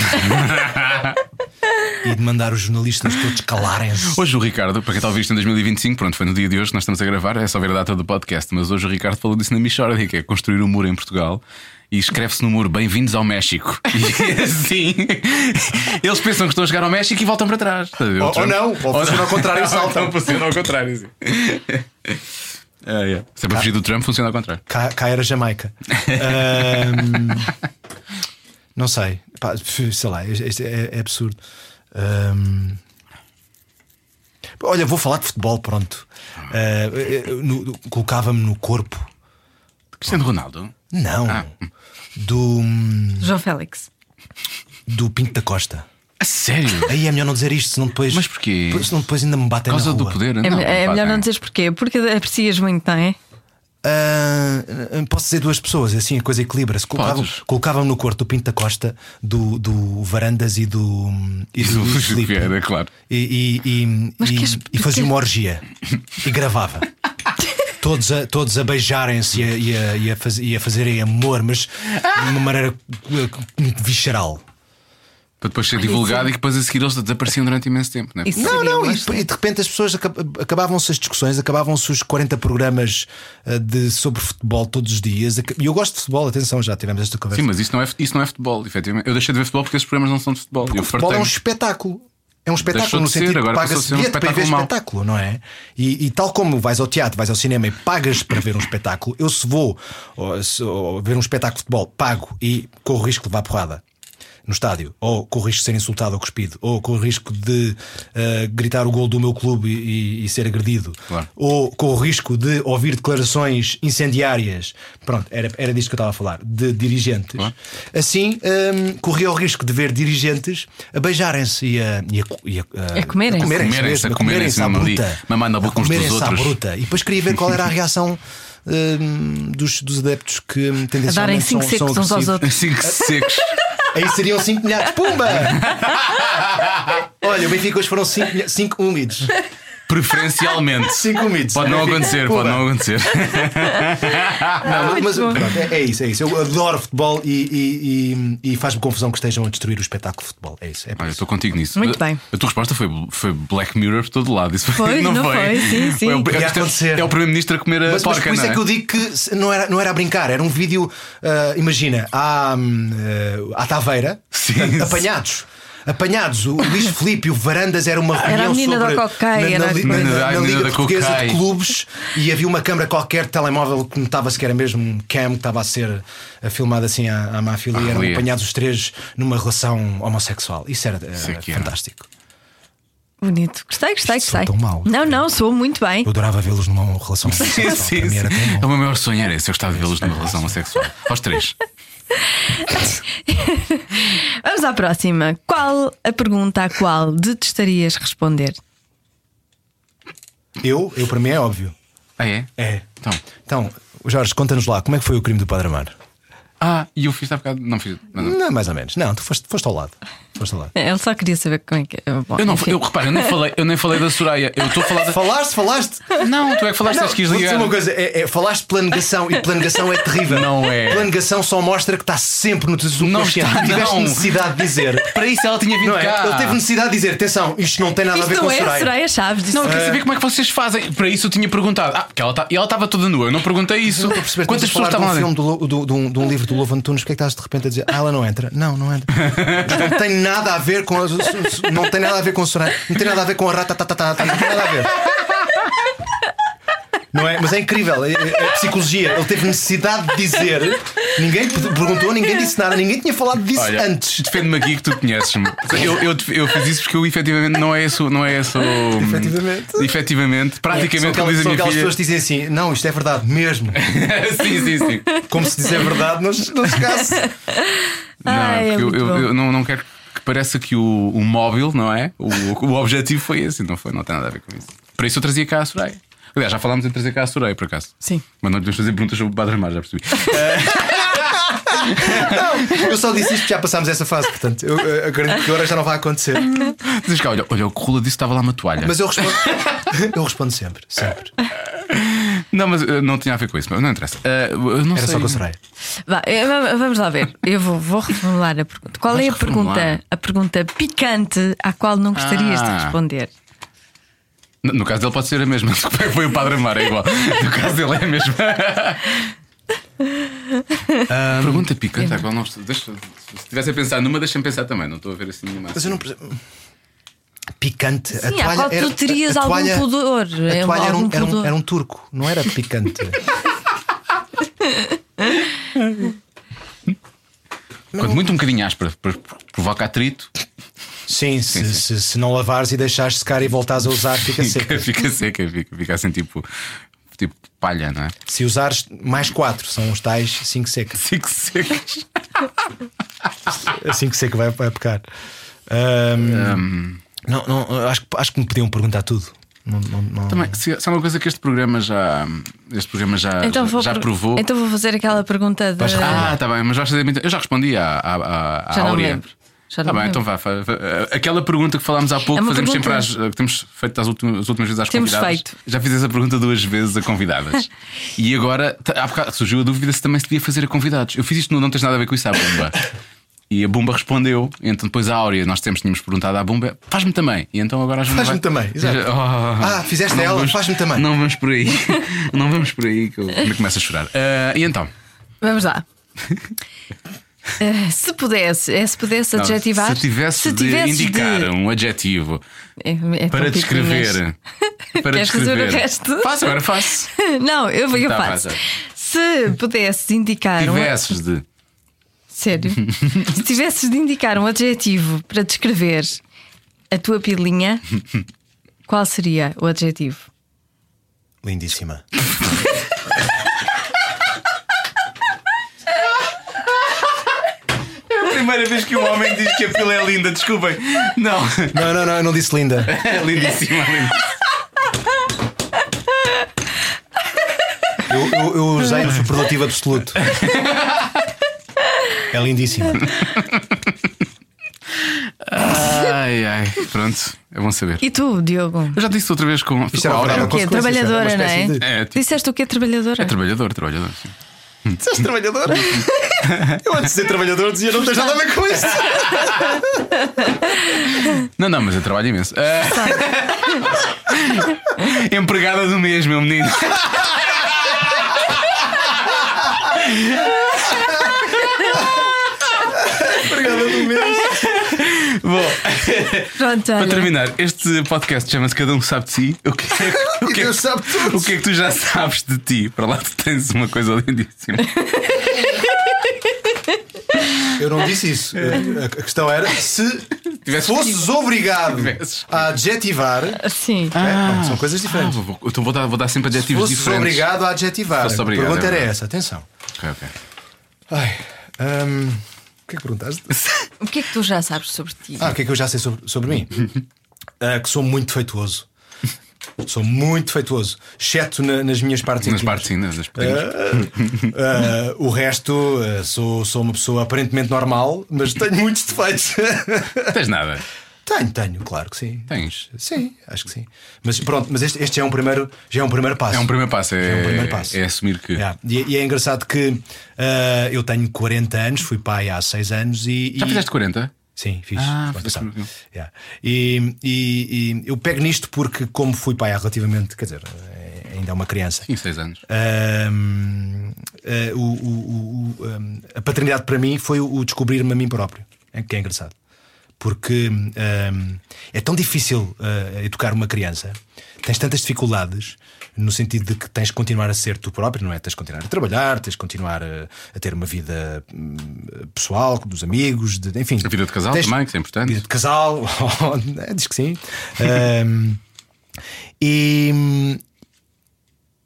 Speaker 4: e de mandar os jornalistas todos calarem-se.
Speaker 3: Hoje o Ricardo, para quem está a ouvir isto em 2025, pronto, foi no dia de hoje que nós estamos a gravar, é só ver a data do podcast, mas hoje o Ricardo falou disso na Michordia, que é construir um muro em Portugal. E escreve-se no muro, bem-vindos ao México. E assim, eles pensam que estão a chegar ao México e voltam para trás. Estás a ver?
Speaker 4: Ou-
Speaker 3: O Trump-
Speaker 4: ou não, ou funciona ao contrário e saltam.
Speaker 3: Ou então funciona ao contrário, sim. É, é. Se é para fugir do Trump, funciona ao contrário.
Speaker 4: Cá, cá era Jamaica. Ahm, não sei. Pá, sei lá, isto é, é absurdo. Ahm, olha, vou falar de futebol, pronto. Ah, eu- eu- no- Colocava-me no corpo.
Speaker 3: Cristiano Ronaldo?
Speaker 4: Não.
Speaker 3: Ah.
Speaker 4: Do,
Speaker 3: Hum.
Speaker 2: João Félix.
Speaker 4: do Pinto da Costa.
Speaker 3: A sério?
Speaker 4: Aí é melhor não dizer isto, senão depois.
Speaker 3: Mas porquê?
Speaker 4: Senão depois ainda me batem
Speaker 3: Por causa
Speaker 4: na
Speaker 3: do
Speaker 4: rua.
Speaker 3: poder?
Speaker 2: É,
Speaker 3: não,
Speaker 2: é
Speaker 3: pá, tá.
Speaker 2: melhor
Speaker 3: tem.
Speaker 2: não dizeres porquê. Porque aprecias muito, não é?
Speaker 4: Ah, posso dizer duas pessoas, assim a coisa equilibra-se. Colocavam-
Speaker 3: Podes.
Speaker 4: Colocava-me no corpo do Pinto da Costa, do, do Varandas e do. E
Speaker 3: Isso
Speaker 4: do Luís
Speaker 3: o
Speaker 4: Filipe.
Speaker 3: Vieira, é, claro.
Speaker 4: E, e, e,
Speaker 2: Mas
Speaker 4: e-
Speaker 2: queres-
Speaker 4: e fazia
Speaker 2: queres-
Speaker 4: uma orgia e gravava. Todos a, todos a beijarem-se e a, e, a, e, a faz- e a fazerem amor, mas de uma maneira uh, muito visceral.
Speaker 3: Para Então depois ser divulgado
Speaker 2: é-
Speaker 3: e que depois a seguir eles desapareciam durante imenso tempo, não é?
Speaker 2: Isso
Speaker 4: Não,
Speaker 2: seria
Speaker 4: não,
Speaker 2: uma
Speaker 4: e, e de repente as pessoas acab- acabavam-se as discussões, acabavam-se os 40 programas ah, de, sobre futebol todos os dias. Aca- E eu gosto de futebol, atenção, já tivemos esta conversa.
Speaker 3: Sim, mas isso não, é, isso não é futebol, efetivamente. Eu deixei de ver futebol porque esses programas não são de futebol.
Speaker 4: Porque
Speaker 3: eu
Speaker 4: o futebol é um
Speaker 3: fartei-me.
Speaker 4: espetáculo. É um
Speaker 3: Deixou
Speaker 4: espetáculo no
Speaker 3: de ser,
Speaker 4: sentido que
Speaker 3: agora passou a ser
Speaker 4: paga-se
Speaker 3: um
Speaker 4: bilhete para ir ver
Speaker 3: espetáculo mau.
Speaker 4: espetáculo, não é? E, e tal como vais ao teatro, vais ao cinema e pagas para ver um espetáculo, eu se vou ou se- ou ver um espetáculo de futebol, pago e corro o risco de levar porrada no estádio, ou corro o risco de ser insultado ou cuspido, ou corro o risco de ah, gritar o gol do meu clube e, e ser agredido,
Speaker 3: Claro.
Speaker 4: ou corro o risco de ouvir declarações incendiárias. Pronto, era, era disto que eu estava a falar, de dirigentes.
Speaker 3: Claro.
Speaker 4: Assim, hum, corria o risco de ver dirigentes a beijarem-se e a, e a, e a, eh,
Speaker 2: A É comerem-se.
Speaker 4: É comerem-se
Speaker 3: é Comerem-se,
Speaker 4: mesmo,
Speaker 3: a comerem-se
Speaker 4: a
Speaker 3: mesmo ali,
Speaker 4: bruta.
Speaker 3: mamando a boca uns dos
Speaker 4: comerem-se à
Speaker 3: outros.
Speaker 4: bruta. E depois queria ver qual era a reação hum, dos, dos adeptos que hum,
Speaker 2: A
Speaker 4: tendencialmente
Speaker 2: darem
Speaker 4: são,
Speaker 2: cinco secos
Speaker 4: são
Speaker 2: uns aos
Speaker 4: agressivos.
Speaker 2: outros.
Speaker 3: Cinco secos.
Speaker 4: Aí seriam 5 milhares. Pumba! Olha, o Benfica hoje foram 5 úmidos.
Speaker 3: Preferencialmente.
Speaker 4: Cinco mitos.
Speaker 3: Pode não acontecer,
Speaker 4: Cuba.
Speaker 3: pode não acontecer.
Speaker 4: Não, mas- mas
Speaker 2: bom.
Speaker 4: pronto, é isso, é isso. Eu adoro futebol e, e- e- e faz-me confusão que estejam a destruir o espetáculo de futebol. É isso. É por
Speaker 3: Olha, eu
Speaker 4: isso.
Speaker 3: estou contigo nisso.
Speaker 2: Muito
Speaker 3: A-
Speaker 2: bem.
Speaker 3: A tua resposta foi, foi Black Mirror por todo lado. Isso
Speaker 2: Foi,
Speaker 3: não,
Speaker 2: não foi, sim, sim.
Speaker 3: É o,
Speaker 4: Ia
Speaker 3: é,
Speaker 4: acontecer.
Speaker 3: é o Primeiro-Ministro a comer a
Speaker 4: Mas, mas
Speaker 3: porca,
Speaker 4: por isso
Speaker 3: não
Speaker 4: é?
Speaker 3: é?
Speaker 4: que eu digo que se- não era, não era a brincar, era um vídeo. ah, imagina, à, hum, ah, à Taveira,
Speaker 3: Sim.
Speaker 4: apanhados. Apanhados, o Luís Filipe e o Varandas era uma reunião
Speaker 2: menina
Speaker 4: sobre,
Speaker 2: da cocaia, era
Speaker 4: na, na,
Speaker 2: a
Speaker 4: li- na,
Speaker 2: coisa.
Speaker 4: na-
Speaker 3: Menina da-
Speaker 4: na Liga
Speaker 3: menina da
Speaker 4: Portuguesa
Speaker 3: cocaia.
Speaker 4: de Clubes e havia uma câmara qualquer de telemóvel que notava-se que era mesmo um cam que estava a ser ah, filmado assim à, à máfia
Speaker 3: Ah,
Speaker 4: e eram
Speaker 3: ali é.
Speaker 4: apanhados os três numa relação homossexual. Isso era ah,
Speaker 3: Isso é que era.
Speaker 4: fantástico.
Speaker 2: Bonito. Gostei, gostei,
Speaker 4: Isto soa
Speaker 2: gostei.
Speaker 4: tão mal.
Speaker 2: Não, não, sou muito bem.
Speaker 4: Eu adorava vê-los numa relação
Speaker 3: Sim,
Speaker 4: homossexual. Para
Speaker 3: sim,
Speaker 4: mim
Speaker 3: sim.
Speaker 4: era tão bom.
Speaker 3: É o meu maior sonho, era esse. Eu gostava de vê-los numa relação homossexual. Aos três.
Speaker 2: Vamos à próxima. Qual a pergunta a qual detestarias responder?
Speaker 4: Eu, eu, para mim é óbvio.
Speaker 3: Ah, é?
Speaker 4: É.
Speaker 3: Então.
Speaker 4: Então, Jorge, conta-nos lá, como é que foi o crime do Padre Amaro?
Speaker 3: Ah, e eu fiz há bocado. Não fiz. não, não.
Speaker 4: Não, mais ou menos. Não, tu foste, foste ao lado. Foste ao lado.
Speaker 2: Ele só queria saber como é que. Bom,
Speaker 3: Eu não,
Speaker 2: enfim.
Speaker 3: eu repara, eu nem falei, eu nem falei da Soraya. Eu estou a falar da.
Speaker 4: Falaste, falaste.
Speaker 3: Não, tu é que falaste, acho que quis
Speaker 4: vou dizer
Speaker 3: ligar.
Speaker 4: uma coisa, é, é, falaste de planegação e planegação é terrível.
Speaker 3: Não é.
Speaker 4: Planegação só mostra que está sempre no teu
Speaker 3: Não
Speaker 4: subconsciente.
Speaker 3: está,
Speaker 4: Tu tiveste
Speaker 3: não.
Speaker 4: necessidade de dizer.
Speaker 3: Para isso ela tinha vindo
Speaker 4: Não é?
Speaker 3: cá.
Speaker 4: Ele teve necessidade de dizer: atenção, isto não tem nada a
Speaker 2: Isto
Speaker 4: ver
Speaker 2: não
Speaker 4: com
Speaker 2: é
Speaker 4: Soraya.
Speaker 2: Soraya Chaves. Isto
Speaker 3: Não, eu queria saber como é que vocês fazem. Para isso eu tinha perguntado. Ah, porque ela tá, e ela estava toda nua. Eu não perguntei isso.
Speaker 4: Estou a perceber,
Speaker 3: Quantas
Speaker 4: estamos
Speaker 3: pessoas
Speaker 4: a falar
Speaker 3: estavam lá
Speaker 4: de um filme
Speaker 3: dentro?
Speaker 4: do, Lo- do- de um- de um livro do Lovan Tunes, porque é que estás de repente a dizer, ah, ela não entra? Não, não entra. Isto não tem nada a ver com. as- Não tem nada a ver com o Soraya, não tem nada a ver com a rata, tá, tá, tá, tá, não tem nada a ver. Não é? Mas é incrível, é, é- é psicologia. Ele teve necessidade de dizer, ninguém pe- perguntou, ninguém disse nada, ninguém tinha falado disso
Speaker 3: Olha,
Speaker 4: antes.
Speaker 3: Defende-me aqui que tu conheces-me. Eu, eu, eu fiz isso porque eu efetivamente não é isso. Não é isso
Speaker 4: Efetivamente.
Speaker 3: Efetivamente.
Speaker 4: São
Speaker 3: Praticamente, como
Speaker 4: aquelas,
Speaker 3: diz a
Speaker 4: são
Speaker 3: minha
Speaker 4: aquelas
Speaker 3: filha.
Speaker 4: pessoas que dizem assim: não, isto é verdade mesmo.
Speaker 3: sim, sim, sim.
Speaker 4: Como se dizer verdade não, não chegasse.
Speaker 3: Não,
Speaker 2: Ai,
Speaker 3: é
Speaker 2: é
Speaker 3: porque eu,
Speaker 2: muito
Speaker 3: eu-
Speaker 2: bom.
Speaker 3: eu não, não quero que pareça que o, o móvel, não é? O, o objetivo foi esse, não foi, não tem nada a ver com isso. Para isso eu trazia cá a Soraya. Aliás, já falámos em trazer cá a Soraya, por acaso.
Speaker 2: Sim.
Speaker 3: Mas não lhe podemos fazer perguntas sobre o Padre Amaro, já percebi.
Speaker 4: Eu só disse isto, já passámos essa fase, portanto, eu eh, acredito que agora já não vai acontecer.
Speaker 3: Diz cá, olha, olha, o Corrula disse que estava lá uma toalha.
Speaker 4: Mas eu respondo, eu respondo sempre, sempre.
Speaker 3: Não, mas eh, não tinha a ver com isso, mas não interessa. Eh, eu não
Speaker 4: Era
Speaker 3: sei.
Speaker 4: só com a Soraya.
Speaker 2: Vá, eh, va- vamos lá ver. Eu vou, vou reformular a pergunta. Qual
Speaker 3: Vais
Speaker 2: é a
Speaker 3: reformular?
Speaker 2: pergunta, a pergunta picante à qual não gostarias
Speaker 3: Ah.
Speaker 2: de responder?
Speaker 3: No, no caso dele pode ser a mesma. Como é que foi o Padre Amaro? É igual. No caso dele é a mesma. Pergunta picante, à qual não. Deixa, se estivesse a pensar numa, deixa-me pensar também. Não estou a ver assim nenhuma.
Speaker 4: Mas eu não percebo. Picante.
Speaker 2: Sim, à qual tu terias algum pudor. É,
Speaker 4: A toalha era, um,
Speaker 2: algum
Speaker 4: era, um,
Speaker 2: pudor.
Speaker 4: era um turco, não era picante.
Speaker 3: Quanto muito um bocadinho áspera, para provoca atrito,
Speaker 4: Sim, se, se- se não lavares e deixares secar e voltares a usar,
Speaker 3: fica,
Speaker 4: fica seca.
Speaker 3: fica seca, fica, fica assim tipo, tipo palha, não é?
Speaker 4: Se usares mais quatro, são os tais cinco secas.
Speaker 3: Fica secas.
Speaker 4: Assim que seca vai, vai pecar. Ahm, Não, não, acho, que- acho que me podiam perguntar tudo. Não, não, não-
Speaker 3: Também, se, se há uma coisa que este programa já, este programa já,
Speaker 2: Então
Speaker 3: já,
Speaker 2: vou,
Speaker 3: já
Speaker 2: per-
Speaker 3: provou.
Speaker 2: Então vou fazer aquela pergunta de.
Speaker 3: ah, tá bem, mas vais fazer muito- Eu já respondi à, à, à, à
Speaker 2: É. Já não
Speaker 3: Áurea.
Speaker 2: lembro. Já
Speaker 3: Tá
Speaker 2: não
Speaker 3: bem,
Speaker 2: lembro.
Speaker 3: então vá. fa- fa- Aquela pergunta que falámos há pouco,
Speaker 2: É uma
Speaker 3: fazemos sempre
Speaker 2: pergunta-
Speaker 3: às, que temos feito as últimas, as últimas vezes às
Speaker 2: Temos
Speaker 3: convidadas.
Speaker 2: feito.
Speaker 3: Já fiz essa pergunta duas vezes a convidadas. e agora tá- há bocado surgiu a dúvida se também se devia fazer a convidados. Eu fiz isto, no não tens nada a ver com isso, à Bumba. E a Bumba respondeu, então depois a Áurea, nós temos, tínhamos perguntado à Bumba, faz-me também. E então agora a Joana
Speaker 4: Faz-me
Speaker 3: vai-
Speaker 4: também, exato.
Speaker 3: Oh,
Speaker 4: Ah, fizeste
Speaker 3: não
Speaker 4: ela, faz-me também.
Speaker 3: Não vamos por aí, não vamos por aí que eu eu começo a chorar. Ah, e então?
Speaker 2: Vamos lá. Eh, se pudesse, é se pudesse
Speaker 3: Não,
Speaker 2: adjetivar.
Speaker 3: Se tivesse,
Speaker 2: se
Speaker 3: de
Speaker 2: tivesses
Speaker 3: indicar
Speaker 2: de-
Speaker 3: um adjetivo
Speaker 2: É- é com
Speaker 3: para
Speaker 2: piquinhas.
Speaker 3: descrever. Para
Speaker 2: Queres fazer
Speaker 3: descrever.
Speaker 2: o resto?
Speaker 3: Faço, agora faço.
Speaker 2: Não, eu, eu
Speaker 3: Tá,
Speaker 2: faço.
Speaker 3: vai, tá.
Speaker 2: Se pudesses indicar um-
Speaker 3: Tivesses de.
Speaker 2: Sério? Se tivesses de indicar um adjetivo para descrever a tua pilinha, qual seria o adjetivo?
Speaker 4: Lindíssima.
Speaker 3: Primeira vez que um homem diz que a pila é linda, desculpem. Não,
Speaker 4: Não, não, não, eu não disse linda.
Speaker 3: é lindíssima, lindíssima.
Speaker 4: Eu, eu, eu usei o superlativo absoluto. É lindíssima.
Speaker 3: Ai, ai, pronto. É É bom saber.
Speaker 2: E tu, Diogo?
Speaker 3: Eu já disse outra vez com.
Speaker 4: Isto era
Speaker 3: com a
Speaker 4: para
Speaker 3: Aura.
Speaker 4: uma
Speaker 2: O quê?
Speaker 4: consequência,
Speaker 2: Trabalhadora,
Speaker 4: uma
Speaker 2: não é?
Speaker 4: espécie de-
Speaker 3: É, tipo,
Speaker 2: Disseste o quê? Trabalhadora?
Speaker 3: é trabalhador, trabalhador. sim.
Speaker 4: Dizeste trabalhador? Eu antes de ser trabalhador dizia não tens nada a ver com isso.
Speaker 3: Não, não, mas eu trabalho imenso. Ah. Empregada do mês, meu menino. Bom,
Speaker 2: Pronto,
Speaker 3: para
Speaker 2: olha.
Speaker 3: terminar, este podcast chama-se Cada um sabe de si. O que é, o que, é
Speaker 4: Deus sabe
Speaker 3: que, o que é que tu já sabes de ti? Para lá tu tens uma coisa lindíssima.
Speaker 4: Eu não disse isso. Eu- A questão era se
Speaker 3: Tivesse-
Speaker 4: fosses obrigado
Speaker 3: Tivesse-
Speaker 4: a adjetivar.
Speaker 2: Sim.
Speaker 4: É, pronto, são coisas diferentes.
Speaker 3: Ah, vou- vou- então vou dar, vou dar sempre adjetivos
Speaker 4: fosses
Speaker 3: diferentes.
Speaker 4: obrigado a adjetivar.
Speaker 3: Fosse obrigado,
Speaker 4: a pergunta
Speaker 3: é
Speaker 4: era
Speaker 3: verdade.
Speaker 4: essa, atenção.
Speaker 3: Ok, ok.
Speaker 4: Ai, hum, o que é que perguntaste?
Speaker 2: O que é que tu já sabes sobre ti?
Speaker 4: Ah, o que é que eu já sei sobre, sobre mim? Ah, que sou muito defeituoso. Sou muito defeituoso. Exceto na- nas minhas partes
Speaker 3: Nas
Speaker 4: íntimas.
Speaker 3: partes, sim, nas nas pequenas.
Speaker 4: Ah, o resto, ah, sou, sou uma pessoa aparentemente normal, mas tenho muitos defeitos.
Speaker 3: Não tens nada.
Speaker 4: tenho, tenho, claro que sim.
Speaker 3: Tens.
Speaker 4: Sim, acho que sim. Mas pronto, mas este, este já, é um primeiro, já é um primeiro passo.
Speaker 3: É um primeiro passo. É,
Speaker 4: É um primeiro passo.
Speaker 3: é assumir que.
Speaker 4: Yeah. E, e é engraçado que ah, eu tenho 40 anos, fui pai há 6 anos e.
Speaker 3: Já
Speaker 4: e-
Speaker 3: fizeste 40?
Speaker 4: Sim, fiz.
Speaker 3: Ah,
Speaker 4: Pronto,
Speaker 3: fizeste
Speaker 4: sabe.
Speaker 3: muito.
Speaker 4: Yeah. E, e- e eu pego nisto porque, como fui pai há relativamente, quer dizer, eh, ainda é uma criança.
Speaker 3: Tinha 6 anos.
Speaker 4: Ahm, eh, o- o- o- o, ahm, a paternidade para mim foi o, o descobrir-me a mim próprio, é que é engraçado. Porque ahm, é tão difícil ah, educar uma criança, tens tantas dificuldades no sentido de que tens de continuar a ser tu próprio, não é? Tens de continuar a trabalhar, tens de continuar a, a ter uma vida hum, pessoal, dos amigos, de- enfim.
Speaker 3: A vida de casal
Speaker 4: Tens-
Speaker 3: também, que é importante.
Speaker 4: Vida de casal, é, diz que sim. Ahm, e hum,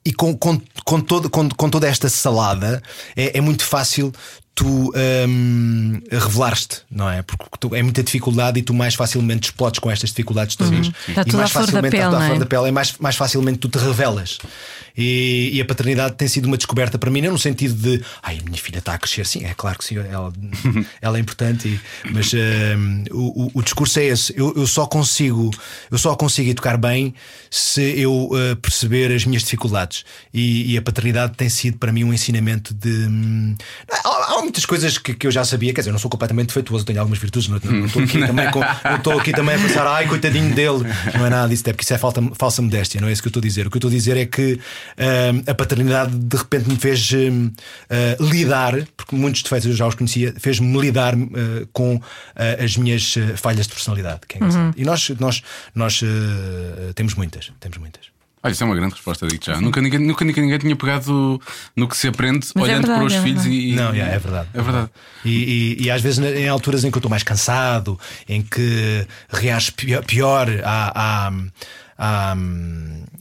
Speaker 4: e com, com, com, todo, com, com toda esta salada é, é muito fácil tu hum, revelares-te, não é? Porque tu- é muita dificuldade e tu mais facilmente explodes com estas dificuldades todas.
Speaker 2: Está
Speaker 4: E
Speaker 2: Uhum. Tá tudo
Speaker 4: mais
Speaker 2: à flor da
Speaker 4: facilmente
Speaker 2: pele,
Speaker 4: está tudo à
Speaker 2: não é?
Speaker 4: flor da pele e mais, mais facilmente tu te revelas. E, e a paternidade tem sido uma descoberta para mim, não no sentido de ai, a minha filha está a crescer, sim, é claro que sim, ela, ela é importante, e- mas hum, o, o- o discurso é esse. Eu, eu só consigo, eu só consigo educar bem se eu uh, perceber as minhas dificuldades. E, e a paternidade tem sido para mim um ensinamento de. hum, há, há muitas coisas que, que eu já sabia, quer dizer, eu não sou completamente defeituoso, tenho algumas virtudes, não é? não estou aqui, também com- não estou aqui também a pensar, ai, coitadinho dele. Não é nada disso, é porque isso é falta, falsa modéstia, não é isso que eu estou a dizer. O que eu estou a dizer é que hum, a paternidade de repente me fez hum, uh, lidar, porque muitos defeitos eu já os conhecia, fez-me lidar uh, com uh, as minhas uh, falhas de personalidade. que é engraçado. E nós, nós, nós uh, temos muitas, temos muitas.
Speaker 3: Olha, isso é uma grande resposta, digo já. Nunca ninguém, nunca ninguém ninguém tinha pegado no que se aprende
Speaker 2: Mas é
Speaker 3: olhando
Speaker 2: verdade,
Speaker 3: para os
Speaker 2: é
Speaker 3: filhos
Speaker 2: verdade.
Speaker 3: e. e-
Speaker 4: Não, yeah, é verdade.
Speaker 3: É verdade.
Speaker 4: E, e- e às vezes na- em alturas em que eu estou mais cansado, em que reajo pio- pior, à, à- à-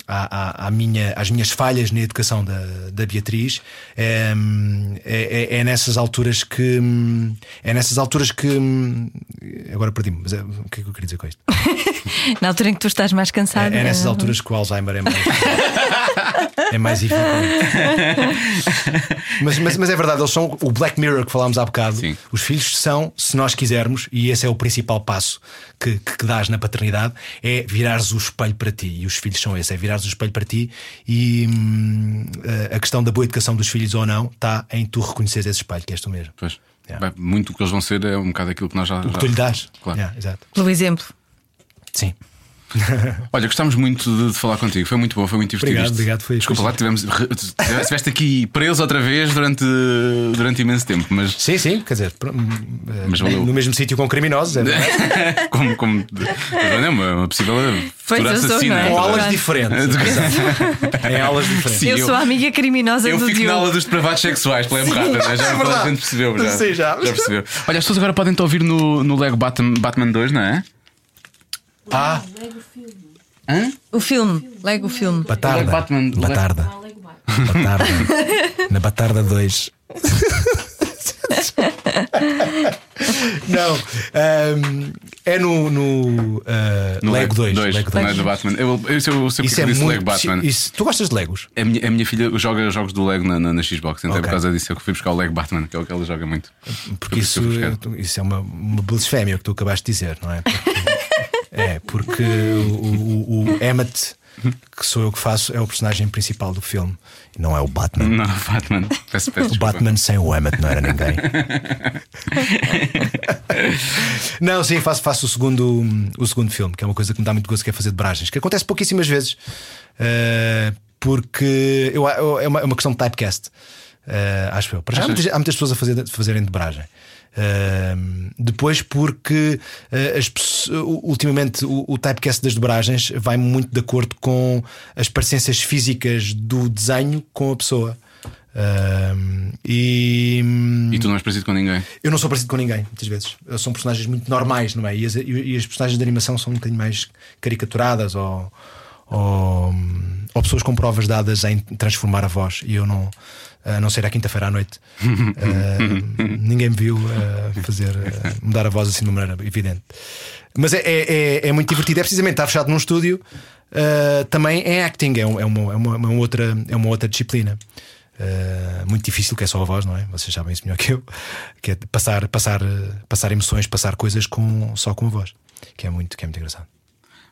Speaker 4: à- à- à minha, às minhas falhas na educação da, da Beatriz, eh, é, é- é nessas alturas que hum, é nessas alturas que hum, agora perdi-me, mas é- o que é que eu queria dizer com isto?
Speaker 2: Na altura em que tu estás mais
Speaker 4: É,
Speaker 2: cansado.
Speaker 4: é nessas
Speaker 2: eh,
Speaker 4: alturas que o Alzheimer é mais. é mais evidente. mas, mas, mas é verdade, eles são o Black Mirror que falámos há bocado.
Speaker 3: Sim.
Speaker 4: Os filhos são, se nós quisermos, e esse é o principal passo que, que, que dás na paternidade, é virares o espelho para ti. E os filhos são esse, é virares o espelho para ti. E hum, a- a questão da boa educação dos filhos ou não está em tu reconheceres esse espelho, que és tu mesmo.
Speaker 3: Pois.
Speaker 4: Yeah.
Speaker 3: Vai- muito o que eles vão ser é um bocado aquilo que nós já.
Speaker 4: O que tu lhe dás.
Speaker 3: Claro.
Speaker 4: Yeah, exato.
Speaker 2: Pelo exemplo.
Speaker 4: Sim.
Speaker 3: Olha, gostámos muito de, de falar contigo. Foi muito bom, foi muito divertido.
Speaker 4: Obrigado,
Speaker 3: isto.
Speaker 4: obrigado, foi-
Speaker 3: Desculpa
Speaker 4: foi-
Speaker 3: lá, tivemos, re- estiveste aqui preso outra vez durante, durante imenso tempo, mas.
Speaker 4: Sim, sim, quer dizer, pr- hum,
Speaker 3: Mas
Speaker 4: eh,
Speaker 3: valeu.
Speaker 4: no mesmo sítio com criminosos, é verdade.
Speaker 3: como. como é uma, uma possível. futura
Speaker 2: eu sou,
Speaker 3: assassina.
Speaker 2: não é?
Speaker 4: Com aulas
Speaker 2: Claro.
Speaker 4: diferentes. em aulas diferentes.
Speaker 3: Sim,
Speaker 2: eu,
Speaker 3: eu-
Speaker 2: sou a amiga criminosa
Speaker 3: Eu
Speaker 2: do
Speaker 3: fico na
Speaker 2: Diogo.
Speaker 3: aula dos depravados sexuais pela errada, né? já toda a gente percebeu. Já,
Speaker 4: É Sim, já.
Speaker 3: percebeu. Olha, as pessoas agora podem te ouvir no, no Lego Batman, Batman 2, não é?
Speaker 4: Ah,
Speaker 2: O filme, Lego o filme.
Speaker 4: Batarda.
Speaker 3: Batman.
Speaker 4: Batarda. Batarda. Na Batarda 2. Não, ahm, é no, no, ah,
Speaker 3: No
Speaker 4: Lego 2. Lego
Speaker 3: Não é
Speaker 4: 2.
Speaker 3: do Batman. Eu, eu, eu, eu sei
Speaker 4: Isso
Speaker 3: porque
Speaker 4: é
Speaker 3: eu disse Lego
Speaker 4: muito.
Speaker 3: Batman.
Speaker 4: Isso, tu gostas de Legos?
Speaker 3: A minha, a minha filha joga jogos do Lego na, na, na Xbox, então é por
Speaker 4: Ok. Então,
Speaker 3: causa disso eu que fui buscar o Lego Batman, que é o que ela joga muito.
Speaker 4: Porque
Speaker 3: Eu preciso
Speaker 4: isso,
Speaker 3: buscar.
Speaker 4: isso é uma, uma blasfémia o que tu acabaste de dizer, não é? Porque É, porque o, o, o Emmett, que sou eu que faço, é o personagem principal do filme. E Não é o Batman.
Speaker 3: Não, Batman. Peço, peço
Speaker 4: O
Speaker 3: Hum, desculpa.
Speaker 4: Batman sem o Emmett não era ninguém. não, sim, faço, faço o, segundo, o segundo filme, que é uma coisa que me dá muito gosto, que é fazer dobragens, que acontece pouquíssimas vezes, eh, porque eu, eu- é, uma, é uma questão de typecast, eh, acho eu. Para já há muitas, há muitas pessoas a fazer, fazerem dobragem. Eh, depois, porque eh, as pesso- u- ultimamente o, o typecast das dobragens vai muito de acordo com as parecenças físicas do desenho com a pessoa. Eh, e
Speaker 3: E tu não és parecido com ninguém.
Speaker 4: eu não sou parecido com ninguém, muitas vezes. Eu- São personagens muito normais, não é? E as, e- e as personagens de animação são um bocadinho mais caricaturadas ou, ou, hum, ou pessoas com provas dadas em transformar a voz. E eu não. A não ser à quinta-feira à noite. Ah, ninguém me viu ah, fazer ah, mudar a voz assim de uma maneira evidente. Mas é, é- é- é muito divertido. É precisamente estar fechado num estúdio. ah, também é acting, é, um- é uma, é uma- uma outra, é uma outra disciplina. Uh, muito difícil, que é só a voz, não é? Vocês sabem isso melhor que eu, que é passar, passar, eh, passar emoções, passar coisas com, só com a voz, que é muito, que é muito engraçado.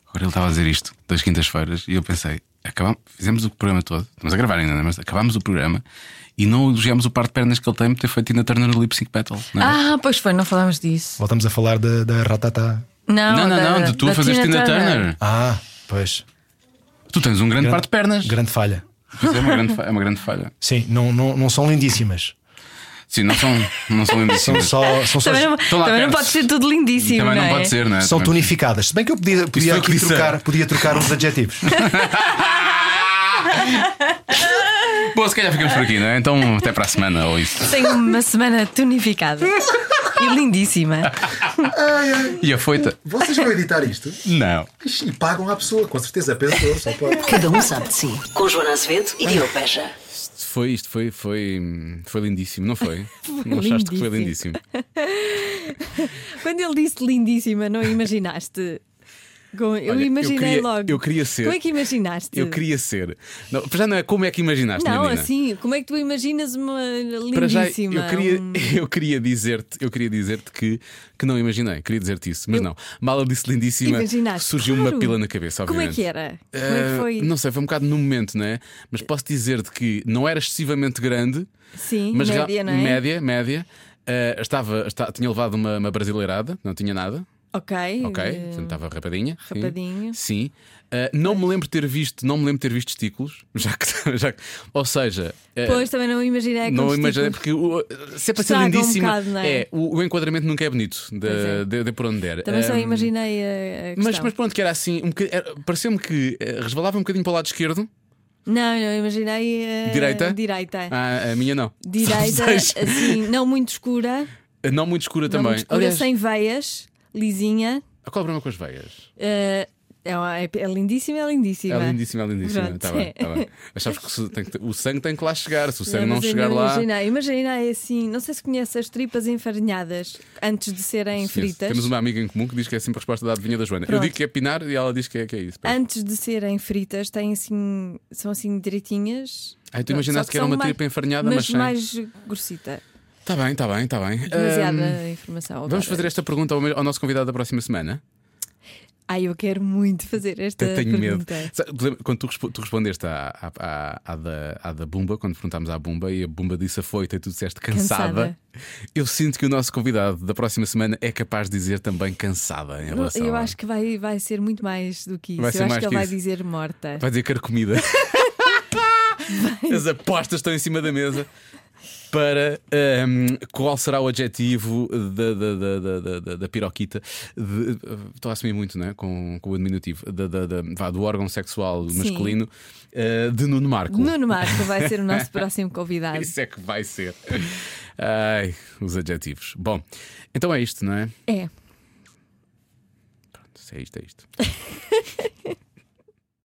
Speaker 3: Agora ele estava a dizer isto, das quintas-feiras, e eu pensei: acabamos, fizemos o programa todo, estamos a gravar ainda, não é? mas acabámos o programa e não elogiámos o par de pernas que ele tem por ter feito ainda Turner no Lip Sync Battle. Não é?
Speaker 8: Ah, pois foi, não falámos disso.
Speaker 4: Voltamos a falar da, da Ratatá.
Speaker 8: Não,
Speaker 3: não, não,
Speaker 8: da-
Speaker 3: não, de tu
Speaker 8: da
Speaker 3: fazes
Speaker 8: Tina
Speaker 3: Tina Turner.
Speaker 4: Ah, pois,
Speaker 3: Tu tens um grande, par de pernas.
Speaker 4: grande falha.
Speaker 3: Pois é, uma grande, fa- é uma grande falha.
Speaker 4: Sim, não, não, não são lindíssimas,
Speaker 3: Sim, não são, não são
Speaker 4: são
Speaker 3: lindíssimas.
Speaker 4: só, são só
Speaker 8: Também não,
Speaker 3: Estão lá
Speaker 8: também não
Speaker 3: perto.
Speaker 8: pode ser tudo lindíssimo.
Speaker 3: Também não pode
Speaker 8: é?
Speaker 3: ser, não é?
Speaker 4: são
Speaker 3: Também-
Speaker 4: tonificadas. Se bem que eu podia, podia
Speaker 9: foi o que
Speaker 4: aqui
Speaker 9: disseram.
Speaker 4: trocar, podia trocar uns adjetivos.
Speaker 3: Bom, se calhar ficamos por aqui, não é? Então até para a semana ou isso.
Speaker 8: Tenho uma semana tonificada e lindíssima.
Speaker 3: E a foita?
Speaker 4: Vocês vão editar isto
Speaker 3: Não.
Speaker 4: e pagam à pessoa, com certeza, pensou, só pode.
Speaker 1: Cada um sabe de si. Com Joana Azevedo e Diogo Beja.
Speaker 3: Isto Foi isto, foi, foi, foi lindíssimo, não foi? Não achaste que foi lindíssimo?
Speaker 2: Quando ele disse lindíssima, não imaginaste? Com- Eu
Speaker 3: Olha, eu
Speaker 2: imaginei
Speaker 3: queria-
Speaker 2: logo.
Speaker 3: eu queria ser-
Speaker 2: Como é que imaginaste?
Speaker 3: Eu queria ser. Não, para já não é como é que imaginaste,
Speaker 2: Não,
Speaker 3: menina?
Speaker 2: assim, como é que tu imaginas uma
Speaker 3: Para já,
Speaker 2: lindíssima?
Speaker 3: eu queria,
Speaker 2: um-
Speaker 3: eu queria dizer-te, eu queria dizer-te que, que não imaginei, queria dizer-te isso, mas não. Mala disse lindíssima,
Speaker 2: Imaginaste.
Speaker 3: surgiu
Speaker 2: claro.
Speaker 3: uma pila na cabeça,
Speaker 2: Como é
Speaker 3: obviamente.
Speaker 2: que era? Como é que foi?
Speaker 3: Ah, Não sei, foi um bocado no momento, não é? Mas posso dizer-te que não era excessivamente grande,
Speaker 2: Sim,
Speaker 3: mas
Speaker 2: média,
Speaker 3: real-
Speaker 2: não é?
Speaker 3: média, média. Ah, estava, esta- tinha levado uma, uma brasileirada, não tinha nada,
Speaker 2: Ok.
Speaker 3: ok?
Speaker 2: eh,
Speaker 3: Portanto, estava rapadinha. sim.
Speaker 2: rapadinho.
Speaker 3: Sim. Ah, não me lembro de ter visto, não me lembro de ter visto testículos, já que, já que- ou seja, ah,
Speaker 2: Pois também não imaginei com
Speaker 3: não
Speaker 2: os
Speaker 3: imaginei,
Speaker 2: títulos.
Speaker 3: porque o, se é para ser
Speaker 2: Estraga um
Speaker 3: lindíssima,
Speaker 2: bocado, não é?
Speaker 3: o, o enquadramento nunca é bonito, de, de- de por onde der.
Speaker 2: Também só
Speaker 3: Ah,
Speaker 2: imaginei a, a
Speaker 3: mas,
Speaker 2: questão.
Speaker 3: mas pronto, que era assim, um bocadinho- era- pareceu-me que eh, resvalava um bocadinho para o lado esquerdo,
Speaker 2: Não, não imaginei a
Speaker 3: Direita?
Speaker 2: Direita.
Speaker 3: Ah, a minha não.
Speaker 2: Direita,
Speaker 3: Ou seja,
Speaker 2: assim, não muito escura,
Speaker 3: Não muito escura
Speaker 2: não
Speaker 3: também.
Speaker 2: muito escura,
Speaker 3: Aliás,
Speaker 2: sem veias, lisinha.
Speaker 3: qual é o problema com as veias?
Speaker 2: eh, é, uma- é- é lindíssima, é lindíssima.
Speaker 3: É lindíssima, é lindíssima.
Speaker 2: Pronto.
Speaker 3: Tá bem, tá bem. Achavas que se- tem que- o sangue tem que lá chegar. Se o
Speaker 2: Não, é,
Speaker 3: sangue não,
Speaker 2: mas eu
Speaker 3: chegar lá.
Speaker 2: Imaginei, imaginei assim, não sei se conhece as tripas enfarinhadas antes de serem
Speaker 3: Sim,
Speaker 2: fritas.
Speaker 3: Temos uma amiga em comum que diz que é sempre a resposta da adivinha da Joana. Eu
Speaker 2: Pronto. Ah,
Speaker 3: digo que é pinar e ela diz que é, que é isso. Pronto.
Speaker 2: Antes de serem fritas, têm assim, são assim direitinhas.
Speaker 3: Ai, tu
Speaker 2: Pronto,
Speaker 3: imaginaste
Speaker 2: só
Speaker 3: que era
Speaker 2: são
Speaker 3: uma
Speaker 2: mais-
Speaker 3: tripa enfarinhada, mas
Speaker 2: mas
Speaker 3: sem.
Speaker 2: mais grossita.
Speaker 3: Tá bem, tá bem, tá bem. Ahm,
Speaker 2: Demasiada informação.
Speaker 3: Vamos
Speaker 2: agora.
Speaker 3: fazer esta pergunta ao, meu- ao nosso convidado da próxima semana?
Speaker 2: Ai, eu quero muito fazer esta
Speaker 3: Eu tenho
Speaker 2: pergunta.
Speaker 3: medo. Sabe, por exemplo, Quando tu, respo- tu respondeste à, à- à- à da, à da Bumba, quando perguntámos à Bumba e a Bumba disse a foita e tu disseste cansada,
Speaker 2: Cansada.
Speaker 3: eu sinto que o nosso convidado da próxima semana é capaz de dizer também cansada em
Speaker 2: Não,
Speaker 3: relação.
Speaker 2: Eu
Speaker 3: a-
Speaker 2: acho que vai, vai ser muito mais do que isso.
Speaker 3: Vai ser
Speaker 2: eu acho
Speaker 3: mais
Speaker 2: que ele
Speaker 3: que
Speaker 2: vai
Speaker 3: isso.
Speaker 2: dizer morta.
Speaker 3: Vai dizer carcomida. As apostas estão em cima da mesa. Para ahm, qual será o adjetivo da, da, da, da, da, da, da piroquita? De- estou a assumir muito, não é? Com, com o diminutivo. Da, da, da- vá, do órgão sexual masculino ah, de Nuno Marco.
Speaker 2: Nuno Marco vai ser o nosso próximo convidado.
Speaker 3: Isso é que vai ser. Ai, os adjetivos. Bom, então
Speaker 2: Eh.
Speaker 3: é isto, não é?
Speaker 2: É.
Speaker 3: Se é isto, é isto.